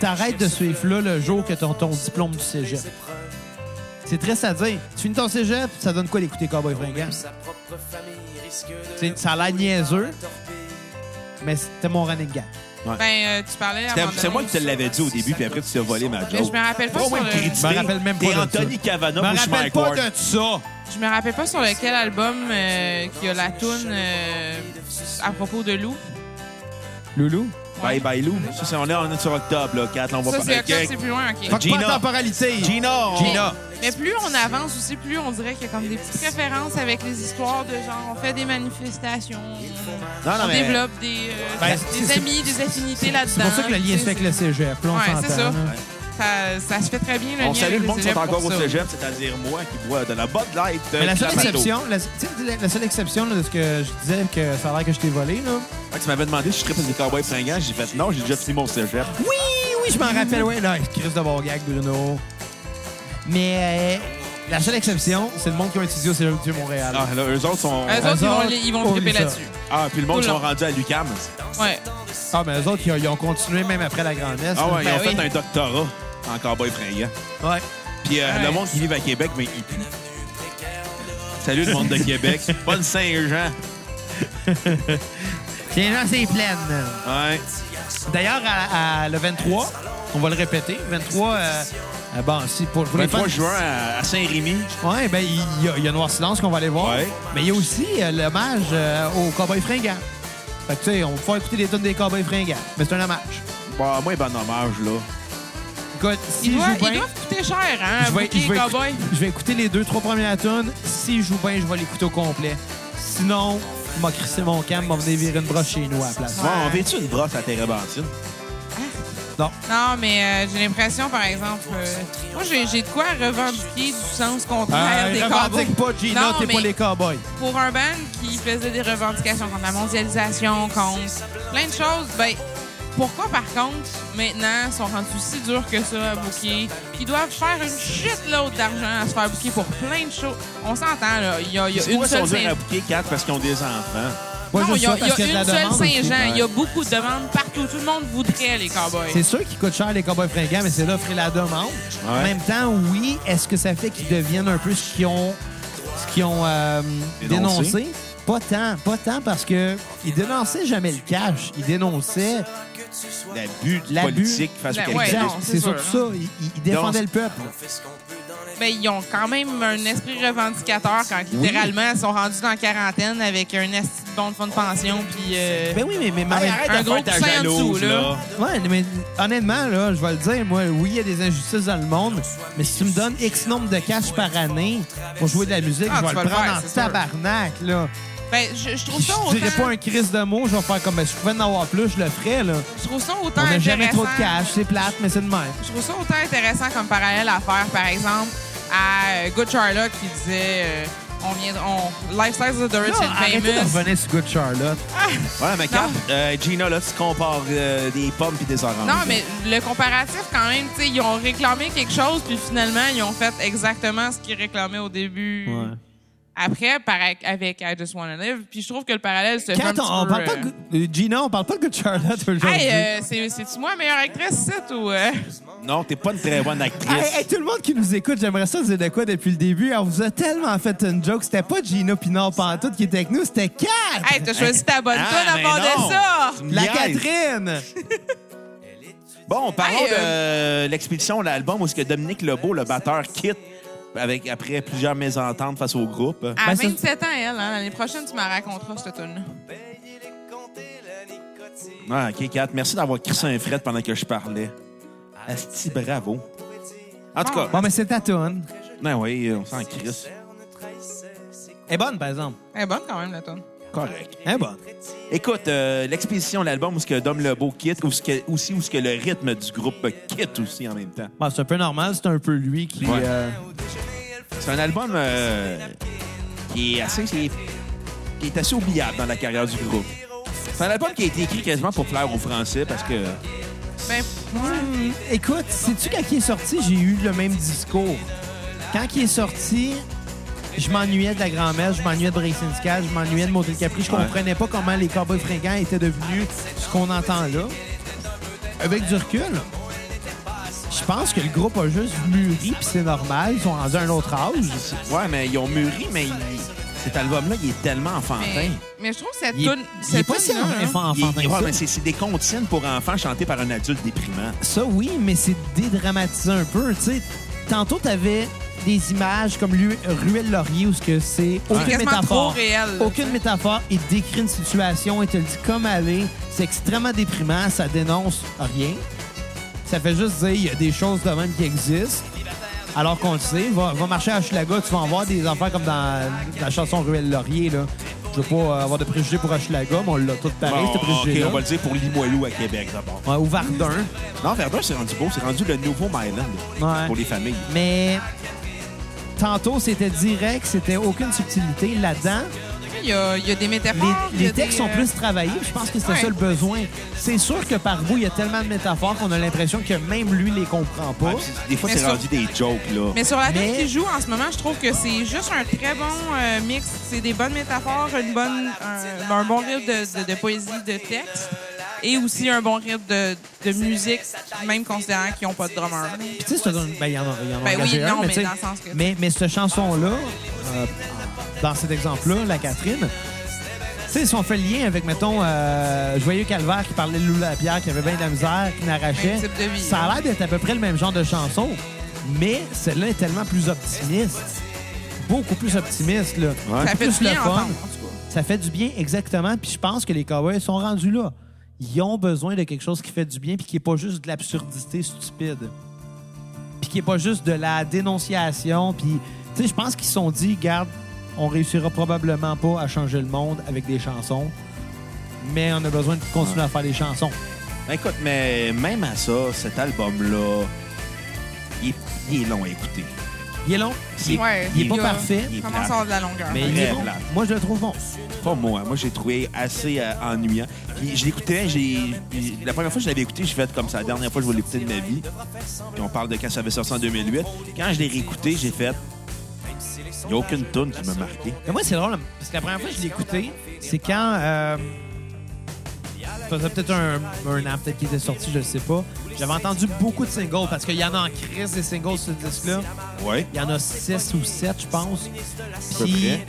S1: t'arrêtes de suivre là le jour que t'as ton diplôme du cégep. C'est triste à dire. Tu finis ton cégep, ça donne quoi d'écouter cowboys fringants? C'est- Ça a l'air niaiseux, mais c'était mon running gag.
S4: Ben, euh, tu parlais
S3: C'était-
S4: avant.
S3: C'est moi qui te l'avais dit au début, puis après, tu t'es volé ma joke.
S4: Mais je me rappelle pas
S3: Pas
S4: sur
S3: moi
S4: le-
S3: me critiquer.
S1: Je me rappelle même pas
S3: T'es
S1: de ça.
S3: Anthony
S1: me
S3: Cavana ou
S1: rappelle
S3: Mike
S1: pas
S3: Ward.
S1: de ça.
S4: Je me rappelle pas sur lequel album euh, qu'il y a la toune euh, à propos de loup.
S1: Loulou?
S3: Bye bye Lou. Ça, c'est- on est on est sur octobre, là. 4, on va
S4: Ça,
S3: pas-
S4: c'est
S3: Ok.
S4: octobre, c'est plus loin, OK.
S1: Fuck
S3: Gina.
S1: pas la temporalité.
S3: Gina, on-
S1: Gina.
S4: Mais plus on avance aussi, plus on dirait qu'il y a comme des petites références avec les histoires de genre, on fait des manifestations, on-
S3: Non, non,
S4: on
S3: mais-
S4: développe des, euh,
S1: Ben,
S4: des
S1: c'est-
S4: amis, des affinités là-dedans.
S1: C'est pour ça que le lien se fait avec le cégep. Là, on
S4: Ouais,
S1: s'entend,
S4: c'est ça.
S1: là.
S4: Ça, ça se fait très bien, le lien
S3: On salue
S4: avec
S3: le monde qui
S4: cégep
S3: sont encore
S4: pour
S3: au
S4: ça.
S3: cégep, c'est-à-dire moi qui bois de la Bud Light. euh,
S1: Mais la seule
S3: Clamato.
S1: exception, la, tu sais, la- la seule exception là, de ce que je disais que ça a l'air que je t'ai volé, là.
S3: Ouais, Ah, tu m'avais demandé si je trippais des cowboys fringants. J'ai fait non, j'ai déjà fini mon cégep.
S1: Oui, oui, je m'en rappelle. Ouais, là, Chris de bon gag, Bruno. Mais euh, la seule exception, c'est le monde qui a étudié au Cégep du Montréal.
S3: Ah, là, eux autres sont.
S4: Eux autres, ils vont,
S1: autres,
S4: ils vont
S1: on
S4: triper
S1: lit ça.
S4: là-dessus.
S3: Ah, puis le monde,
S4: Tout
S3: ils
S4: le
S3: sont
S4: long.
S3: rendus à l'UCAM.
S4: Ouais.
S1: Ah, mais eux autres, ils ont, ils ont continué même après la grande messe.
S3: Ah, ouais, ils
S1: là.
S3: ont
S4: Ben oui.
S3: fait un doctorat en cowboys fringants.
S1: Ouais.
S3: Puis euh,
S4: Ouais.
S3: le monde qui vit à Québec, mais il pue. Salut le monde de Québec. Bonne Saint-Jean.
S1: Les gens, c'est pleine.
S3: Ouais.
S1: D'ailleurs, à, à le 23, on va le répéter, 23, euh, euh, bon, si pour,
S4: Ben,
S1: pour les
S3: 23
S1: fans-
S3: juin à à Saint-Rémy.
S1: Ouais, ben il y, a- il y a Noir Silence qu'on va aller voir.
S3: Ouais.
S1: Mais il y a aussi euh, l'hommage euh, aux Cowboys fringants. Fait que tu sais, on va pouvoir écouter des tunes des Cowboys fringants. Mais c'est un hommage.
S3: Bah, moi, bon hommage, là.
S1: Écoute, s'ils
S4: Ils, doivent,
S1: jouent bien,
S4: ils doivent coûter cher, hein,
S1: je vais,
S4: bouquer
S1: je vais
S4: cowboy.
S1: écouter, je vais écouter les deux, trois premières tunes. S'ils jouent bien, je vais l'écouter au complet. Sinon, m'a crissé mon camp, m'a venir virer une broche chez nous à la place.
S3: Bon, on vêtu une brosse à Térébenthine?
S4: Non, mais euh, j'ai l'impression, par exemple, euh, moi, j'ai j'ai de quoi revendiquer du sens contraire des cowboys.
S1: Euh, Ah, revendique pas Gina,
S4: Non,
S1: t'es
S4: mais
S1: pas les cowboys.
S4: Pour un band qui faisait des revendications contre la mondialisation, contre plein de choses, ben pourquoi, par contre, maintenant, sont rendus si durs que ça à booker, qu'ils doivent faire une shitload d'argent à se faire booker pour plein de choses? On s'entend, là. Il y a, il y a
S3: C'est
S4: une
S3: pourquoi ils
S4: seule
S3: sont durs à
S4: Saint-
S3: bouquer quatre parce qu'ils ont des enfants.
S1: Pas
S4: Non,
S1: juste
S4: il y
S1: ça,
S4: a, il y a
S1: parce qu'il y a
S4: une
S1: de la
S4: seule
S1: demande aussi.
S4: Saint-Jean. Il y a beaucoup de demandes partout. Tout le monde voudrait les cowboys.
S1: C'est sûr qu'ils coûtent cher, les cowboys fringants, mais c'est l'offre et la demande. En même temps, oui, est-ce que ça fait qu'ils deviennent un peu ce qu'ils ont, ce qu'ils ont euh,
S3: Dénoncé.
S1: dénoncé? Pas tant, pas tant, parce que ils dénonçaient jamais le cash. Ils dénonçaient,
S3: L'abus
S1: L'abus.
S3: politique face au
S4: Ben,
S3: capitalisme.
S4: non,
S1: Exact,
S4: c'est
S1: c'est
S4: sûr,
S1: surtout ça. Ils, ils- ils défendaient le peuple.
S4: Ben, ils ont quand même un esprit revendicateur quand littéralement ils sont rendus dans la quarantaine avec un esti de bon de fonds de pension puis euh,
S1: Ben oui, mais, mais,
S3: Hey,
S1: mais-
S3: arrête
S4: Un
S3: de
S4: gros
S3: faire ta
S4: coussin en
S3: jalouse,
S4: dessous, là.
S3: là.
S1: Ouais, mais honnêtement, là, je vais le dire, moi, oui, il y a des injustices dans le monde, mais si tu me donnes X nombre de cash par année pour jouer de la musique,
S4: Ah,
S1: je
S4: tu
S1: vais
S4: vas
S1: le
S4: le
S1: prendre
S4: faire,
S1: en
S4: c'est sûr.
S1: tabarnak, là.
S4: ben je, je trouve
S1: Puis
S4: ça autant
S1: Je dirais pas un crise de mots, je vais faire comme ben, si je pouvais en avoir plus, je le ferais, là.
S4: je trouve ça autant
S1: On n'a
S4: intéressant
S1: jamais trop de cash, c'est plate, mais c'est de même.
S4: je trouve ça autant intéressant comme parallèle à faire par exemple à euh, Good Charlotte qui disait euh, on vient on lifestyle of the rich
S1: Non,
S4: and
S1: arrêtez de
S4: famous
S1: revenir sur Good Charlotte.
S3: Ouais, mais Kat, euh, Gina, là, tu compares euh, des pommes puis des oranges.
S4: non mais le comparatif quand même tu sais ils ont réclamé quelque chose puis finalement ils ont fait exactement ce qu'ils réclamaient au début Après, par- avec I Just Wanna Live, puis je trouve que le parallèle se fait un
S1: Quand
S4: petit
S1: on, on
S4: peu,
S1: parle pas
S4: euh,
S1: de Good- euh, Gina, on parle pas de Good Charlotte aujourd'hui.
S4: Hey, euh, c'est- c'est-tu moi la meilleure actrice, c'est ou... euh?
S3: Non, t'es pas une très bonne
S1: Hey,
S3: actrice.
S1: hey, tout le monde qui nous écoute, j'aimerais ça dire de quoi depuis le début. On vous a tellement fait une joke. C'était pas Gina Pinard Pantoute qui était avec nous, c'était Kat!
S4: Hey, t'as choisi ta bonne
S3: Ah,
S4: tonne
S1: ben
S4: à
S3: mais
S4: part
S3: non.
S4: de ça!
S3: Tu me
S1: la
S3: niaises.
S1: Catherine!
S3: Bon, parlons
S4: Hey,
S3: de euh, l'expédition, l'album où ce que Dominique Lebeau, le batteur, quitte avec, après plusieurs mésententes face au groupe.
S4: À
S1: Ben, ça-
S4: 27 ans, elle, hein, l'année prochaine, tu me raconteras cette tune
S3: Ah, OK, Kat, merci d'avoir crissé un fret pendant que je parlais. Asti, bravo. En tout cas,
S1: Ah. Bon, mais c'est ta toune.
S3: non, oui, on s'en crisse.
S1: Elle est bonne, par exemple.
S4: Elle est bonne quand même, la tonne.
S3: Correct.
S1: Elle est bonne.
S3: Écoute, euh, l'exposition de l'album, où ce que Dom Lebeau quitte, ou ce que, aussi où ce que le rythme du groupe quitte aussi en même temps.
S1: Bon, c'est un peu normal, c'est un peu lui qui.
S3: Ouais.
S1: euh,
S3: C'est un album euh, qui est assez... Qui est, qui est assez oubliable dans la carrière du groupe. C'est un album qui a été écrit quasiment pour plaire aux Français parce que...
S4: Ben, ouais.
S1: Hmm, Écoute, sais-tu quand il est sorti, j'ai eu le même discours. Quand il est sorti, je m'ennuyais de la grand-mère, je m'ennuyais de Bracing Sky, je m'ennuyais de Motel Capri. Je
S3: Ouais.
S1: comprenais pas comment les cowboys fringants étaient devenus ce qu'on entend là. Avec du recul, je pense que le groupe a juste mûri, puis c'est normal. Ils sont rendus à un autre âge.
S3: Ouais, mais ils ont mûri, mais il- cet album-là, il est tellement enfantin.
S4: mais, mais je trouve que cette
S1: Il est,
S4: toune.
S1: il est
S4: cette
S1: pas si
S4: toune-là, hein. là,
S1: enfant- hein.
S3: Il-
S1: enfantin que
S3: ouais,
S1: ça.
S3: mais c'est c'est des comptines pour enfants chantées par un adulte déprimant.
S1: Ça, oui, mais c'est dédramatisé un peu. Tu sais, tantôt, t'avais des images comme lui- Ruelle Laurier où ce que c'est aucune
S4: quasiment
S1: métaphore.
S4: trop réel, là,
S1: aucune métaphore. Il décrit une situation, il te le dit comme elle est. C'est extrêmement déprimant, ça dénonce rien. Ça fait juste dire il y a des choses de même qui existent. Alors qu'on le sait, va, va marcher à Hochelaga, tu vas en voir des affaires comme dans, la chanson Ruelle Laurier. Là. Je veux pas euh, avoir de préjugés pour Hochelaga, mais on l'a tout pareil,
S3: Bon,
S1: ce
S3: OK,
S1: préjugé-là.
S3: on va le dire pour Limoilou à Québec, d'abord.
S1: Ouais, ou Verdun.
S3: Non, Verdun, c'est rendu beau. C'est rendu le nouveau Myland
S1: Ouais.
S3: pour les familles.
S1: Mais tantôt, c'était direct, c'était aucune subtilité là-dedans.
S4: Il y, a, il y a des
S1: Les,
S4: métaphores. il y
S1: les
S4: a des,
S1: textes sont
S4: euh,
S1: plus travaillés. Je pense que c'était
S4: ouais.
S1: ça le besoin. C'est sûr que par bout, il y a tellement de métaphores qu'on a l'impression que même lui les comprend pas.
S3: Ouais, puis c'est- des fois,
S4: Mais
S3: c'est
S4: ça-
S3: rendu des jokes, là.
S4: Mais sur la tune
S1: Mais-
S4: qui joue en ce moment, je trouve que c'est juste un très bon euh, mix. C'est des bonnes métaphores, une bonne, un, un bon rythme de, de- de poésie, de texte, et aussi un bon rythme de, de musique, même considérant qu'ils n'ont pas de drummer.
S1: Puis tu sais, c'est un- ben, il y en a, il y en a
S4: Ben oui,
S1: engagé un,
S4: non, mais
S1: tu sais,
S4: dans le sens que-
S1: Mais, mais cette chanson-là, euh, dans cet exemple-là, la Catherine, tu sais, si on fait le lien avec, mettons, euh, Joyeux Calvaire qui parlait de Lou Lapierre, qui avait bien de la misère, qui n'arrachait,
S4: Même Ben, type de vie,
S1: ça a l'air d'être à peu près le même genre de chanson, mais celle-là est tellement plus optimiste. Beaucoup plus optimiste, là.
S3: Ouais.
S4: Ça fait
S1: Plus
S4: du bien
S1: le
S4: à
S1: fun.
S4: entendre, en tout cas.
S1: Ça fait du bien, exactement. Puis je pense que les Cowboys sont rendus là. Ils ont besoin de quelque chose qui fait du bien puis qui n'est pas juste de l'absurdité stupide. Puis qui n'est pas juste de la dénonciation. Puis, tu sais, je pense qu'ils se sont dit, garde, on réussira probablement pas à changer le monde avec des chansons, mais on a besoin de continuer à faire des chansons.
S3: Ben, écoute, mais même à ça, cet album-là, il est, il est long à écouter.
S1: Il est long, il est,
S4: Ouais.
S1: il est pas
S4: Il y a-
S1: parfait,
S3: il est
S4: Commence à
S3: plate.
S4: avoir de la longueur.
S1: mais il est
S3: Très
S1: bon.
S3: plat.
S1: Moi, je le trouve bon.
S3: Pas moi. Moi, j'ai trouvé assez euh, ennuyant. Puis je l'écoutais, j'ai... puis La première fois que je l'avais écouté, j'ai fait comme ça. La dernière fois que je vais l'écouter de ma vie. Puis on parle de quand ça avait sorti en 2008. Quand je l'ai réécouté, j'ai fait... Il n'y a aucune tune qui m'a marqué.
S1: Mais moi, c'est drôle, parce que la première fois que je l'ai écouté, c'est quand. Euh, ça faisait peut-être un, un an, peut-être qu'il était sorti, je ne sais pas. J'avais entendu beaucoup de singles, parce qu'il y en a en crise des singles sur ce disque-là.
S3: Ouais.
S1: Il y en a 6 ou 7, je pense.
S3: peu
S1: Puis.
S3: près.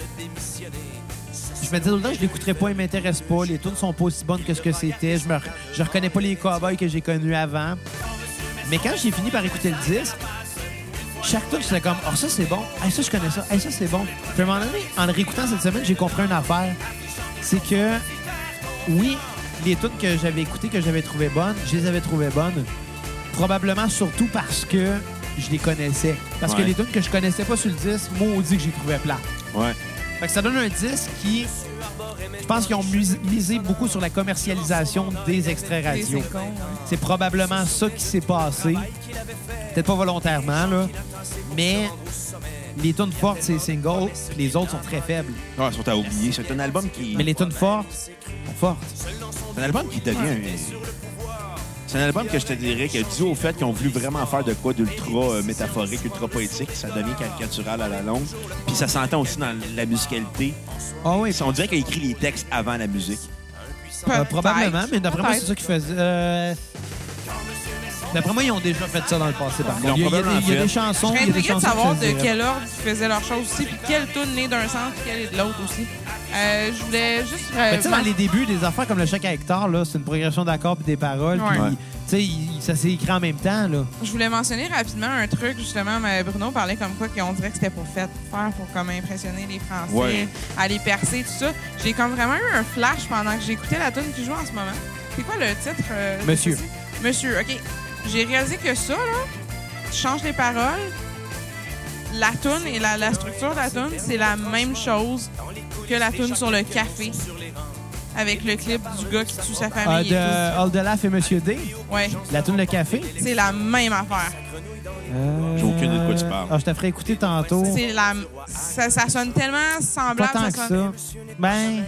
S1: Je me disais tout le temps, je l'écouterais pas, il m'intéresse pas. Les tunes sont pas aussi bonnes que ce que c'était. Je, me, re- je reconnais pas les cowboys que j'ai connus avant. Mais quand j'ai fini par écouter le disque, chaque tune, c'était comme, oh, ça c'est bon. Hey, ça, je connais ça. Hey, ça, c'est bon. Puis à un moment donné, en le réécoutant cette semaine, j'ai compris une affaire. C'est que, oui, les tunes que j'avais écoutées, que j'avais trouvées bonnes, je les avais trouvées bonnes. Probablement surtout parce que je les connaissais. Parce que
S3: Ouais.
S1: les tunes que je connaissais pas sur le disque, maudit que j'ai trouvé plat.
S3: Ouais.
S1: Fait que ça donne un disque qui. Je pense qu'ils ont mus- misé beaucoup sur la commercialisation des extraits
S4: Des
S1: radio.
S4: secondes, ouais.
S1: C'est probablement ça qui s'est passé. Peut-être pas volontairement, là. Mais les tunes fortes, c'est singles, puis les autres sont très faibles.
S3: Ah, ils sont à oublier. C'est un album qui...
S1: Mais les tunes fortes sont fortes.
S3: C'est un album qui devient un... C'est un album que je te dirais que dû au fait qu'ils ont voulu vraiment faire de quoi d'ultra euh, métaphorique, ultra poétique, ça devient caricatural à la longue. Puis ça s'entend aussi dans la musicalité.
S1: Ah oui,
S3: On dirait qu'il a écrit les textes avant la musique.
S1: euh,
S4: Peut-être.
S1: probablement, mais d'après moi, c'est
S4: Peut-être.
S1: ça qu'ils faisaient. Euh, D'après moi, ils ont déjà fait ça dans le passé, par
S3: Ils l'ont
S1: contre. Il y a, il y a
S3: probablement
S1: des, il y a
S3: fait.
S1: des chansons.
S4: Je
S1: il
S4: serais
S1: y a des
S4: intriguée de
S1: chansons qui
S4: savoir
S1: se faisaient.
S4: de quelle ordre ils faisaient leurs choses aussi, puis quelle toune est d'un sens, puis quelle est de l'autre aussi. Euh, je voulais juste. euh,
S1: Mais tu sais, dans les débuts, des affaires comme le chèque à Hector, là, c'est une progression d'accords et des paroles.
S4: Ouais.
S1: puis, tu sais, il- ça s'est écrit en même temps. Là.
S4: Je voulais mentionner rapidement un truc, justement, mais Bruno parlait comme quoi qu'on dirait que c'était pour fait- faire pour comme impressionner les Français,
S3: Ouais.
S4: aller percer, tout ça. J'ai comme vraiment eu un flash pendant que j'écoutais la tune qui joue en ce moment. C'est quoi le titre? euh, je sais
S1: Monsieur.
S4: pas si- Monsieur, OK. J'ai réalisé que ça, là, tu changes les paroles, la toune et la, la structure de la toune, c'est la même chose que la toune sur le café. Avec le clip du gars qui tue sa
S1: Euh,
S4: famille.
S1: de All the Laugh et Monsieur D,
S4: et tout. Ouais,
S1: la toune de café.
S4: c'est la même affaire.
S1: Euh,
S3: J'ai aucune idée de quoi tu parles.
S1: Ah, je te ferai écouter tantôt.
S4: C'est la, ça, ça sonne tellement
S1: Pas
S4: semblable.
S1: tant que
S4: ça sonne-
S1: ça. Ben,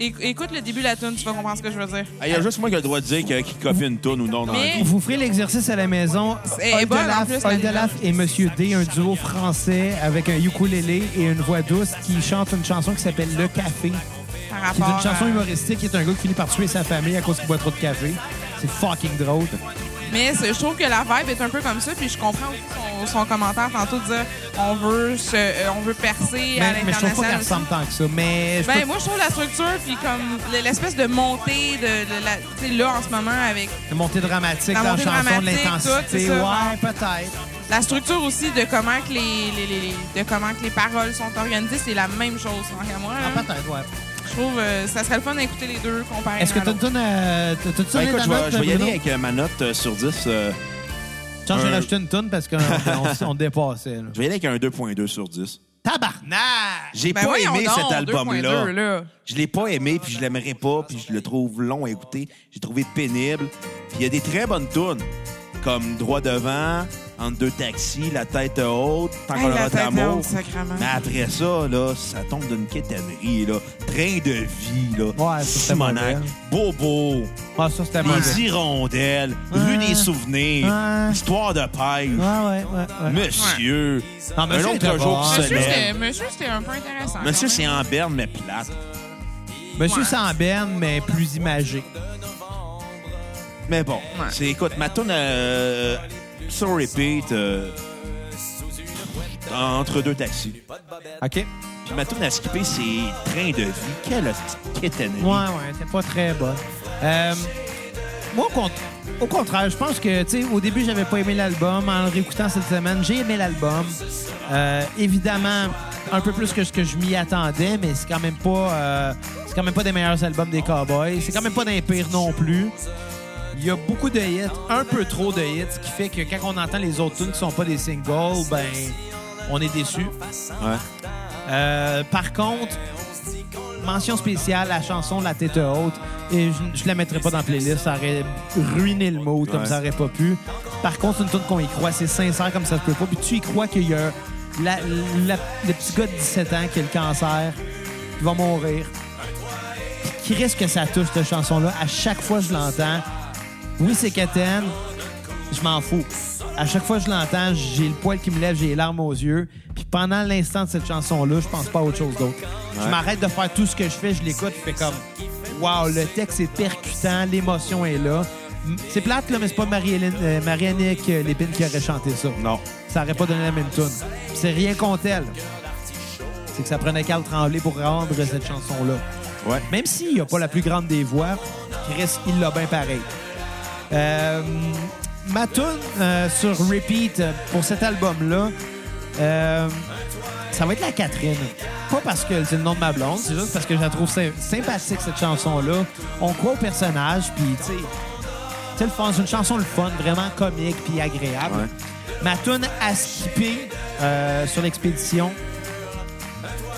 S4: Éc- Écoute le début de la tune, tu vas comprendre ce que je veux dire.
S3: Ah, Il y a juste moi qui ai le droit de dire que- qu'il copie une toune ou non dans la
S4: Mais-
S3: vie.
S1: vous ferez l'exercice à la maison.
S4: C'est
S1: Old
S4: bon,
S1: de Laff-
S4: en plus,
S1: Old de
S4: la-
S1: Laff et Monsieur D, un duo français avec un ukulélé et une voix douce qui chante une chanson qui s'appelle Le Café.
S4: Par
S1: qui est
S4: rapport euh,
S1: une chanson
S4: à-
S1: humoristique qui est un gars qui finit par tuer sa famille à cause qu'il boit trop de café. C'est fucking drôle.
S4: Mais c'est- je trouve que la vibe est un peu comme ça, puis je comprends aussi son, son commentaire tantôt de dire on veut, se- euh, on veut percer à
S1: Ben, Mais, mais je trouve pas qu'elle
S4: l'international. aussi.
S1: ressemble tant que ça. Mais je
S4: Ben,
S1: peux-
S4: moi, je trouve la structure, puis comme l- l'espèce de montée de, de la, tu sais, là, en ce moment, avec
S1: la montée dramatique
S4: la
S1: dans la
S4: montée
S1: chanson, de
S4: dramatique, tout, c'est
S1: l'intensité.
S4: ça,
S1: Ouais, peut-être.
S4: la structure aussi de comment que les, les- les- de comment que les paroles sont organisées, c'est la même chose, tant qu'à moi.
S1: Ah,
S4: là.
S1: peut-être, ouais.
S4: Je trouve, euh, ça serait le fun d'écouter les deux comparés.
S1: Est-ce que
S4: l'un à
S1: tu as
S4: l'autre.
S1: euh, une
S3: Ben,
S1: tonne
S3: écoute, je vais, je vais y aller avec euh, ma note euh, sur 10. euh,
S1: Tiens, j'ai
S3: un-
S1: rajouté une tonne parce qu'on on, on dépassait. là.
S3: je vais y aller avec un 2.2 sur 10.
S1: Tabarnak!
S3: J'ai
S4: Ben
S3: pas
S4: voyons
S3: aimé
S4: donc,
S3: cet
S4: 2.2,
S3: album-là.
S4: là.
S3: Je l'ai pas aimé, puis je l'aimerais pas, puis je le trouve long à écouter. J'ai trouvé pénible. Puis il y a des très bonnes tunes, comme Droit devant, Entre deux taxis, La tête haute, Tant
S4: Hey,
S3: qu'on
S4: la
S3: aura de
S4: tête
S3: l'amour.
S4: haute, sacrément.
S3: Mais après ça, là, ça tombe d'une quétanerie, là. Train de vie, là.
S1: Ouais, ça, c'était
S3: Simonac,
S1: mauvais.
S3: Bobo,
S1: Ah, ça, c'était mauvais.
S3: Les Hirondelles, Rue des Souvenirs,
S1: Ouais.
S3: Histoire de
S1: Ouais,
S3: pêche,
S1: ouais, ouais. ouais.
S3: Monsieur,
S1: Non, Monsieur
S3: Un autre
S1: était
S3: jour
S1: bon.
S3: qui se
S4: Monsieur,
S3: lève.
S4: c'était- Monsieur, c'était un peu intéressant.
S3: Monsieur,
S4: quand
S3: c'est
S4: même.
S3: en berne, mais plate.
S1: Monsieur
S4: Ouais.
S1: sans berne, mais plus imagé.
S3: Mais bon,
S4: Ouais.
S3: c'est écoute, ma tune euh, sur repeat euh, entre deux taxis.
S1: OK?
S3: Puis ma tune à skipper, c'est train de vie. Quelle hostie de quétanerie.
S1: Ouais, ouais, c'est pas très bon. Euh, moi, au, cont- au contraire, je pense que, tu sais, au début, j'avais pas aimé l'album. En le réécoutant cette semaine, j'ai aimé l'album. Euh, évidemment, un peu plus que ce que je m'y attendais, mais c'est quand même pas, euh, c'est quand même pas des meilleurs albums des Cowboys. C'est quand même pas d'un pire non plus. Il y a beaucoup de hits, un peu trop de hits, ce qui fait que quand on entend les autres tunes qui sont pas des singles, ben, on est déçu.
S3: Ouais.
S1: Euh, par contre, mention spéciale, la chanson La tête haute. Et je, je la mettrai pas dans la playlist, ça aurait ruiné le mot comme
S3: Ouais.
S1: ça aurait pas pu. Par contre, c'est une tune qu'on y croit, c'est sincère comme ça se peut pas. Puis tu y crois qu'il y a la- la- le petit gars de 17 ans qui a le cancer, qui va mourir. Qui risque que ça touche cette chanson-là à chaque fois que je l'entends. Oui, c'est Katen, je m'en fous. À chaque fois que je l'entends, j'ai le poil qui me lève, j'ai les larmes aux yeux. Puis pendant l'instant de cette chanson-là, je pense pas à autre chose d'autre. Je
S3: Ouais.
S1: m'arrête de faire tout ce que je fais, je l'écoute, je fais comme Wow, le texte est percutant, l'émotion est là. M- C'est plate, là, mais c'est pas Marie-Hélène- euh, Marie-Annick euh, Lépine qui aurait chanté ça.
S3: Non.
S1: Ça aurait pas donné la même tune. Puis C'est rien contre elle. C'est que ça prenait Carl Tremblay pour rendre cette chanson-là.
S3: Ouais.
S1: Même s'il n'a pas la plus grande des voix, Chris, il l'a bien pareil. Euh, ma tune euh, sur repeat euh, pour cet album-là, euh, ça va être la Catherine. Pas parce que c'est le nom de ma blonde, c'est juste parce que je la trouve sy- sympathique, cette chanson-là. On croit au personnage, puis tu sais, tu sais, le fun, c'est une chanson le fun, vraiment comique puis agréable.
S3: Ouais.
S1: Ma tune à skipper euh, sur l'expédition,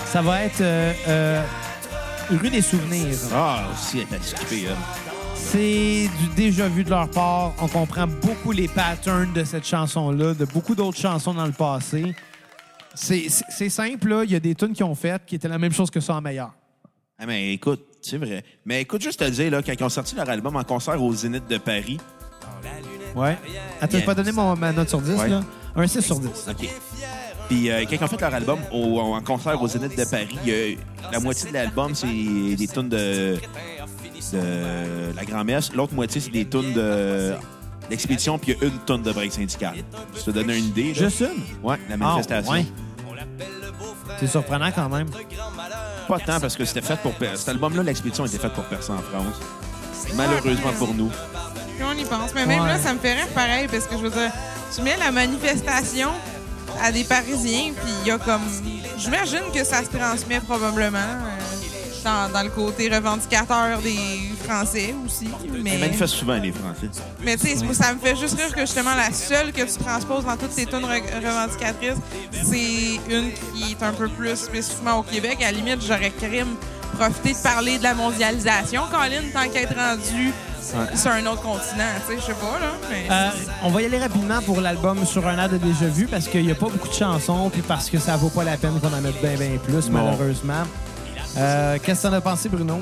S1: ça va être euh, euh, Rue des souvenirs.
S3: Ah, aussi, elle est à skipper, elle.
S1: C'est du déjà vu de leur part. On comprend beaucoup les patterns de cette chanson-là, de beaucoup d'autres chansons dans le passé. C'est- C'est c'est simple, là. il y a des tunes qui ont faites qui étaient la même chose que ça en meilleur.
S3: Ah, mais écoute, c'est vrai. Mais écoute, juste te le dire, là, quand ils ont sorti leur album en concert au Zénith de Paris,
S1: Ouais. Attends,
S3: Yeah.
S1: pas donné mon, ma note sur 10,
S3: Ouais.
S1: là. Un 6 sur 10.
S3: OK. Puis euh, quand ils ont fait leur album au- en concert au Zénith de Paris, il y a- la moitié de l'album, c'est des tunes de, de la grand-messe. L'autre moitié, c'est des tunes de l'expédition, puis il y a une tonne de break syndical. Je te donne une idée. là.
S1: Juste une?
S3: Ouais, la manifestation.
S1: Ah, ouais. C'est surprenant quand même.
S3: Pas tant parce que c'était fait pour... per- Cet album-là, l'expédition, était faite pour personne en France. Malheureusement pour nous.
S4: Puis on y pense. Mais même
S1: Ouais.
S4: là, ça me fait rire pareil parce que je veux dire, tu mets la manifestation à des Parisiens, puis il y a comme. J'imagine que ça se transmet probablement. euh, dans, dans le côté revendicateur des Français aussi.
S3: Ils
S4: Mais,
S3: manifestent souvent, les Français.
S4: mais tu sais, c'est- ça me fait juste rire que justement la seule que tu transposes dans toutes tes tunes re- revendicatrices, c'est une qui est un peu plus spécifiquement au Québec. À la limite, j'aurais crime profiter de parler de la mondialisation, Colin, tant qu'à être rendu sur un autre continent. Tu sais, je sais pas, là. Mais...
S1: Euh, on va y aller rapidement pour l'album Sur un air de déjà vu parce qu'il n'y a pas beaucoup de chansons puis parce que ça vaut pas la peine qu'on en mette bien, bien plus,
S3: Non.
S1: malheureusement. Euh, Qu'est-ce que t'en as pensé, Bruno?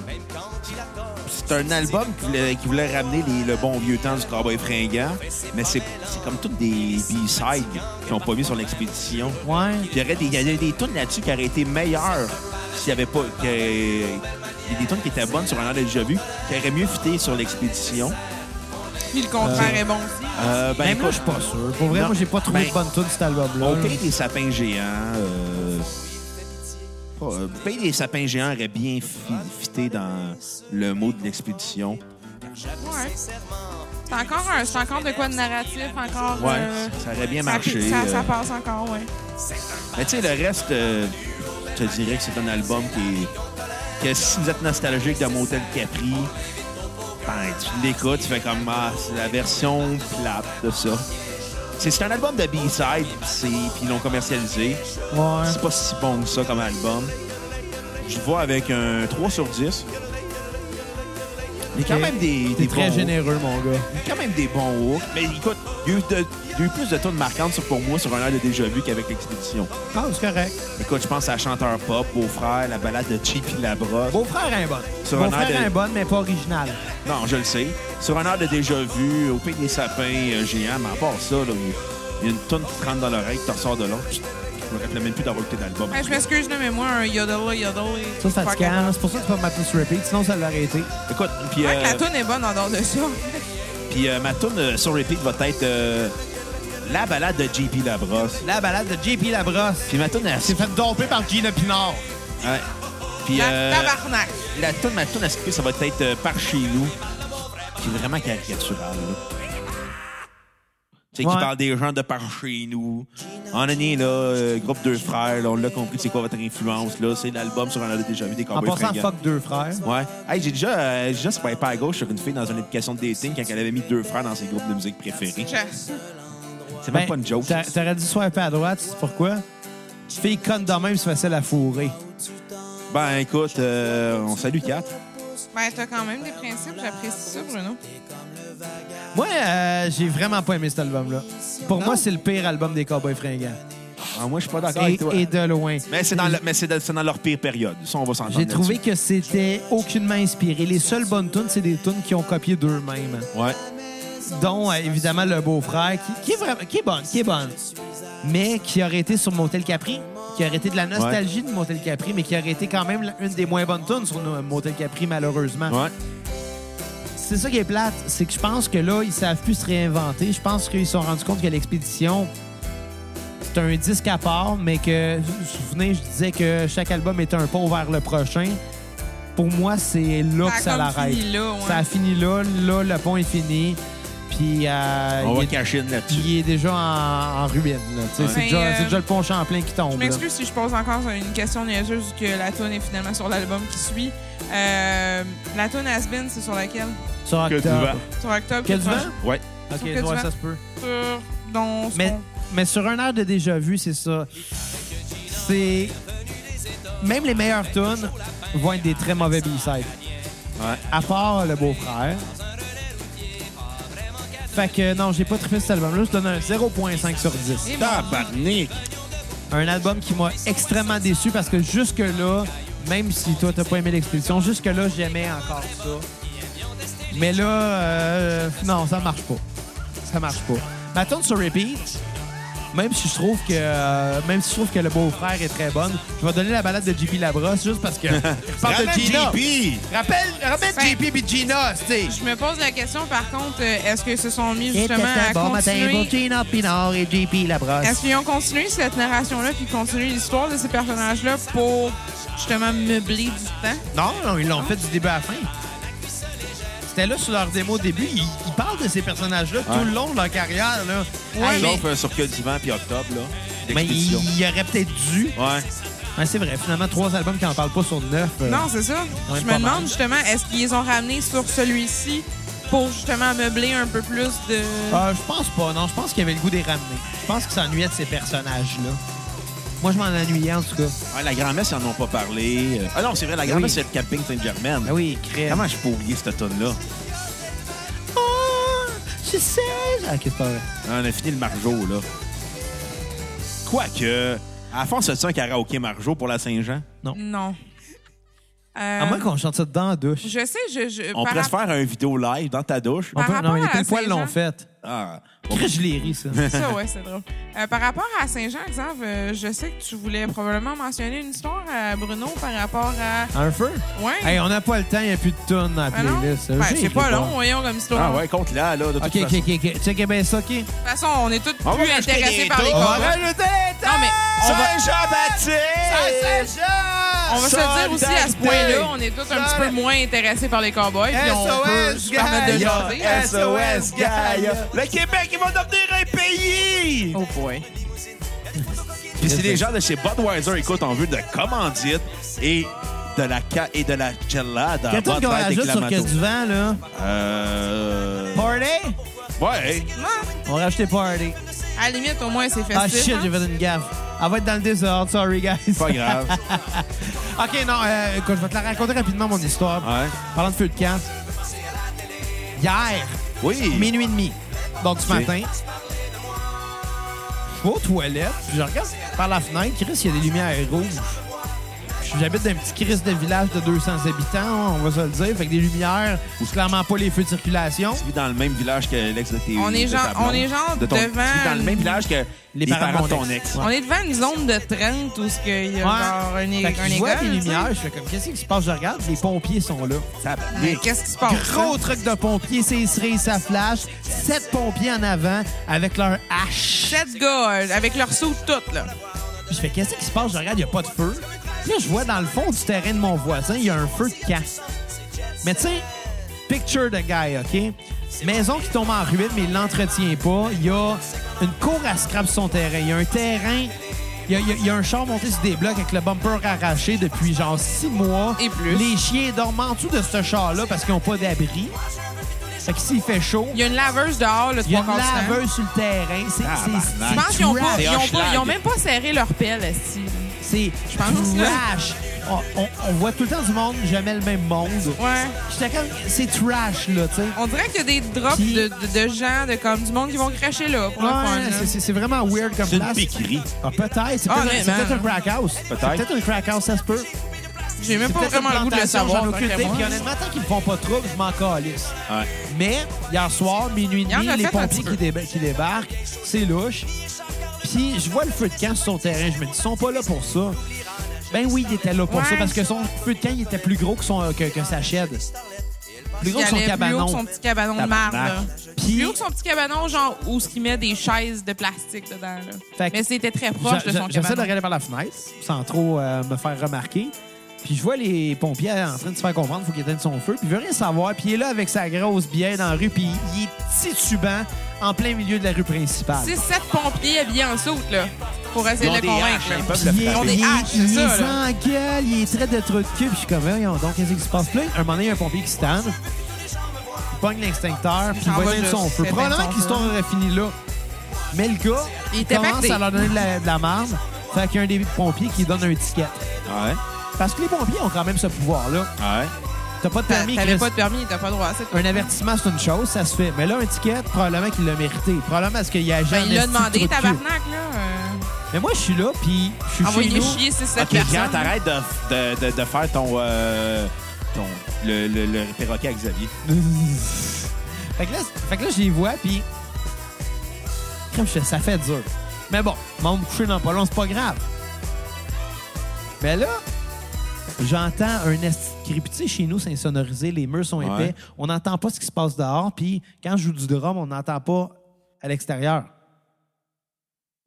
S3: C'est un album qui voulait, qui voulait ramener les- le bon vieux temps du cowboy fringant, mais c'est c'est comme toutes des B-sides qu'ils n'ont pas mis sur l'expédition.
S1: Ouais.
S3: Puis il y aurait des- il y avait des tunes là-dessus qui auraient été meilleures s'il n'y avait pas. que- Il y a des tunes qui étaient bonnes sur un an déjà vu, qui auraient mieux fité sur l'expédition.
S4: Puis le contraire est bon aussi. hein.
S3: Euh, ben,
S1: Même là,
S3: écoute,
S1: je suis pas sûr. Pour vrai,
S3: Non.
S1: moi, j'ai pas trouvé
S3: Ben,
S1: de bonne tune cet album-là.
S3: On paye des sapins géants. Euh... pas, euh, paye des sapins géants aurait bien fi- fité dans le mot de l'expédition.
S4: Ouais. C'est encore, un- c'est encore de quoi de narratif, encore.
S3: Ouais,
S4: euh,
S3: ça aurait bien
S4: ça-
S3: marché.
S4: Ça,
S3: euh.
S4: ça passe encore, ouais.
S3: Mais tu sais, le reste, euh, je te dirais que c'est un album qui est- que si vous êtes nostalgique de Motel Capri, ben, tu l'écoutes, tu fais comme ah, c'est la version plate de ça. C'est c'est un album de B-side, puis c'est- puis ils l'ont commercialisé.
S1: Ouais.
S3: C'est pas si bon que ça comme album. Je vois avec un 3 sur 10. Il y a quand
S1: Ok.
S3: même des, des
S1: T'es très
S3: bons
S1: généreux, mon gars.
S3: hooks. quand même des bons hooks. Mais écoute, il y a eu, de- il y a eu plus de tunes marquantes sur- pour moi sur un air de déjà vu qu'avec l'expédition.
S1: Ah, c'est correct.
S3: Écoute, je pense à Chanteur Pop, Beau-Frère, la balade de Cheap et la brosse.
S1: Beau-frère est un bon.
S3: Sur un
S1: Beau-frère
S3: air de-
S1: est un bon, mais pas original.
S3: Non, je le sais. Sur un air de déjà vu, au pic des sapins, euh, géant, mais à part ça, là, il y a une tonne qui te rentre dans l'oreille, qui te ressort de l'autre. Je me rappelle même plus d'avoir écouté d'album.
S4: Ouais, je m'excuse, là, mais moi, un yodel, yodel. et-
S1: Ça, ça te
S4: fuck
S1: calme.
S4: it.
S1: C'est pour ça que tu peux pas plus repeat, sinon ça l'aurait été.
S3: Écoute, puis
S4: Ouais, que la
S3: euh,
S4: toune est bonne en dehors de ça.
S3: puis, euh, ma tune sur repeat va être euh, la balade de JP Labrosse.
S1: La balade de JP Labrosse.
S3: Puis ma tune, à...
S1: C'est fait domper par Gina Pinard.
S3: ouais. Puis
S4: La
S3: euh,
S4: Ah, tabarnak.
S3: la tune, ma tune à skipper, ça va être euh, par chez nous, qui est vraiment caricatural. là. Tu sais, qui
S1: Ouais.
S3: parle des gens de par chez nous. En année, là, euh, groupe deux frères, là, on l'a compris, c'est quoi votre influence, là. C'est l'album sur un a déjà vu des
S1: En
S3: cowboys
S1: passant,
S3: fringants.
S1: fuck deux frères.
S3: Ouais. Hey, j'ai déjà, euh, j'ai déjà swipé à gauche sur une fille dans une application de dating quand elle avait mis deux frères dans ses groupes de musique préférés.
S4: Je-
S3: C'est même
S1: Ben,
S3: pas une joke.
S1: t'a- T'aurais dû swiper à droite, c'est pourquoi? Fille conne de même, c'est facile à fourrer.
S3: Ben écoute, euh, on salue Kat.
S4: Ben, t'as quand même des principes, j'apprécie ça, Bruno.
S1: Moi, euh, j'ai vraiment pas aimé cet album-là. Pour moi, c'est le pire album des Cowboys fringants.
S3: Ah, moi, je suis pas d'accord
S1: Et,
S3: avec toi.
S1: et de loin.
S3: Mais c'est dans, le- mais c'est de- c'est dans leur pire période. Ça, on va s'entendre.
S1: J'ai trouvé que c'était aucunement inspiré. Les seules bonnes tunes, c'est des tunes qui ont copié d'eux-mêmes.
S3: là-dessus. Ouais.
S1: Dont, euh, évidemment, le beau-frère, qui, qui est vraiment- qui est bonne, qui est bonne. Mais qui aurait été sur Motel Capri, qui aurait été de la nostalgie de Motel Capri, mais qui aurait été quand même la- une des moins bonnes tunes sur euh, Motel Capri, malheureusement.
S3: Ouais.
S1: C'est ça qui est plate, c'est que je pense que là, ils savent plus se réinventer. Je pense qu'ils se sont rendus compte que l'expédition, c'est un disque à part, mais que, vous vous souvenez, je disais que chaque album était un pas vers le prochain. Pour moi, c'est là
S4: Ça a
S1: que ça
S4: comme
S1: l'arrête.
S4: fini là, ouais.
S1: Ça a fini là, là, le pont est fini. Puis, euh,
S3: On va
S1: il, est,
S3: cacher une là-dessus.
S1: il est déjà en, en ruine. là. Tu sais,
S3: Ouais.
S1: C'est
S4: Mais,
S1: déjà,
S4: euh,
S1: c'est déjà le pont Champlain qui
S4: Je
S1: tombe. là.
S4: m'excuse si je pose encore une question niaiseuse que la toune est finalement sur l'album qui suit. Euh, la toune has been, c'est sur laquelle?
S1: Sur
S3: Que du
S1: octobre.
S3: vent.
S4: Sur Octobre.
S1: Que du
S4: sur-
S1: vent?
S3: Ouais.
S1: Ok,
S4: Que
S1: ouais,
S4: du vent.
S1: ça se peut.
S4: Sur... Dans ce
S1: Mais,
S4: qu'on-
S1: mais sur un air de déjà vu, c'est ça. C'est. Même les meilleures tunes vont être des très mauvais B-sides.
S3: Ouais.
S1: À part le beau-frère. Fait que non, j'ai pas trippé cet album-là. Je donne un 0.5 sur 10.
S4: Eh, mon-
S3: Tabarnak!
S1: Un album qui m'a extrêmement déçu parce que jusque-là, même si toi t'as pas aimé l'expédition, jusque-là, j'aimais encore ça. Mais là, euh, non, ça marche pas. Ça marche pas. Ma tune sur repeat, même si je trouve que euh, même si je trouve que le beau-frère est très bonne, je vais donner la balade de JP Labrosse juste parce que je parle de
S3: Ramène
S1: Gina.
S3: JP!
S1: Rappelle, rappelle
S4: Ben-
S1: JP et Gina, tu sais.
S4: Je me pose la question, par contre, euh, est-ce qu'ils se sont mis justement à continuer...
S1: Gina Pinard et JP
S4: Est-ce
S1: Labrosse.
S4: qu'ils ont continué cette narration-là puis continué l'histoire de ces personnages-là pour justement meubler du temps?
S1: Non, non, ils l'ont fait du début à la fin. C'était là sur leur démo au début. Ils, ils parlent de ces personnages-là tout le long de leur carrière. Là.
S4: Ouais,
S1: Hey,
S3: Sauf euh, sur que du vent puis octobre, là.
S1: mais
S3: L'expédition.
S1: ils il auraient peut-être dû.
S3: Ouais.
S1: Ouais, c'est vrai, finalement, trois albums qui n'en parlent pas sur neuf. euh,
S4: Non, c'est ça.
S1: quand même
S4: Je
S1: pas
S4: me
S1: mal.
S4: demande justement, est-ce qu'ils les ont ramenés sur celui-ci pour justement meubler un peu plus de.
S3: Ah.
S1: Euh, je pense pas, non. Je pense qu'il avait le goût des ramener. Je pense qu'il s'ennuyait de ces personnages-là. Moi, je m'en ennuyais, en tout cas.
S3: Ouais, la grand-messe, ils en ont pas parlé. Euh, Ah non, c'est vrai, la grand-messe,
S1: Oui.
S3: c'est le camping Saint-Germain.
S1: Ah oui, crème.
S3: Comment je peux oublier cette tonne-là?
S1: Ah, je sais. Ah, ok, c'est pas vrai.
S3: On a fini le Marjo, là. Quoique, à la fin, c'est un karaoké Marjo pour la Saint-Jean.
S4: Non. Euh,
S1: À moins qu'on chante ça dedans en douche.
S4: Je sais, je. je
S3: On
S4: par
S3: pourrait se
S4: rapport-
S3: faire un vidéo live dans ta douche.
S1: On
S4: Par rapport
S1: non, il y a
S4: à
S1: plein de fois, ils
S4: Saint-Jean-
S1: l'ont fait.
S3: Ah, bon,
S1: Très, je l'ai ri, ça.
S4: Ça, ouais, c'est drôle. Euh, par rapport à Saint-Jean, exemple, euh, je sais que tu voulais probablement mentionner une histoire à Bruno par rapport à.
S1: Un feu?
S4: Ouais.
S1: Hey, on n'a pas le temps, il n'y a plus de tonnes dans la
S4: Ah non?
S1: playlist.
S4: Ben,
S1: J'ai
S4: c'est pas
S1: ri,
S4: long, voyons, comme histoire.
S3: ah ouais, compte là, là, de toute
S1: OK,
S3: façon.
S1: OK, OK, OK. Check eh bien ça, OK?
S3: Ah,
S4: De toute façon, on est tous
S3: On va
S4: plus
S3: rajouter des
S4: intéressés par les
S3: trucs.
S1: On va
S4: combats.
S1: rajouter des
S4: Non, mais on va,
S3: Saint-Jean-Baptiste!
S4: on va se le dire aussi à ce
S3: Solidarité!
S4: point-là, on est tous un petit peu moins intéressés par les cowboys.
S3: Eh,
S4: puis on peut se permettre de jaser.
S1: Gaïa!
S3: SOS, Gaïa! Le Québec, il va devenir un pays!
S4: Oh boy.
S3: Puis si les gens de chez Budweiser écoutent en vue de commandite et de la ca et de la gelada,
S1: Qu'est-ce qu'on
S3: Bud Light et
S1: rajoute sur
S3: Clamato.
S1: Casse du vent, là?
S3: Euh...
S1: Party?
S3: Ouais.
S4: Hein?
S1: On va rajouter Party.
S4: À la limite, au moins, c'est festif.
S1: Ah shit,
S4: hein.
S1: j'ai fait une gaffe. Elle va être dans le désordre, sorry guys.
S3: Pas grave.
S1: OK, non, euh, écoute, je vais te la raconter rapidement, mon histoire.
S3: Ouais.
S1: Parlant de feu de camp. Hier,
S3: Oui.
S1: minuit et demi, donc du
S3: Ok.
S1: matin, je vais aux toilettes, puis je regarde par la fenêtre, Chris, il y a des lumières rouges. Puis J'habite dans un petit Chris de village de 200 habitants, hein, on va se le dire. Fait que des lumières, ou clairement pas les feux de circulation.
S3: Tu vis dans le même village que l'ex de tes
S4: On est
S3: de
S4: genre-
S3: ta blonde.
S4: on est genre
S3: de ton, Tu vis
S4: devant
S3: dans le même
S4: une-
S3: village que les,
S1: parents
S3: parents de
S1: de mon
S3: ton
S1: ex.
S3: ex.
S1: Ouais.
S4: On est devant une zone de 30 où il y a genre un, é-
S1: Fait que
S4: un
S1: je vois
S4: école,
S1: des
S4: tu sais.
S1: lumières, je fais comme, qu'est-ce qui se passe? Je regarde, les pompiers sont là.
S4: Mais qu'est-ce qui se passe?
S1: Gros truc de pompiers, c'est cerise, ça flash. Sept pompiers en avant avec leur hache.
S4: Sept gars euh, avec leur saut tout, là.
S1: Puis je fais, qu'est-ce qui se passe? Je regarde, il n'y a pas de feu. Puis là, je vois dans le fond du terrain de mon voisin, il y a un feu de casse. Mais tu sais, picture the guy, OK? Maison qui tombe en ruine, mais il l'entretient pas. Il y a une cour à scrap sur son terrain. Il y a un terrain... Il y, a, il y a- il y a un char monté sur des blocs avec le bumper arraché depuis genre six mois.
S4: Et plus.
S1: Les chiens dorment en dessous de ce char-là parce qu'ils n'ont pas d'abri. Fait que s'il fait chaud,
S4: Il y a une laveuse dehors, le
S1: Il y a
S4: trois
S1: une
S4: quarts du temps.
S1: laveuse sur le terrain. C'est c'est-
S3: Tabarnak.
S4: Je pense qu'ils ont, pas,
S3: C'est
S4: ils ont, pas-
S3: Hochelag.
S4: ils ont même pas serré leur pelle, esti.
S1: c'est
S4: Je pense, là.
S1: trash. On, on- on voit tout le temps du monde, jamais le même monde.
S4: Ouais.
S1: J'étais comme, c'est trash, là, tu sais.
S4: On dirait qu'il y a des drops
S1: Puis-
S4: de, de- de gens, de comme du monde qui vont cracher là pour leur fun.
S1: Ouais,
S4: là.
S1: c'est- c'est- c'est vraiment weird comme
S3: C'est une
S1: place.
S3: piquerie.
S1: Ah, peut-être. C'est
S4: Ah,
S1: peut-être c'est
S4: honnêtement.
S1: peut-être un crack house.
S3: Peut-être.
S1: C'est Peut-être un crack house, ça se peut.
S4: J'ai même
S1: C'est
S4: pas
S1: peut-être
S4: vraiment
S1: une
S4: le goût de le
S1: plantation,
S4: savoir.
S1: j'en ai aucune
S4: d'après
S1: idée.
S4: moi.
S1: Puis honnêtement, tant qu'ils me font pas de trouble, je m'en calisse.
S3: Ouais.
S1: Mais hier soir, minuit et
S4: Il y en
S1: demi,
S4: a
S1: les
S4: fait un
S1: pompiers
S4: petit
S1: qui, déba- qui débarquent, c'est louche. Puis je vois le feu de camp sur son terrain. Je me dis, ils sont pas là pour ça. Ben oui, ils étaient là pour
S4: Ouais.
S1: ça parce que son feu de camp, il était plus gros que, son, que, que sa shed. Plus
S4: Il
S1: gros que son
S4: allait plus haut que son
S1: cabanon.
S4: petit cabanon de marde.
S3: Tabarnak.
S4: là. Plus haut
S1: Puis
S4: que son petit cabanon, genre où ce qu'il met des chaises de plastique dedans. là.
S1: Fait que-
S4: Mais c'était très proche de
S1: j'a-
S4: son
S1: j'a- j'essaie de
S4: cabanon.
S1: regarder par la fenêtre sans trop euh, me faire remarquer. Puis je vois les pompiers en train de se faire comprendre qu'il faut qu'il éteigne son feu. Puis il veut rien savoir. Puis il est là avec sa grosse bière dans la rue. Puis il est titubant en plein milieu de la rue principale.
S4: 6-7 pompiers habillés en soute, là, pour
S3: Ils
S4: essayer
S3: ont
S4: de le
S3: des
S4: convaincre.
S3: haches, hein,
S4: là.
S3: ils peuvent
S1: Puis
S3: le
S1: il est-
S4: ont
S3: frapper.
S4: des
S1: il est-
S4: haches, c'est
S1: il est
S4: ça, là.
S1: sans gueule, il est très de trou de cul. Puis je suis comme, voyons donc, qu'est-ce qui se passe? Puis là, un moment donné, il y a un pompier qui se tanne, il pogne l'extincteur, puis il
S4: Ah,
S1: va
S4: bah,
S1: éteindre
S4: je
S1: son
S4: sais
S1: feu.
S4: bien
S1: Probablement
S4: son
S1: que l'histoire
S4: feu.
S1: aurait fini là. Mais le gars
S4: Il était
S1: commence
S4: pacté.
S1: à leur donner de la, de la marde. Fait qu'il y a un des pompiers qui donne un ticket.
S3: Ouais.
S1: Parce que les pompiers ont quand même ce pouvoir-là.
S3: Ouais.
S1: T'as pas de
S4: T'as-
S1: permis,
S4: T'avais
S1: Chris.
S4: pas de permis, t'as pas le droit. c'est tout.
S1: Un avertissement, c'est une chose, ça se fait. Mais là, un ticket, probablement qu'il l'a mérité. Probablement parce qu'il y a
S4: Ben,
S1: jamais.
S4: il l'a demandé, tabarnak,
S1: euh,
S4: là.
S1: Mais moi, je suis là, puis je suis
S4: euh,
S1: chez
S4: Envoyez
S1: nous.
S4: chier 6-7
S3: OK,
S4: personnes.
S3: Grant, t'arrêtes de, de, de, de faire ton... euh, ton le, le, le perroquet à Xavier.
S1: Fait que là, c'est- fait que là, je les vois, puis... Crème, je fais, ça fait dur. Mais bon, mon coucher dans pas long, c'est pas grave. Mais là, j'entends un esti de cri. Puis tu sais, chez nous, c'est insonorisé, les murs sont
S3: Ouais.
S1: épais, on n'entend pas ce qui se passe dehors, puis quand je joue du drum, on n'entend pas à l'extérieur.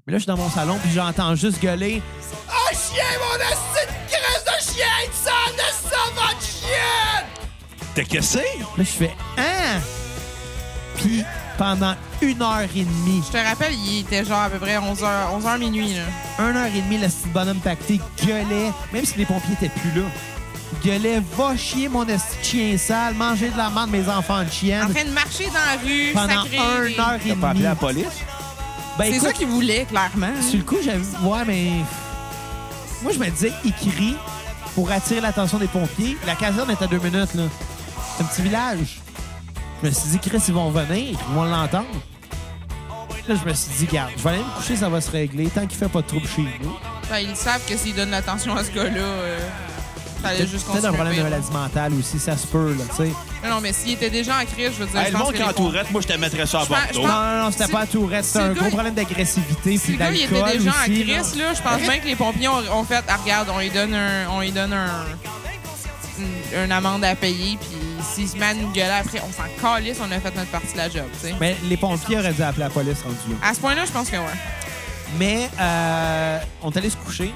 S1: Mais là, je suis dans mon salon, puis j'entends juste gueuler « Ah, chien, mon esti de crise de chien, tu sens de savant de chien! »
S3: T'es que c'est?
S1: Là, je fais Hein? Puis pendant une heure et demie.
S4: Je te rappelle, il était genre à peu près 11h, 11h minuit. Là.
S1: Une heure et demie, le petit bonhomme pacté gueulait, même si les pompiers étaient plus là. Il Gueulait, va chier mon esti de chien sale, manger de la merde mes enfants de chienne
S4: En train de marcher dans la rue,
S1: pendant
S4: sacré.
S1: une heure et
S3: T'as pas appelé la
S1: demie.
S3: police?
S1: Ben,
S4: C'est
S1: écoute,
S4: ça qu'il voulait, clairement. hein.
S1: Sur le coup, j'avais. Ouais, mais. Moi, je me disais, il crie pour attirer l'attention des pompiers. La caserne est à deux minutes, là. C'est un petit village. Je me suis dit, Chris, ils vont venir, ils vont l'entendre. Là, je me suis dit, garde, je vais aller me coucher, ça va se régler. Tant qu'il fait pas de trouble chez nous.
S4: Ben, ils savent que s'ils donnent l'attention à ce gars-là, euh, ça allait juste
S1: Peut-être
S4: continuer.
S1: un problème de
S4: pire.
S1: maladie mentale aussi, ça se peut, là, tu sais.
S4: Non, non, mais s'il était déjà en crise, je veux dire,
S3: Hey, le
S4: je pense
S3: monde
S4: que
S3: qui est
S4: les
S3: en
S4: pompiers-
S3: tourette, moi, je te mettrais ça à
S4: Je pense-
S3: Bordeaux.
S4: je pense-
S1: Non, non, non, c'était
S4: Si-
S1: pas à Tourette, c'était
S4: si Ah, le
S1: un gros
S4: gars-
S1: problème d'agressivité
S4: Si
S1: puis
S4: le gars il
S1: d'alcool
S4: était déjà en
S1: aussi, là.
S4: crise, là, je pense bien que les pompiers ont, ont fait ah, regarde, on lui donne un. On lui donne un. Une, une amende à payer, puis s'il se met à nous gueuler après, on s'en calisse, on a fait notre partie de la job, tu sais.
S1: Mais les pompiers auraient dû appeler la police rendu là.
S4: À ce point-là, je pense que ouais.
S1: Mais euh, on est allé se coucher.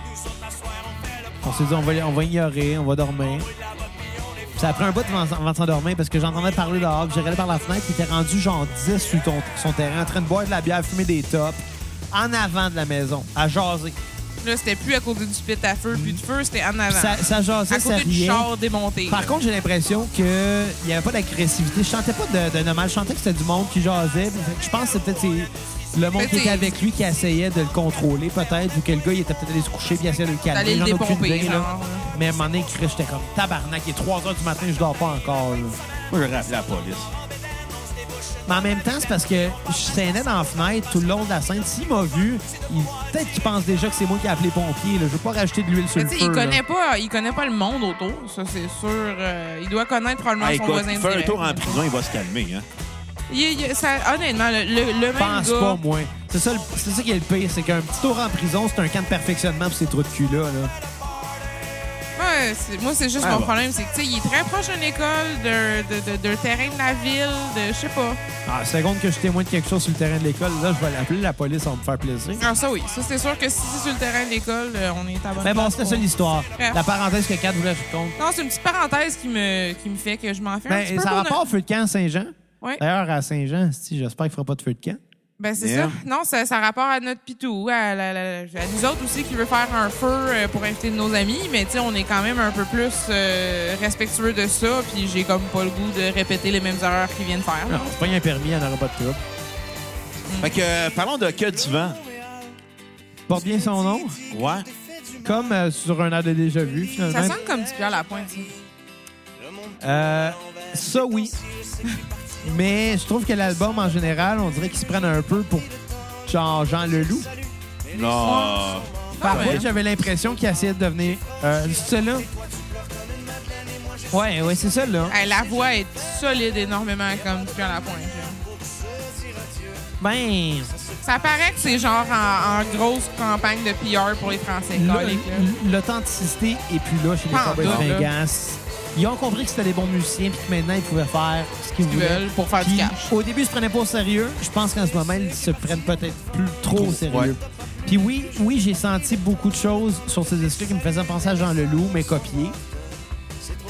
S1: On s'est dit, on va, on va ignorer, on va dormir. Puis Ça a pris un bout avant, avant de s'endormir parce que j'entendais parler dehors. puis J'ai regardé par la fenêtre. Il était rendu genre 10 sur ton- son terrain en train de boire de la bière, fumer des tops, en avant de la maison, à jaser.
S4: Là, c'était plus à côté du pit à feu, puis du feu, c'était en
S1: Puis
S4: avant.
S1: Ça, ça jasait,
S4: à
S1: ça
S4: côté du
S1: riait.
S4: char démonté.
S1: Par contre, j'ai l'impression qu'il n'y avait pas d'agressivité. Je chantais pas de, de normal. Je chantais que c'était du monde qui jasait. Fait que Je pense que c'était peut-être c'est le monde
S4: Peut-être
S1: qui était
S4: c'est-
S1: avec lui qui essayait de le contrôler, peut-être, ou que le gars, il était peut-être allé se coucher puis il essayait de le calmer.
S4: D'aller le
S1: J'en ai aucune
S4: dépomper,
S1: idée, là.
S4: genre.
S1: Mais à un moment donné, Chris, j'étais comme tabarnak. Il est 3 h du matin, je dors pas encore. là.
S3: Moi, j'aurais appelé la police.
S1: Mais en même temps, c'est parce que je traînais dans la fenêtre tout le long de la scène. S'il m'a vu, il- peut-être qu'il pense déjà que c'est moi qui ai appelé pompier. Je veux pas rajouter de l'huile sur
S4: Mais
S1: le
S4: tu
S1: feu.
S4: sais, il
S1: là.
S4: connaît pas, il connaît pas le monde autour, ça c'est sûr. Euh, il doit connaître probablement
S3: Hey,
S4: son
S3: Ah, écoute,
S4: voisin
S3: fais un
S4: direct.
S3: tour en prison, il va se calmer. Hein?
S4: Il- il- ça- honnêtement, le, le- le même
S1: pense
S4: gars,
S1: pas, moi. C'est ça, le- c'est ça qui est le pire. C'est qu'un petit tour en prison, c'est un camp de perfectionnement pour ces trous de cul-là. là.
S4: Ouais, c'est- moi, c'est juste
S3: Ah,
S4: mon
S3: bon.
S4: problème, c'est que, tu sais, il est très proche d'une école, d'un de, de, d'un terrain de la ville, de, je sais pas.
S1: Ah, seconde que je témoigne de quelque chose sur le terrain de l'école, là, je vais l'appeler la police, on va me faire plaisir.
S4: Alors, Ah, ça, oui. Ça, c'est sûr que si c'est sur le terrain de l'école, euh, on est à bonne
S1: Mais bon,
S4: place
S1: c'était
S4: pour-
S1: ça l'histoire.
S4: Bref.
S1: La parenthèse que Kat voulait que je compte.
S4: Non, c'est une petite parenthèse qui me, qui me fait que je m'en fais un petit
S1: Ben,
S4: peu.
S1: ça
S4: pour
S1: va
S4: ne-
S1: pas au feu de camp à Saint-Jean.
S4: Ouais.
S1: D'ailleurs, à Saint-Jean, si, j'espère qu'il fera pas de feu de camp.
S4: Ben, c'est
S3: Yeah.
S4: ça. Non, ça, ça a rapport à notre pitou, à, la- la- la- à nous autres aussi qui veut faire un feu euh, pour inviter de nos amis, mais tu sais, on est quand même un peu plus euh, respectueux de ça, puis j'ai comme pas le goût de répéter les mêmes erreurs qu'ils viennent faire.
S1: Non, c'est pas un permis, on n'aura pas de trouble.
S3: Fait que, euh, parlons de Que du vent.
S1: Porte bien son nom,
S3: Ouais.
S1: comme euh, sur un air de déjà vu,
S4: Ça
S1: finalement.
S4: sonne comme du Pierre Lapointe, hein. ça.
S1: Euh, ça, oui. Mais je trouve que l'album, en général, on dirait qu'ils se prennent un peu pour genre Jean Leloup.
S3: Non.
S1: Par
S4: Ah ouais.
S1: contre, j'avais l'impression qu'il essayait de devenir. Euh, c'est là Ouais, ouais, c'est ça, là.
S4: Hey, la voix est solide énormément comme depuis à la pointe. là.
S1: Ben.
S4: Ça paraît que c'est genre en, en grosse campagne de PR pour les Français.
S1: là,
S4: coliques, là.
S1: L'authenticité est plus là chez les
S4: Pas en
S1: Cowboys
S4: doute, là.
S1: Vegas. Ils ont compris que c'était des bons musiciens puis que maintenant ils pouvaient faire ce qu'ils
S4: qu'ils
S1: voulaient.
S4: veulent pour faire du
S1: Puis,
S4: cash.
S1: Au début, ils se prenaient pas au sérieux. Je pense qu'en ce moment, ils se prennent peut-être plus trop au sérieux. Puis oui, oui, j'ai senti beaucoup de choses sur ces disques qui me faisaient penser à Jean Leloup, mais copié.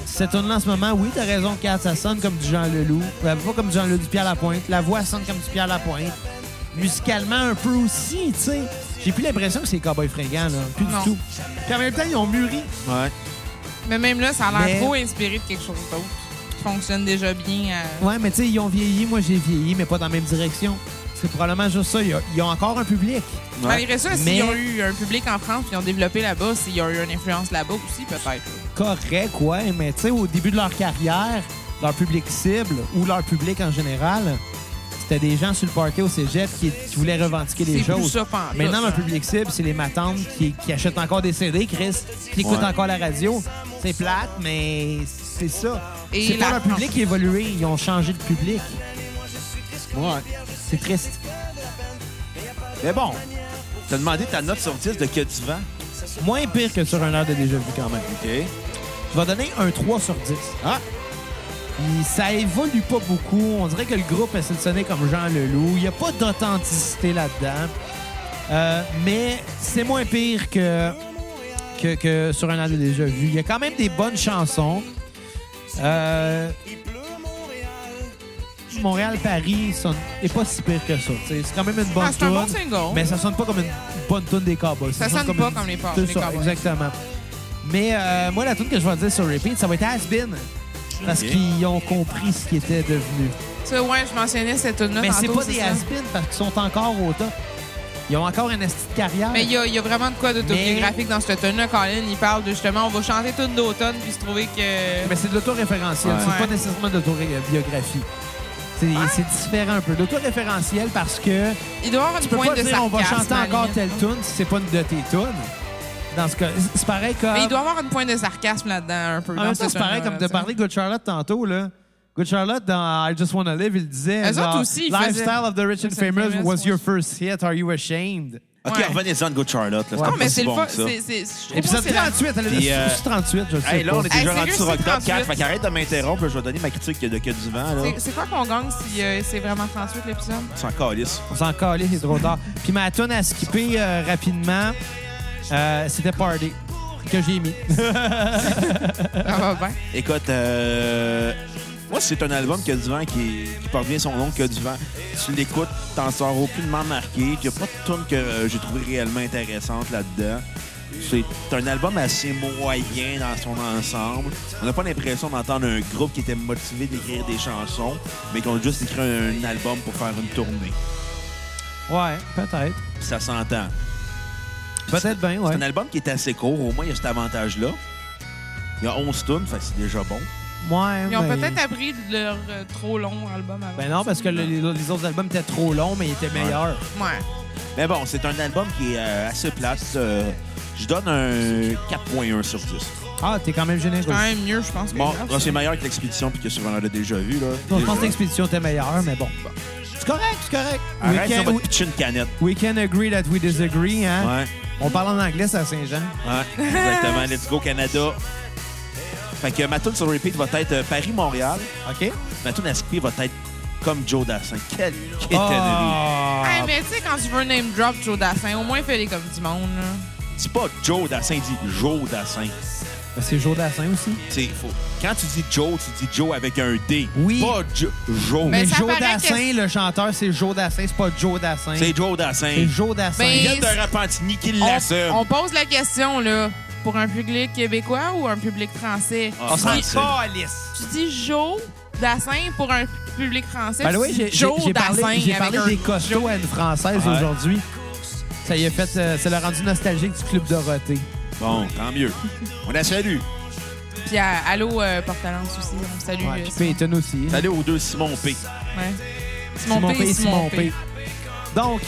S1: Cette tune là en ce moment, oui, t'as raison, Kat, ça sonne comme du Jean Leloup. Euh, Pas comme du Jean Leloup du Pierre Lapointe. La voix sonne comme du Pierre Lapointe. Musicalement, un peu aussi, tu sais. J'ai plus l'impression que c'est Cowboy Fringant, là. Plus
S4: Non.
S1: du tout. Puis en même temps, ils ont mûri.
S3: Ouais.
S4: Mais même là, ça a l'air
S1: Mais-
S4: trop inspiré de quelque chose d'autre qui fonctionne déjà bien. euh. à-
S1: Ouais, mais tu sais, ils ont vieilli. Moi, j'ai vieilli, mais pas dans la même direction. C'est probablement juste ça. Ils ont- ils ont encore un public.
S3: Ouais.
S4: Malgré ça, s'ils
S1: Mais-
S4: ont eu un public en France puis ils ont développé là-bas, s'ils ont eu une influence là-bas aussi, peut-être.
S1: correct, ouais, mais tu sais, au début de leur carrière, leur public cible ou leur public en général, c'était des gens sur le parquet au cégep qui, qui voulaient revendiquer des
S4: C'est plus
S1: choses.
S4: ça, pas en
S1: Maintenant,
S4: tout.
S1: leur public cible, c'est les matantes qui, qui achètent encore des CD, Chris, qui écoutent
S3: Ouais.
S1: encore la radio. C'est plate, mais c'est ça.
S4: Et
S1: C'est pas
S4: la-
S1: leur public qui a évolué, ils ont changé de public. Ouais. C'est triste.
S3: Mais bon, t'as demandé ta note sur 10 de Que du vent.
S1: Moins pire que sur un heure de déjà vu quand même.
S3: OK.
S1: Je vais donner un 3 sur 10.
S3: Ah.
S1: Puis ça évolue pas beaucoup. On dirait que le groupe essaie de sonner comme Jean Leloup. Il n'y a pas d'authenticité là-dedans. Euh, mais c'est moins pire que, que, que sur un an de déjà vu. Il y a quand même des bonnes chansons. Euh, Montréal-Paris sonne est pas si pire que ça. tu sais. C'est quand même une bonne
S4: Ah, c'est un bon
S1: tune,
S4: single.
S1: Mais ça sonne pas comme une bonne tune des Cowboys.
S4: Ça sonne pas
S1: une-
S4: comme les Paw-
S1: C'est
S4: les
S1: ça,
S4: Cowboys.
S1: exactement. Mais euh, moi, la tune que je vais dire sur repeat, ça va être Has Been. Parce
S3: Ok.
S1: qu'ils ont compris ce qu'ils étaient devenus.
S4: Ça, ouais, je mentionnais cette tune-là.
S1: Mais c'est
S4: tantôt,
S1: pas des
S4: ça.
S1: has parce qu'ils sont encore au top. Ils ont encore une esti de carrière.
S4: Mais il y a, il y a vraiment de quoi d'autobiographique dans cette tune-là. Colin, il parle de justement, on va chanter toute d'automne puis se trouver que.
S1: Mais c'est de l'autoréférentiel,
S3: Ouais.
S1: c'est pas
S4: Ouais.
S1: nécessairement de l'autobiographie. C'est
S4: Ah!
S1: c'est différent un peu. L'autoréférentiel parce que
S4: Il doit avoir une
S1: tu peux
S4: pointe
S1: pas
S4: de
S1: dire on
S4: sarcasme.
S1: va chanter
S4: à la
S1: encore
S4: limite.
S1: telle tune si c'est pas une de tes tunes. Dans ce cas, c'est pareil comme.
S4: Mais il doit avoir une pointe de sarcasme là-dedans, un peu.
S1: En
S4: dans
S1: même temps,
S4: cette
S1: Ah, c'est pareil
S4: tune-là,
S1: comme
S4: là,
S1: de
S4: tu
S1: parler de Good Charlotte tantôt, là. Good Charlotte dans I Just Wanna Live, il disait.
S4: Eux
S1: genre,
S4: autres aussi, ils
S1: Lifestyle
S4: faisaient-
S1: of the rich and
S4: Rich and
S1: famous
S4: famous,
S1: was
S4: ouais.
S1: your first hit. Are you ashamed?
S3: OK,
S4: Ouais.
S3: revenez-en de Good Charlotte. là.
S1: Ouais.
S3: pas
S4: Non, mais
S3: si
S4: c'est
S3: bon
S4: le fun.
S3: que ça.
S4: c'est- c'est- je trouve
S1: Épisode
S4: pas que c'est la-
S1: 38, elle
S3: Puis,
S1: avait
S3: euh,
S1: sous 38, je sais
S3: Hey, là,
S1: pas.
S3: on est déjà
S4: Hey,
S3: rendu
S4: sérieux,
S3: sur
S4: c'est
S3: octobre 4.
S4: 38.
S3: Fait qu'arrête de m'interrompre. là, Je vais donner ma critique de que du vent. là.
S4: c'est- C'est quoi qu'on gagne si euh, c'est vraiment 38 l'épisode?
S3: C'est encore lisse.
S1: On s'en calait, c'est trop tard. Puis ma tune à skipper euh, rapidement, euh, c'était Party, que j'ai mis.
S4: Ça va bien.
S3: Écoute, euh, moi, c'est un album que du vent qui, qui porte bien son nom, que du vent. Tu l'écoutes, t'en sors aucunement marqué. Il n'y a pas de tune que euh, j'ai trouvé réellement intéressante là-dedans. C'est un album assez moyen dans son ensemble. On n'a pas l'impression d'entendre un groupe qui était motivé d'écrire des chansons, mais qu'on a juste écrit un, un album pour faire une tournée.
S1: Ouais, peut-être.
S3: Puis ça s'entend.
S1: Peut-être bien, ouais.
S3: C'est un album qui est assez court. Au moins, il y a cet avantage-là. Il y a 11 tunes, fait que c'est déjà bon.
S1: Ouais,
S4: Ils ont
S1: mais-
S4: peut-être appris de leur euh, trop long album avant.
S1: Ben non, parce que le- les, les autres albums étaient trop longs, mais ils étaient meilleurs.
S4: Ouais.
S3: Mais bon, c'est un album qui est euh, assez place. euh, je donne un 4.1 sur 10.
S1: Ah, t'es quand même généreux.
S4: Quand même mieux, je pense. que
S3: Bon,
S4: les autres.
S3: là, c'est meilleur que l'Expédition puis que souvent on l'a déjà vu. Là.
S1: Non, je pense que
S3: Déjà.
S1: l'expédition était meilleure, mais bon. C'est correct, c'est correct.
S3: Arrête,
S1: we,
S3: ça
S1: can,
S3: va te pitcher une canette.
S1: we can agree that we disagree, hein?
S3: Ouais,
S1: On parle en anglais, c'est à Saint-Jean.
S3: ouais, exactement. Let's go Canada. Fait que ma tune sur repeat va être euh, Paris-Montréal.
S1: OK?
S3: Ma tune à skipper va être comme Joe Dassin. Quelle quétanerie.
S1: Ah!
S4: Hey, mais tu sais, quand tu veux name drop Joe Dassin, au moins fais-les comme du monde. là.
S3: Dis pas Joe Dassin, dis Joe Dassin.
S1: Ben, C'est Joe Dassin aussi.
S3: C'est faux. Quand tu dis Joe, tu dis Joe avec un D.
S1: Oui.
S3: Pas Jo- Joe.
S4: Mais
S1: Mais
S4: Ben, ça
S1: Joe
S4: paraît
S1: Dassin, le chanteur, c'est Joe Dassin, c'est pas Joe Dassin.
S3: C'est Joe Dassin.
S1: C'est Joe Dassin.
S4: Ben,
S3: Il vient de Repentigny qui l'assume.
S4: On, on pose la question, là, pour un public québécois ou un public français?
S3: Ah,
S4: Tu
S3: français.
S4: dis-
S1: calisse.
S4: tu dis Joe Dassin pour un public français.
S1: Ben
S4: tu
S1: oui,
S4: dis
S1: j'ai- j'ai
S4: Joe
S1: j'ai
S4: Dassin
S1: parlé, j'ai
S4: avec
S1: parlé
S4: un
S1: des costauds à une Française
S3: Ouais.
S1: aujourd'hui. Ça y a fait... euh, ça l'a rendu nostalgique du Club Dorothée.
S3: Bon, tant mieux. On la salue.
S4: Puis à- allô, euh, Portalance aussi. On salue.
S1: Ouais,
S4: euh,
S1: puis Peyton aussi. hein.
S3: Salut aux deux Simon P.
S4: ouais. Simon P.
S1: P,
S4: Simon P.
S1: Donc,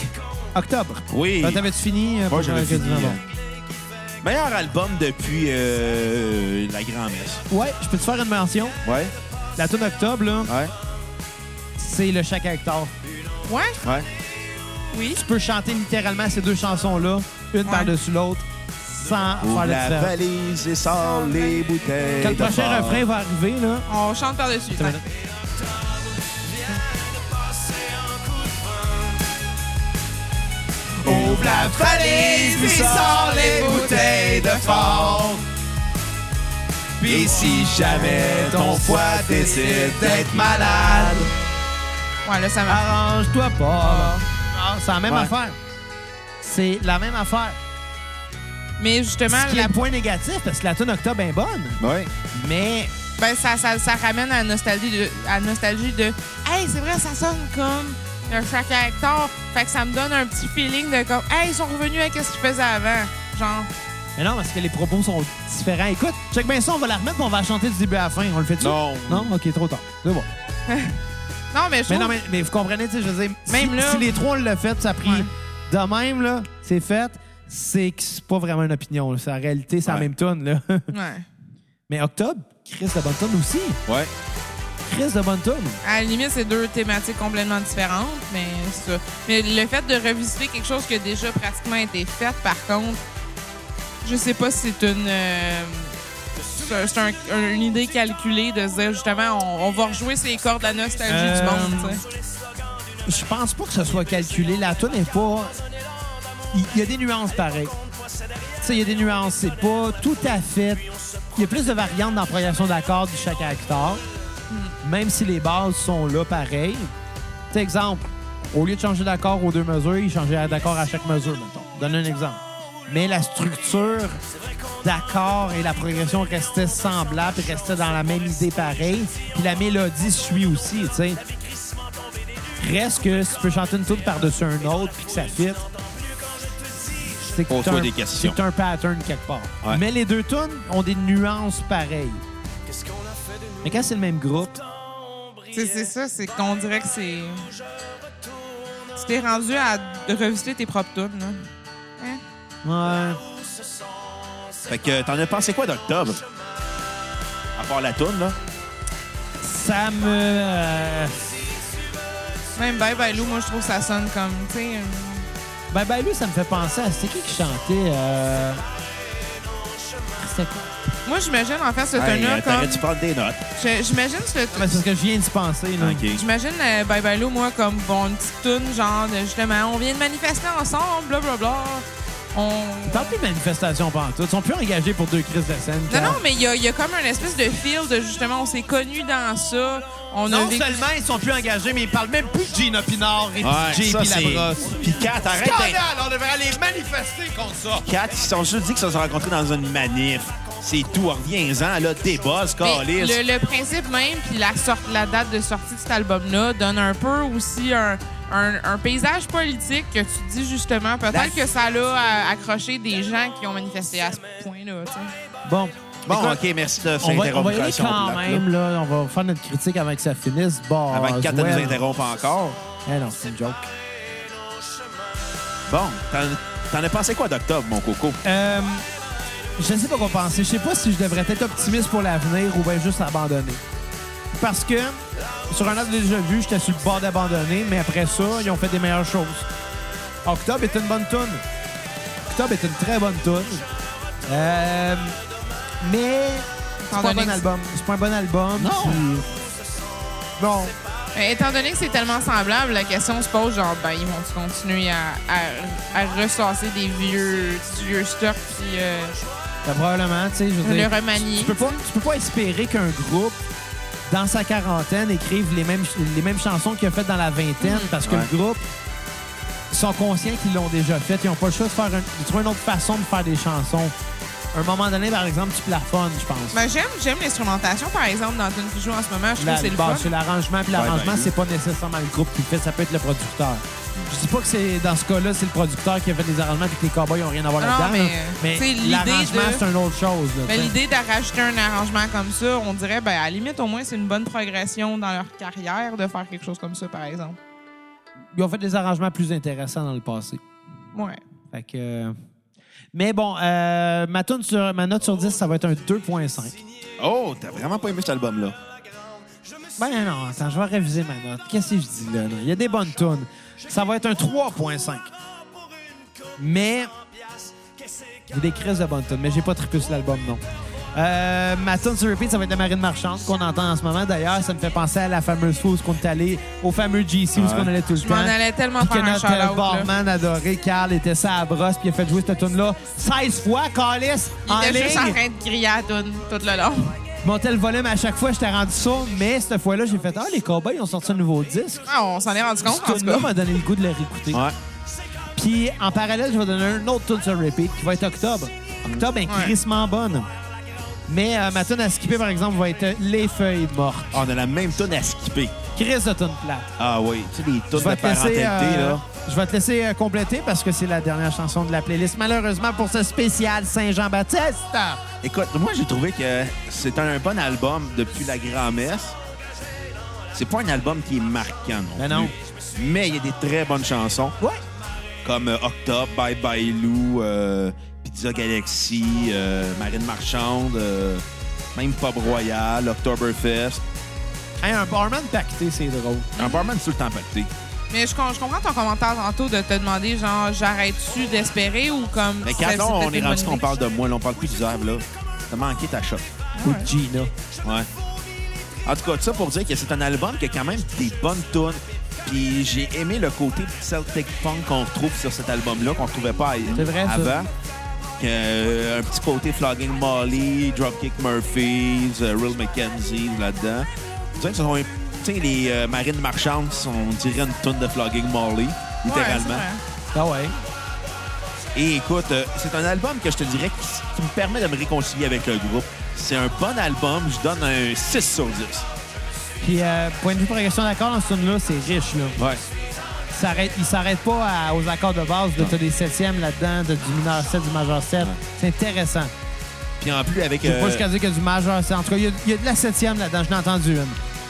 S1: octobre.
S3: Oui.
S1: Euh, T'avais-tu fini? euh,
S3: Moi,
S1: pour,
S3: j'avais
S1: euh,
S3: fini.
S1: Quasiment Bon?
S3: euh, Meilleur album depuis euh, la grand-messe.
S1: Ouais, je peux te faire une mention.
S3: Ouais,
S1: La tune octobre, là,
S3: ouais,
S1: c'est le chaque acteur.
S4: Ouais,
S3: ouais.
S4: oui.
S1: Tu peux chanter littéralement ces deux chansons-là, une
S4: Ouais.
S1: par-dessus l'autre, sans
S3: Ouvre
S1: faire le
S3: la
S1: différence.
S3: valise et sors les bouteilles.
S1: Quand le
S3: de
S1: prochain
S3: fort.
S1: refrain va arriver, là...
S4: On chante par-dessus.
S1: Attends une minute.
S3: Ouvre la valise puis sors les bouteilles de fort. Puis si jamais ton foie décide d'être malade.
S4: Ouais, là, ça
S1: Ah,
S4: marche.
S1: Arrange-toi pas. Ah, c'est la même
S3: Ouais.
S1: affaire. C'est la même affaire.
S4: Mais justement,
S1: Ce qui est
S4: la-
S1: le point négatif, parce que la tune octobre est bonne,
S3: Ouais.
S1: mais
S4: ben, ça, ça, ça ramène à la nostalgie de, à la nostalgie de Hey, c'est vrai, ça sonne comme un chaque acteur. Fait que ça me donne un petit feeling de comme Hey, ils sont revenus à ce qu'ils faisaient avant. Genre,
S1: Mais non, parce que les propos sont différents. Écoute, check bien ça, on va la remettre, mais on va la chanter du début à la fin. On le fait tout
S3: Non.
S1: Non? OK, trop tard. C'est bon.
S4: non, mais je
S1: Mais
S4: trouve-
S1: non, mais, mais vous comprenez, tu sais, je veux dire,
S4: Même
S1: si,
S4: là-
S1: si les trois, on l'a fait, ça a pris
S4: Ouais.
S1: de même, là, c'est fait, c'est que c'est pas vraiment une opinion. là. C'est la réalité, c'est la
S3: Ouais.
S1: même tonne, là.
S4: Ouais.
S1: mais Octobre, Chris de Bonne Tonne aussi.
S3: Ouais.
S1: Chris de Bonne Tonne.
S4: À la limite, c'est deux thématiques complètement différentes, mais c'est ça. Mais le fait de revisiter quelque chose qui a déjà pratiquement été fait, par contre, je sais pas si c'est une. euh, c'est c'est un- un- une idée calculée de se dire justement, on, on va rejouer ces cordes de la nostalgie
S1: Euh,
S4: du monde. tu sais.
S1: Je pense pas que ce soit calculé. La tonne n'est pas. Il il y a des nuances pareilles. Tu sais, il y a des nuances. C'est pas tout à fait. Il y a plus de variantes dans la progression d'accords du chaque acteur. même si les bases sont là pareilles. Tu sais, exemple, au lieu de changer d'accord aux deux mesures, ils changeaient d'accord à chaque mesure, mettons. Je Donne un exemple. Mais la structure d'accord et la progression restaient semblables, puis restaient dans la même idée pareille. Puis la mélodie suit aussi, tu sais. Reste que si tu peux chanter une toute par-dessus un autre, puis que ça fit, c'est que
S3: On
S1: t'as
S3: soit
S1: un-
S3: des questions.
S1: c'est que t'as un pattern quelque part.
S3: Ouais.
S1: Mais les deux tunes ont des nuances pareilles. Mais quand c'est le même groupe,
S4: C'est c'est ça, c'est qu'on dirait que c'est. Tu t'es rendu à revisiter tes propres tunes, là. Hein?
S1: ouais.
S3: Fait que t'en as pensé quoi d'octobre? À part la toune, là.
S1: ça me. euh,
S4: Même Bye Bye Lou, moi, je trouve que ça sonne comme, tu sais, euh, une-
S1: Ben, ben, lui, ça me fait penser à. C'était qui qui chantait. euh, C'était quoi?
S4: Moi, j'imagine, en fait, ce
S3: Hey,
S4: tune-là
S3: euh,
S4: comme...
S3: T'aurais dû prendre des notes.
S4: Je- J'imagine ce
S1: Ben, c'est ce que je viens de penser, là.
S3: OK.
S4: J'imagine euh, Bye Bye Lou, moi, comme bon, une petite tune, genre, de, justement, on vient de manifester ensemble, blablabla. On...
S1: Tant plus de manifestations pantoute. Ils sont plus engagés pour deux crises de scène.
S4: Non, non, mais il y a, il y a comme un espèce de feel de, justement, on s'est connus dans ça. On a
S1: Non
S4: vécu-
S1: seulement ils sont plus engagés, mais ils parlent même plus de Gina Pinard et
S3: Ouais,
S1: DJ
S3: ça,
S1: puis
S3: c'est-
S1: la brosse.
S3: Puis Kat, arrête d'être...
S1: On devrait aller manifester contre ça.
S3: Kat, ils se sont juste dit qu'ils se sont rencontrés dans une manif. C'est tout, reviens-en, là, débosse,
S4: Mais
S3: calice.
S4: Ben, le, le principe même, puis la, sort- la date de sortie de cet album-là donne un peu aussi un, un- un paysage politique que tu te dis justement, peut-être
S3: La-
S4: que ça l'a euh, accroché des gens qui ont manifesté à ce point-là. tu sais.
S1: Bon.
S3: Bon,
S1: Écoute,
S3: OK, merci de cette
S1: On va, on va y aller
S3: interruption.
S1: quand
S3: plate, là.
S1: même, là. On va faire notre critique avant que ça finisse. Bon,
S3: Avant que Kat ne
S1: Zouel.
S3: nous interrompe encore.
S1: Eh non, c'est une joke.
S3: Bon, t'en- t'en as pensé quoi d'octobre, mon coco?
S1: Euh, je ne sais pas quoi penser. Je sais pas si je devrais être optimiste pour l'avenir ou bien juste abandonner. Parce que sur un autre déjà vu, j'étais sur le bord d'abandonner, mais après ça, ils ont fait des meilleures choses. Octobre est une bonne tune. Octobre est une très bonne tune. Euh, mais c'est pas un
S4: Abandonner
S1: bon
S4: que-
S1: album. C'est pas un bon album.
S3: Non.
S1: puis- Bon,
S4: Mais étant donné que c'est tellement semblable, la question se pose genre, ben, ils vont continuer à, à- à ressortir des vieux, du vieux stock, puis euh,
S1: ben, probablement, tu sais, je veux
S4: le
S1: dire,
S4: remanier.
S1: Tu peux pas, tu peux pas espérer qu'un groupe dans sa quarantaine écrive les mêmes, les mêmes chansons qu'il a faites dans la vingtaine
S4: Mm.
S1: parce que
S3: Ouais.
S1: le groupe ils sont conscients qu'ils l'ont déjà fait. Ils n'ont pas le choix de faire un- de trouver une autre façon de faire des chansons. À un moment donné, par exemple, tu plafonnes, je pense.
S4: Ben, j'aime, j'aime l'instrumentation, par exemple, dans une qui joue en ce moment. Je trouve
S1: La-
S4: que c'est le
S1: bah,
S4: fun.
S1: c'est l'arrangement, puis l'arrangement,
S3: ben, oui.
S1: c'est pas nécessairement le groupe qui le fait, ça peut être le producteur. Je dis pas que c'est dans ce cas-là, c'est le producteur qui a fait des arrangements puis que les cowboys n'ont rien à voir
S4: Ah Non,
S1: là-dedans.
S4: mais,
S1: là.
S4: tu sais, l'idée
S1: l'arrangement,
S4: de-
S1: c'est une autre chose. là,
S4: Mais
S1: tu sais.
S4: l'idée de rajouter un arrangement comme ça, on dirait, ben, à la limite, au moins, c'est une bonne progression dans leur carrière de faire quelque chose comme ça, par exemple.
S1: Ils ont fait des arrangements plus intéressants dans le passé.
S4: Ouais.
S1: Fait que. euh, Mais bon, euh, ma, toune sur, ma note sur 10, ça va être un 2.5.
S3: Oh, t'as vraiment pas aimé cet album-là.
S1: Ben non, attends, je vais réviser ma note. Qu'est-ce que je dis là? là? Il y a des bonnes tunes. Ça va être un 3.5. Mais. Il y a des crises de bonnes tunes, mais j'ai pas trippé sur l'album, non. Euh, ma tune sur repeat, ça va être la Marine Marchande qu'on entend en ce moment. D'ailleurs, ça me fait penser à la fameuse fois où on est allé au fameux GC où
S3: Ouais.
S1: on allait tout le
S4: Je
S1: temps.
S4: m'en allais tellement
S1: Puis que
S4: faire un
S1: notre euh,
S4: shout-out. là.
S1: barman adoré, Carl, était ça à brosse, puis il a fait jouer cette tune-là 16 fois, Carlis, en
S4: Il était juste en
S1: ligne.
S4: train de crier à la toune tout le long.
S1: Je montais le volume à chaque fois, j'étais rendu sourd, mais cette fois-là, j'ai fait « Ah, les cowboys, ils ont sorti un nouveau disque.
S4: Ah, on s'en est rendu » compte, en
S1: Cette
S4: tout
S1: tune-là
S4: cas.
S1: m'a donné le goût de le réécouter.
S3: Ouais.
S1: Puis, en parallèle, je vais donner un autre tune sur repeat, qui va être Octobre. Octobre est
S4: Ouais.
S1: crissement bonne. Mais euh, ma tune à skipper, par exemple, va être « Les feuilles mortes
S3: Ah, on a la même tune à skipper. ».
S1: Chris de tune plate.
S3: Ah oui, tu sais, les tunes
S1: Je vais
S3: de
S1: te laisser,
S3: parentalité,
S1: euh,
S3: là.
S1: je vais te laisser euh, compléter parce que c'est la dernière chanson de la playlist. Malheureusement, pour ce spécial Saint-Jean-Baptiste.
S3: Écoute, moi, j'ai trouvé que c'est un bon album depuis la grand-messe. C'est pas un album qui est marquant, non
S1: Ben non.
S3: plus. Mais il y a des très bonnes chansons,
S1: Ouais.
S3: comme euh, Octobre, Bye Bye Lou, euh, Pizza Galaxy, euh, Marine Marchande, euh, même Pop Royal, Oktoberfest.
S1: Hey, un barman pacté, c'est drôle.
S3: Un barman tout le temps pacté.
S4: Mais je, com- je comprends ton commentaire tantôt de te demander, genre, j'arrête-tu d'espérer ou comme.
S3: Mais
S4: ça,
S3: quand
S4: c'est
S3: on,
S4: peut-être
S3: est
S4: une
S3: rendu
S4: bonne
S3: qu'on
S4: idée.
S3: parle de moi, là, on parle plus du Zab, là. T'as manqué ta shot.
S4: Ah
S1: Ou de Gina.
S3: Ouais. En tout cas, tout ça pour dire que c'est un album qui a quand même des bonnes tunes. Puis j'ai aimé le côté Celtic Punk qu'on retrouve sur cet album-là, qu'on ne trouvait pas ailleurs-
S1: C'est vrai, ça.
S3: avant. Que, euh, un petit côté Flogging Molly, Dropkick Murphys, euh, Real McKenzie là-dedans. dirais que ce sont un- tu sais, les euh, marines marchandes, sont, on dirait une tonne de flogging Marley, littéralement.
S1: Ah ouais.
S3: Et écoute, euh, c'est un album que je te dirais qui, qui me permet de me réconcilier avec le groupe. C'est un bon album, je donne un 6 sur 10.
S1: Puis, euh, point de vue progression d'accords dans ce tune-là, c'est riche, là.
S3: Ouais.
S1: Il s'arrête- Il s'arrête pas à- aux accords de base.
S4: Ah.
S1: de T'as des septièmes là-dedans, de- du mineur 7, du majeur 7. C'est intéressant.
S3: Puis en plus, avec.
S1: Je vais
S3: euh,
S1: pas jusqu'à dire que du majeur 7. En tout cas, il y, a- il y a de la septième là-dedans. Je n'ai entendu une.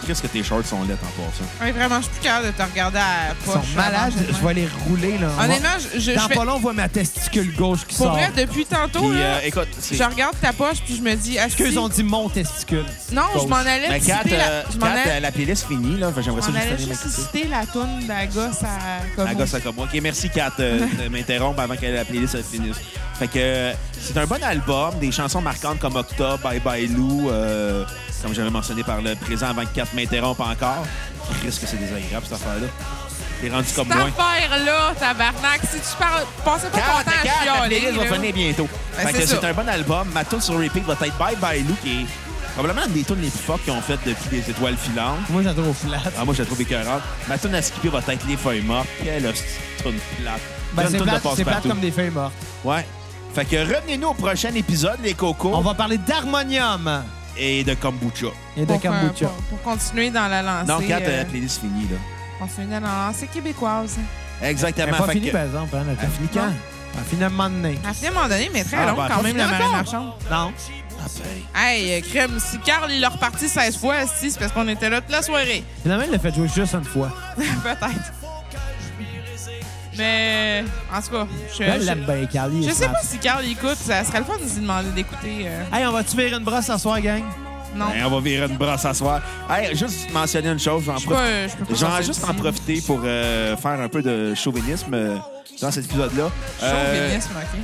S3: Qu'est-ce que tes shorts sont lettres en passant?
S4: Ouais, vraiment, je suis plus capable de te regarder à la
S1: Ils
S4: poche.
S1: sont malades.
S4: avant de-
S1: Je vais les rouler, là. On va-
S4: hein? Honnêtement, je, je- je
S1: Dans
S4: fais-
S1: pas long, on voit ma testicule gauche qui
S4: Pour
S1: sort.
S4: vrai, depuis tantôt,
S3: Puis
S4: là,
S3: euh, écoute, c'est.
S4: je regarde ta poche puis je me dis... ah, si-
S1: Qu'eux ont dit mon testicule.
S4: Non, je m'en
S3: Mais
S4: allais te
S3: Kat,
S4: citer
S3: euh,
S4: la... Je m'en
S3: Kat,
S4: allais-
S3: euh, la playlist finie, là. Fait que J'aimerais
S4: je
S3: ça
S4: m'en allais
S3: juste finir
S4: juste
S3: ma critique.
S4: citer la toune d'Agos à Kobo.
S3: La gosse à comme moi. OK, merci, Kat, euh, de m'interrompre avant que la playlist se finisse. Fait que euh, c'est un bon album, des chansons marquantes comme Octobre, Bye Bye Lou, euh, comme j'avais mentionné par le présent avant que Kat m'interrompe encore. Risque que c'est désagréable, cette affaire-là. T'es rendu comme
S4: Cette
S3: loin.
S4: affaire-là, tabarnak, si tu parles... Passez pas ton
S3: Kat,
S4: temps à
S3: Kat, la
S4: chialer,
S3: playlist va
S4: là.
S3: finir bientôt.
S4: Ben,
S3: fait
S4: c'est
S3: que
S4: ça.
S3: c'est un bon album. Ma tune sur repeat va être Bye Bye Lou, qui est probablement une des tunes les plus fortes qu'ils ont faites depuis les étoiles filantes.
S1: Moi, j'en trouve flat.
S3: Ah, moi, je la trouve écœurante. Ma tune à skipper va être Les Feuilles Mortes. Quelle hostie de tune plate.
S1: Ben,
S3: Quelle
S1: c'est
S3: tune de
S1: plate, c'est plate
S3: passe-partout.
S1: comme des feuilles mortes.
S3: Ouais. Fait que revenez-nous au prochain épisode, les cocos,
S1: On va parler d'harmonium
S3: et de kombucha.
S1: et de
S4: Pour, euh,
S1: kombucha.
S4: pour- pour continuer dans la lancée...
S3: Non, Kat,
S4: euh,
S3: la playlist finie, là.
S4: continuer dans la lancée québécoise.
S1: Elle
S3: Exactement.
S1: pas
S3: Fait
S1: fini,
S3: que-
S4: ben,
S1: par exemple. Hein,
S3: Elle finit quand?
S1: Non. Elle finit à un moment donné.
S4: À un moment donné, mais très
S3: Ah,
S4: long
S3: ben,
S4: quand même, la
S3: continue
S4: marine
S3: encore.
S4: marchande.
S1: Non.
S3: Ah, ben.
S4: Hey, euh, crème, si Carl, il l'a reparti 16 fois, si, c'est parce qu'on était là toute la soirée.
S1: Finalement, il l'a fait jouer juste une fois.
S4: Peut-être. Mais, en tout cas,
S1: Là,
S4: je,
S1: elle l'aime
S4: je,
S1: bien, Carly. il
S4: je
S1: est
S4: sais
S1: smart.
S4: pas si Carl écoute. Ça serait le fun de lui demander d'écouter. euh,
S1: Hey, on va-tu virer une brosse ce soir, gang?
S4: non.
S3: Ben, on va virer une brasse à soir. Hey, juste mentionner une chose, j'en
S4: Je peux
S3: profite.
S4: pas- je peux pas
S3: J'en
S4: sortir
S3: juste
S4: d'ici.
S3: en profiter pour euh, faire un peu de chauvinisme euh, dans cet épisode-là. Euh,
S4: Chauvinisme, OK.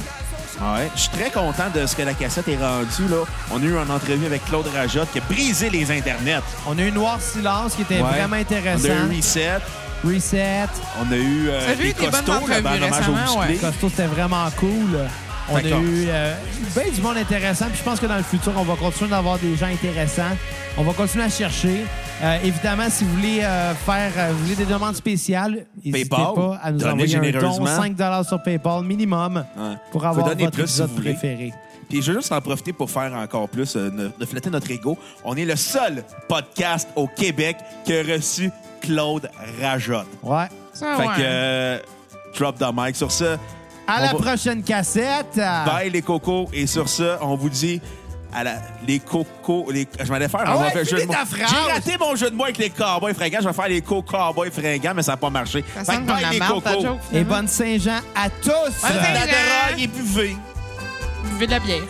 S3: Ouais. Je suis très content de ce que la cassette est rendue. Là. On a eu une entrevue avec Claude Rajotte qui a brisé les internets.
S1: On a eu Noir Silence qui était
S3: Ouais.
S1: vraiment
S3: On a eu
S1: intéressant.
S3: Reset.
S1: Reset.
S3: On a eu euh,
S4: Ça a eu
S3: les
S4: des bonnes
S3: costauds, la bande
S4: entrevues
S3: hommage au
S4: récemment,
S3: musclé.
S1: Costo, c'était vraiment cool. On a
S3: D'accord.
S1: eu euh, ben du monde intéressant. Puis je pense que dans le futur, on va continuer d'avoir des gens intéressants. On va continuer à chercher. Euh, évidemment, si vous voulez euh, faire euh, vous voulez des demandes spéciales, n'hésitez
S3: PayPal,
S1: pas à nous
S3: donnez
S1: envoyer un don
S3: généreusement.
S1: 5 sur PayPal minimum
S3: Ouais.
S1: pour
S3: Faut
S1: avoir
S3: donner
S1: votre
S3: plus si
S1: épisode
S3: vous voulez.
S1: préféré.
S3: Puis je veux juste en profiter pour faire encore plus, euh, ne- de flatter notre ego. On est le seul podcast au Québec qui a reçu Claude Rajotte.
S1: Ouais.
S4: Ça,
S3: fait
S4: Ah ouais.
S3: que euh, drop the mic. Sur ce,
S1: À
S3: On
S1: la
S3: va-
S1: prochaine cassette.
S3: bye les cocos. Et sur ce, on vous dit à la, les cocos. Les, je m'allais faire.
S1: Ah
S3: on va
S1: ouais,
S3: faire le jeu
S1: finis
S3: de mots.
S1: ta phrase.
S3: J'ai raté mon jeu de mots avec les cowboys fringants. Je vais faire les cocos-cowboys fringants, mais ça n'a pas marché.
S4: Ça
S3: fait que
S4: semble comme la
S3: les
S4: marde, ta
S3: cocos.
S4: joke,
S1: Et
S4: finalement.
S1: bonne Saint-Jean à tous.
S4: Bonne
S3: Faites
S4: Saint-Jean.
S3: la drogue et buvez.
S4: Buvez de la bière.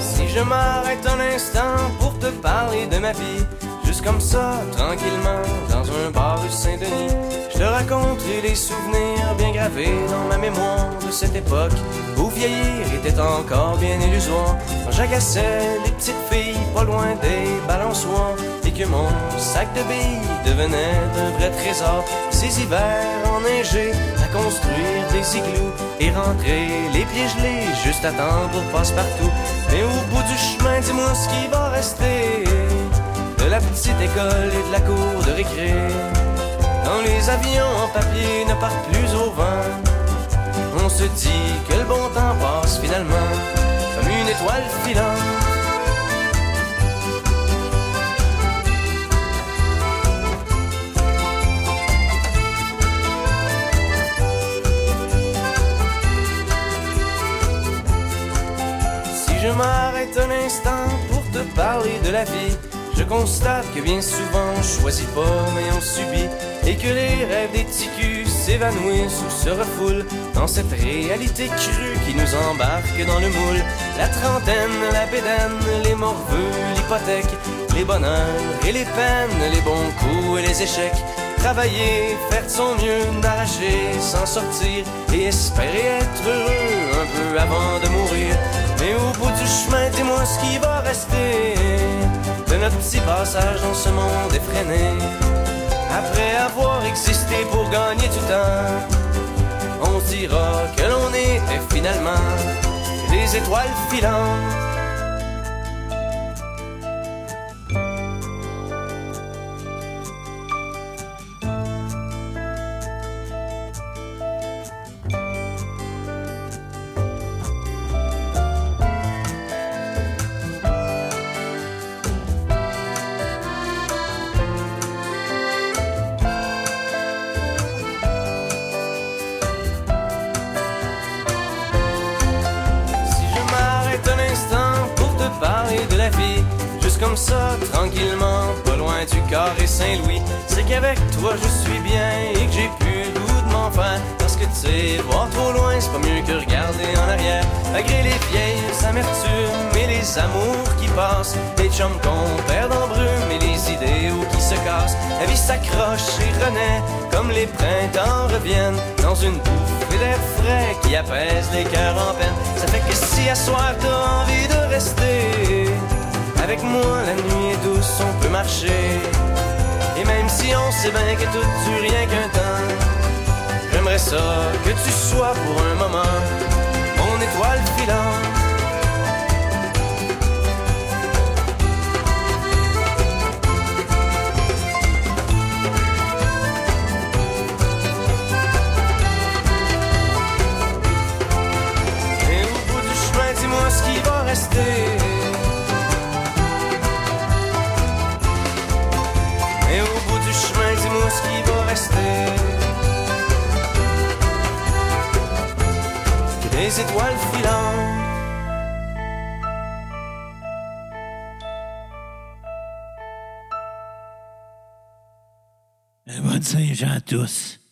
S2: Si je m'arrête un instant pour te parler de ma vie, juste comme ça, tranquillement, dans un bar rue Saint-Denis, je te raconterai les souvenirs bien gravés dans ma mémoire de cette époque où vieillir était encore bien illusoire. Quand j'agaçais les petites filles pas loin des balançoires et que mon sac de billes devenait un vrai trésor. Ces hivers enneigés à construire des igloos et rentrer les pieds gelés juste à temps pour passe-partout. Mais au bout du chemin, dis-moi ce qui va rester de la petite école et de la cour de récré. Quand les avions en papier ne partent plus au vent, on se dit que le bon temps passe finalement comme une étoile filante. Si je m'arrête un instant pour te parler de la vie, je constate que bien souvent on choisit pas mais on subit et que les rêves des ticus s'évanouissent ou se refoulent dans cette réalité crue qui nous embarque dans le moule. La trentaine, la bédaine, les morveux, l'hypothèque, les bonheurs et les peines, les bons coups et les échecs. Travailler, faire de son mieux, nager, s'en sortir et espérer être heureux un peu avant de mourir. Mais au bout du chemin, dis-moi ce qui va rester de notre petit passage dans ce monde effréné. Après avoir existé pour gagner du temps, on dira que l'on était finalement des étoiles filantes. Si je m'arrête un instant pour te parler de la vie, juste comme ça, tranquillement, pas loin du carré Saint-Louis, c'est qu'avec toi je suis bien et que j'ai plus le goût de m'en faire. Parce que tu sais, voir trop loin, c'est pas mieux que regarder en arrière. Malgré les vieilles amertumes et les amours qui passent, les chums qu'on perd en brume et les idéaux qui se cassent, la vie s'accroche et renaît comme les printemps reviennent dans une bouffée d'air frais qui apaise les cœurs en peine. Ça fait que si à soir t'as envie de rester avec moi, la nuit est douce, on peut marcher. Et même si on sait bien que tout dure rien qu'un temps, j'aimerais ça que tu sois pour un moment mon étoile filante. Et au bout du chemin, dis-moi ce qui va rester. Et au bout du chemin, dis-moi ce qui va rester. Que des étoiles filantes.
S1: Bonne Saint-Jean à tous.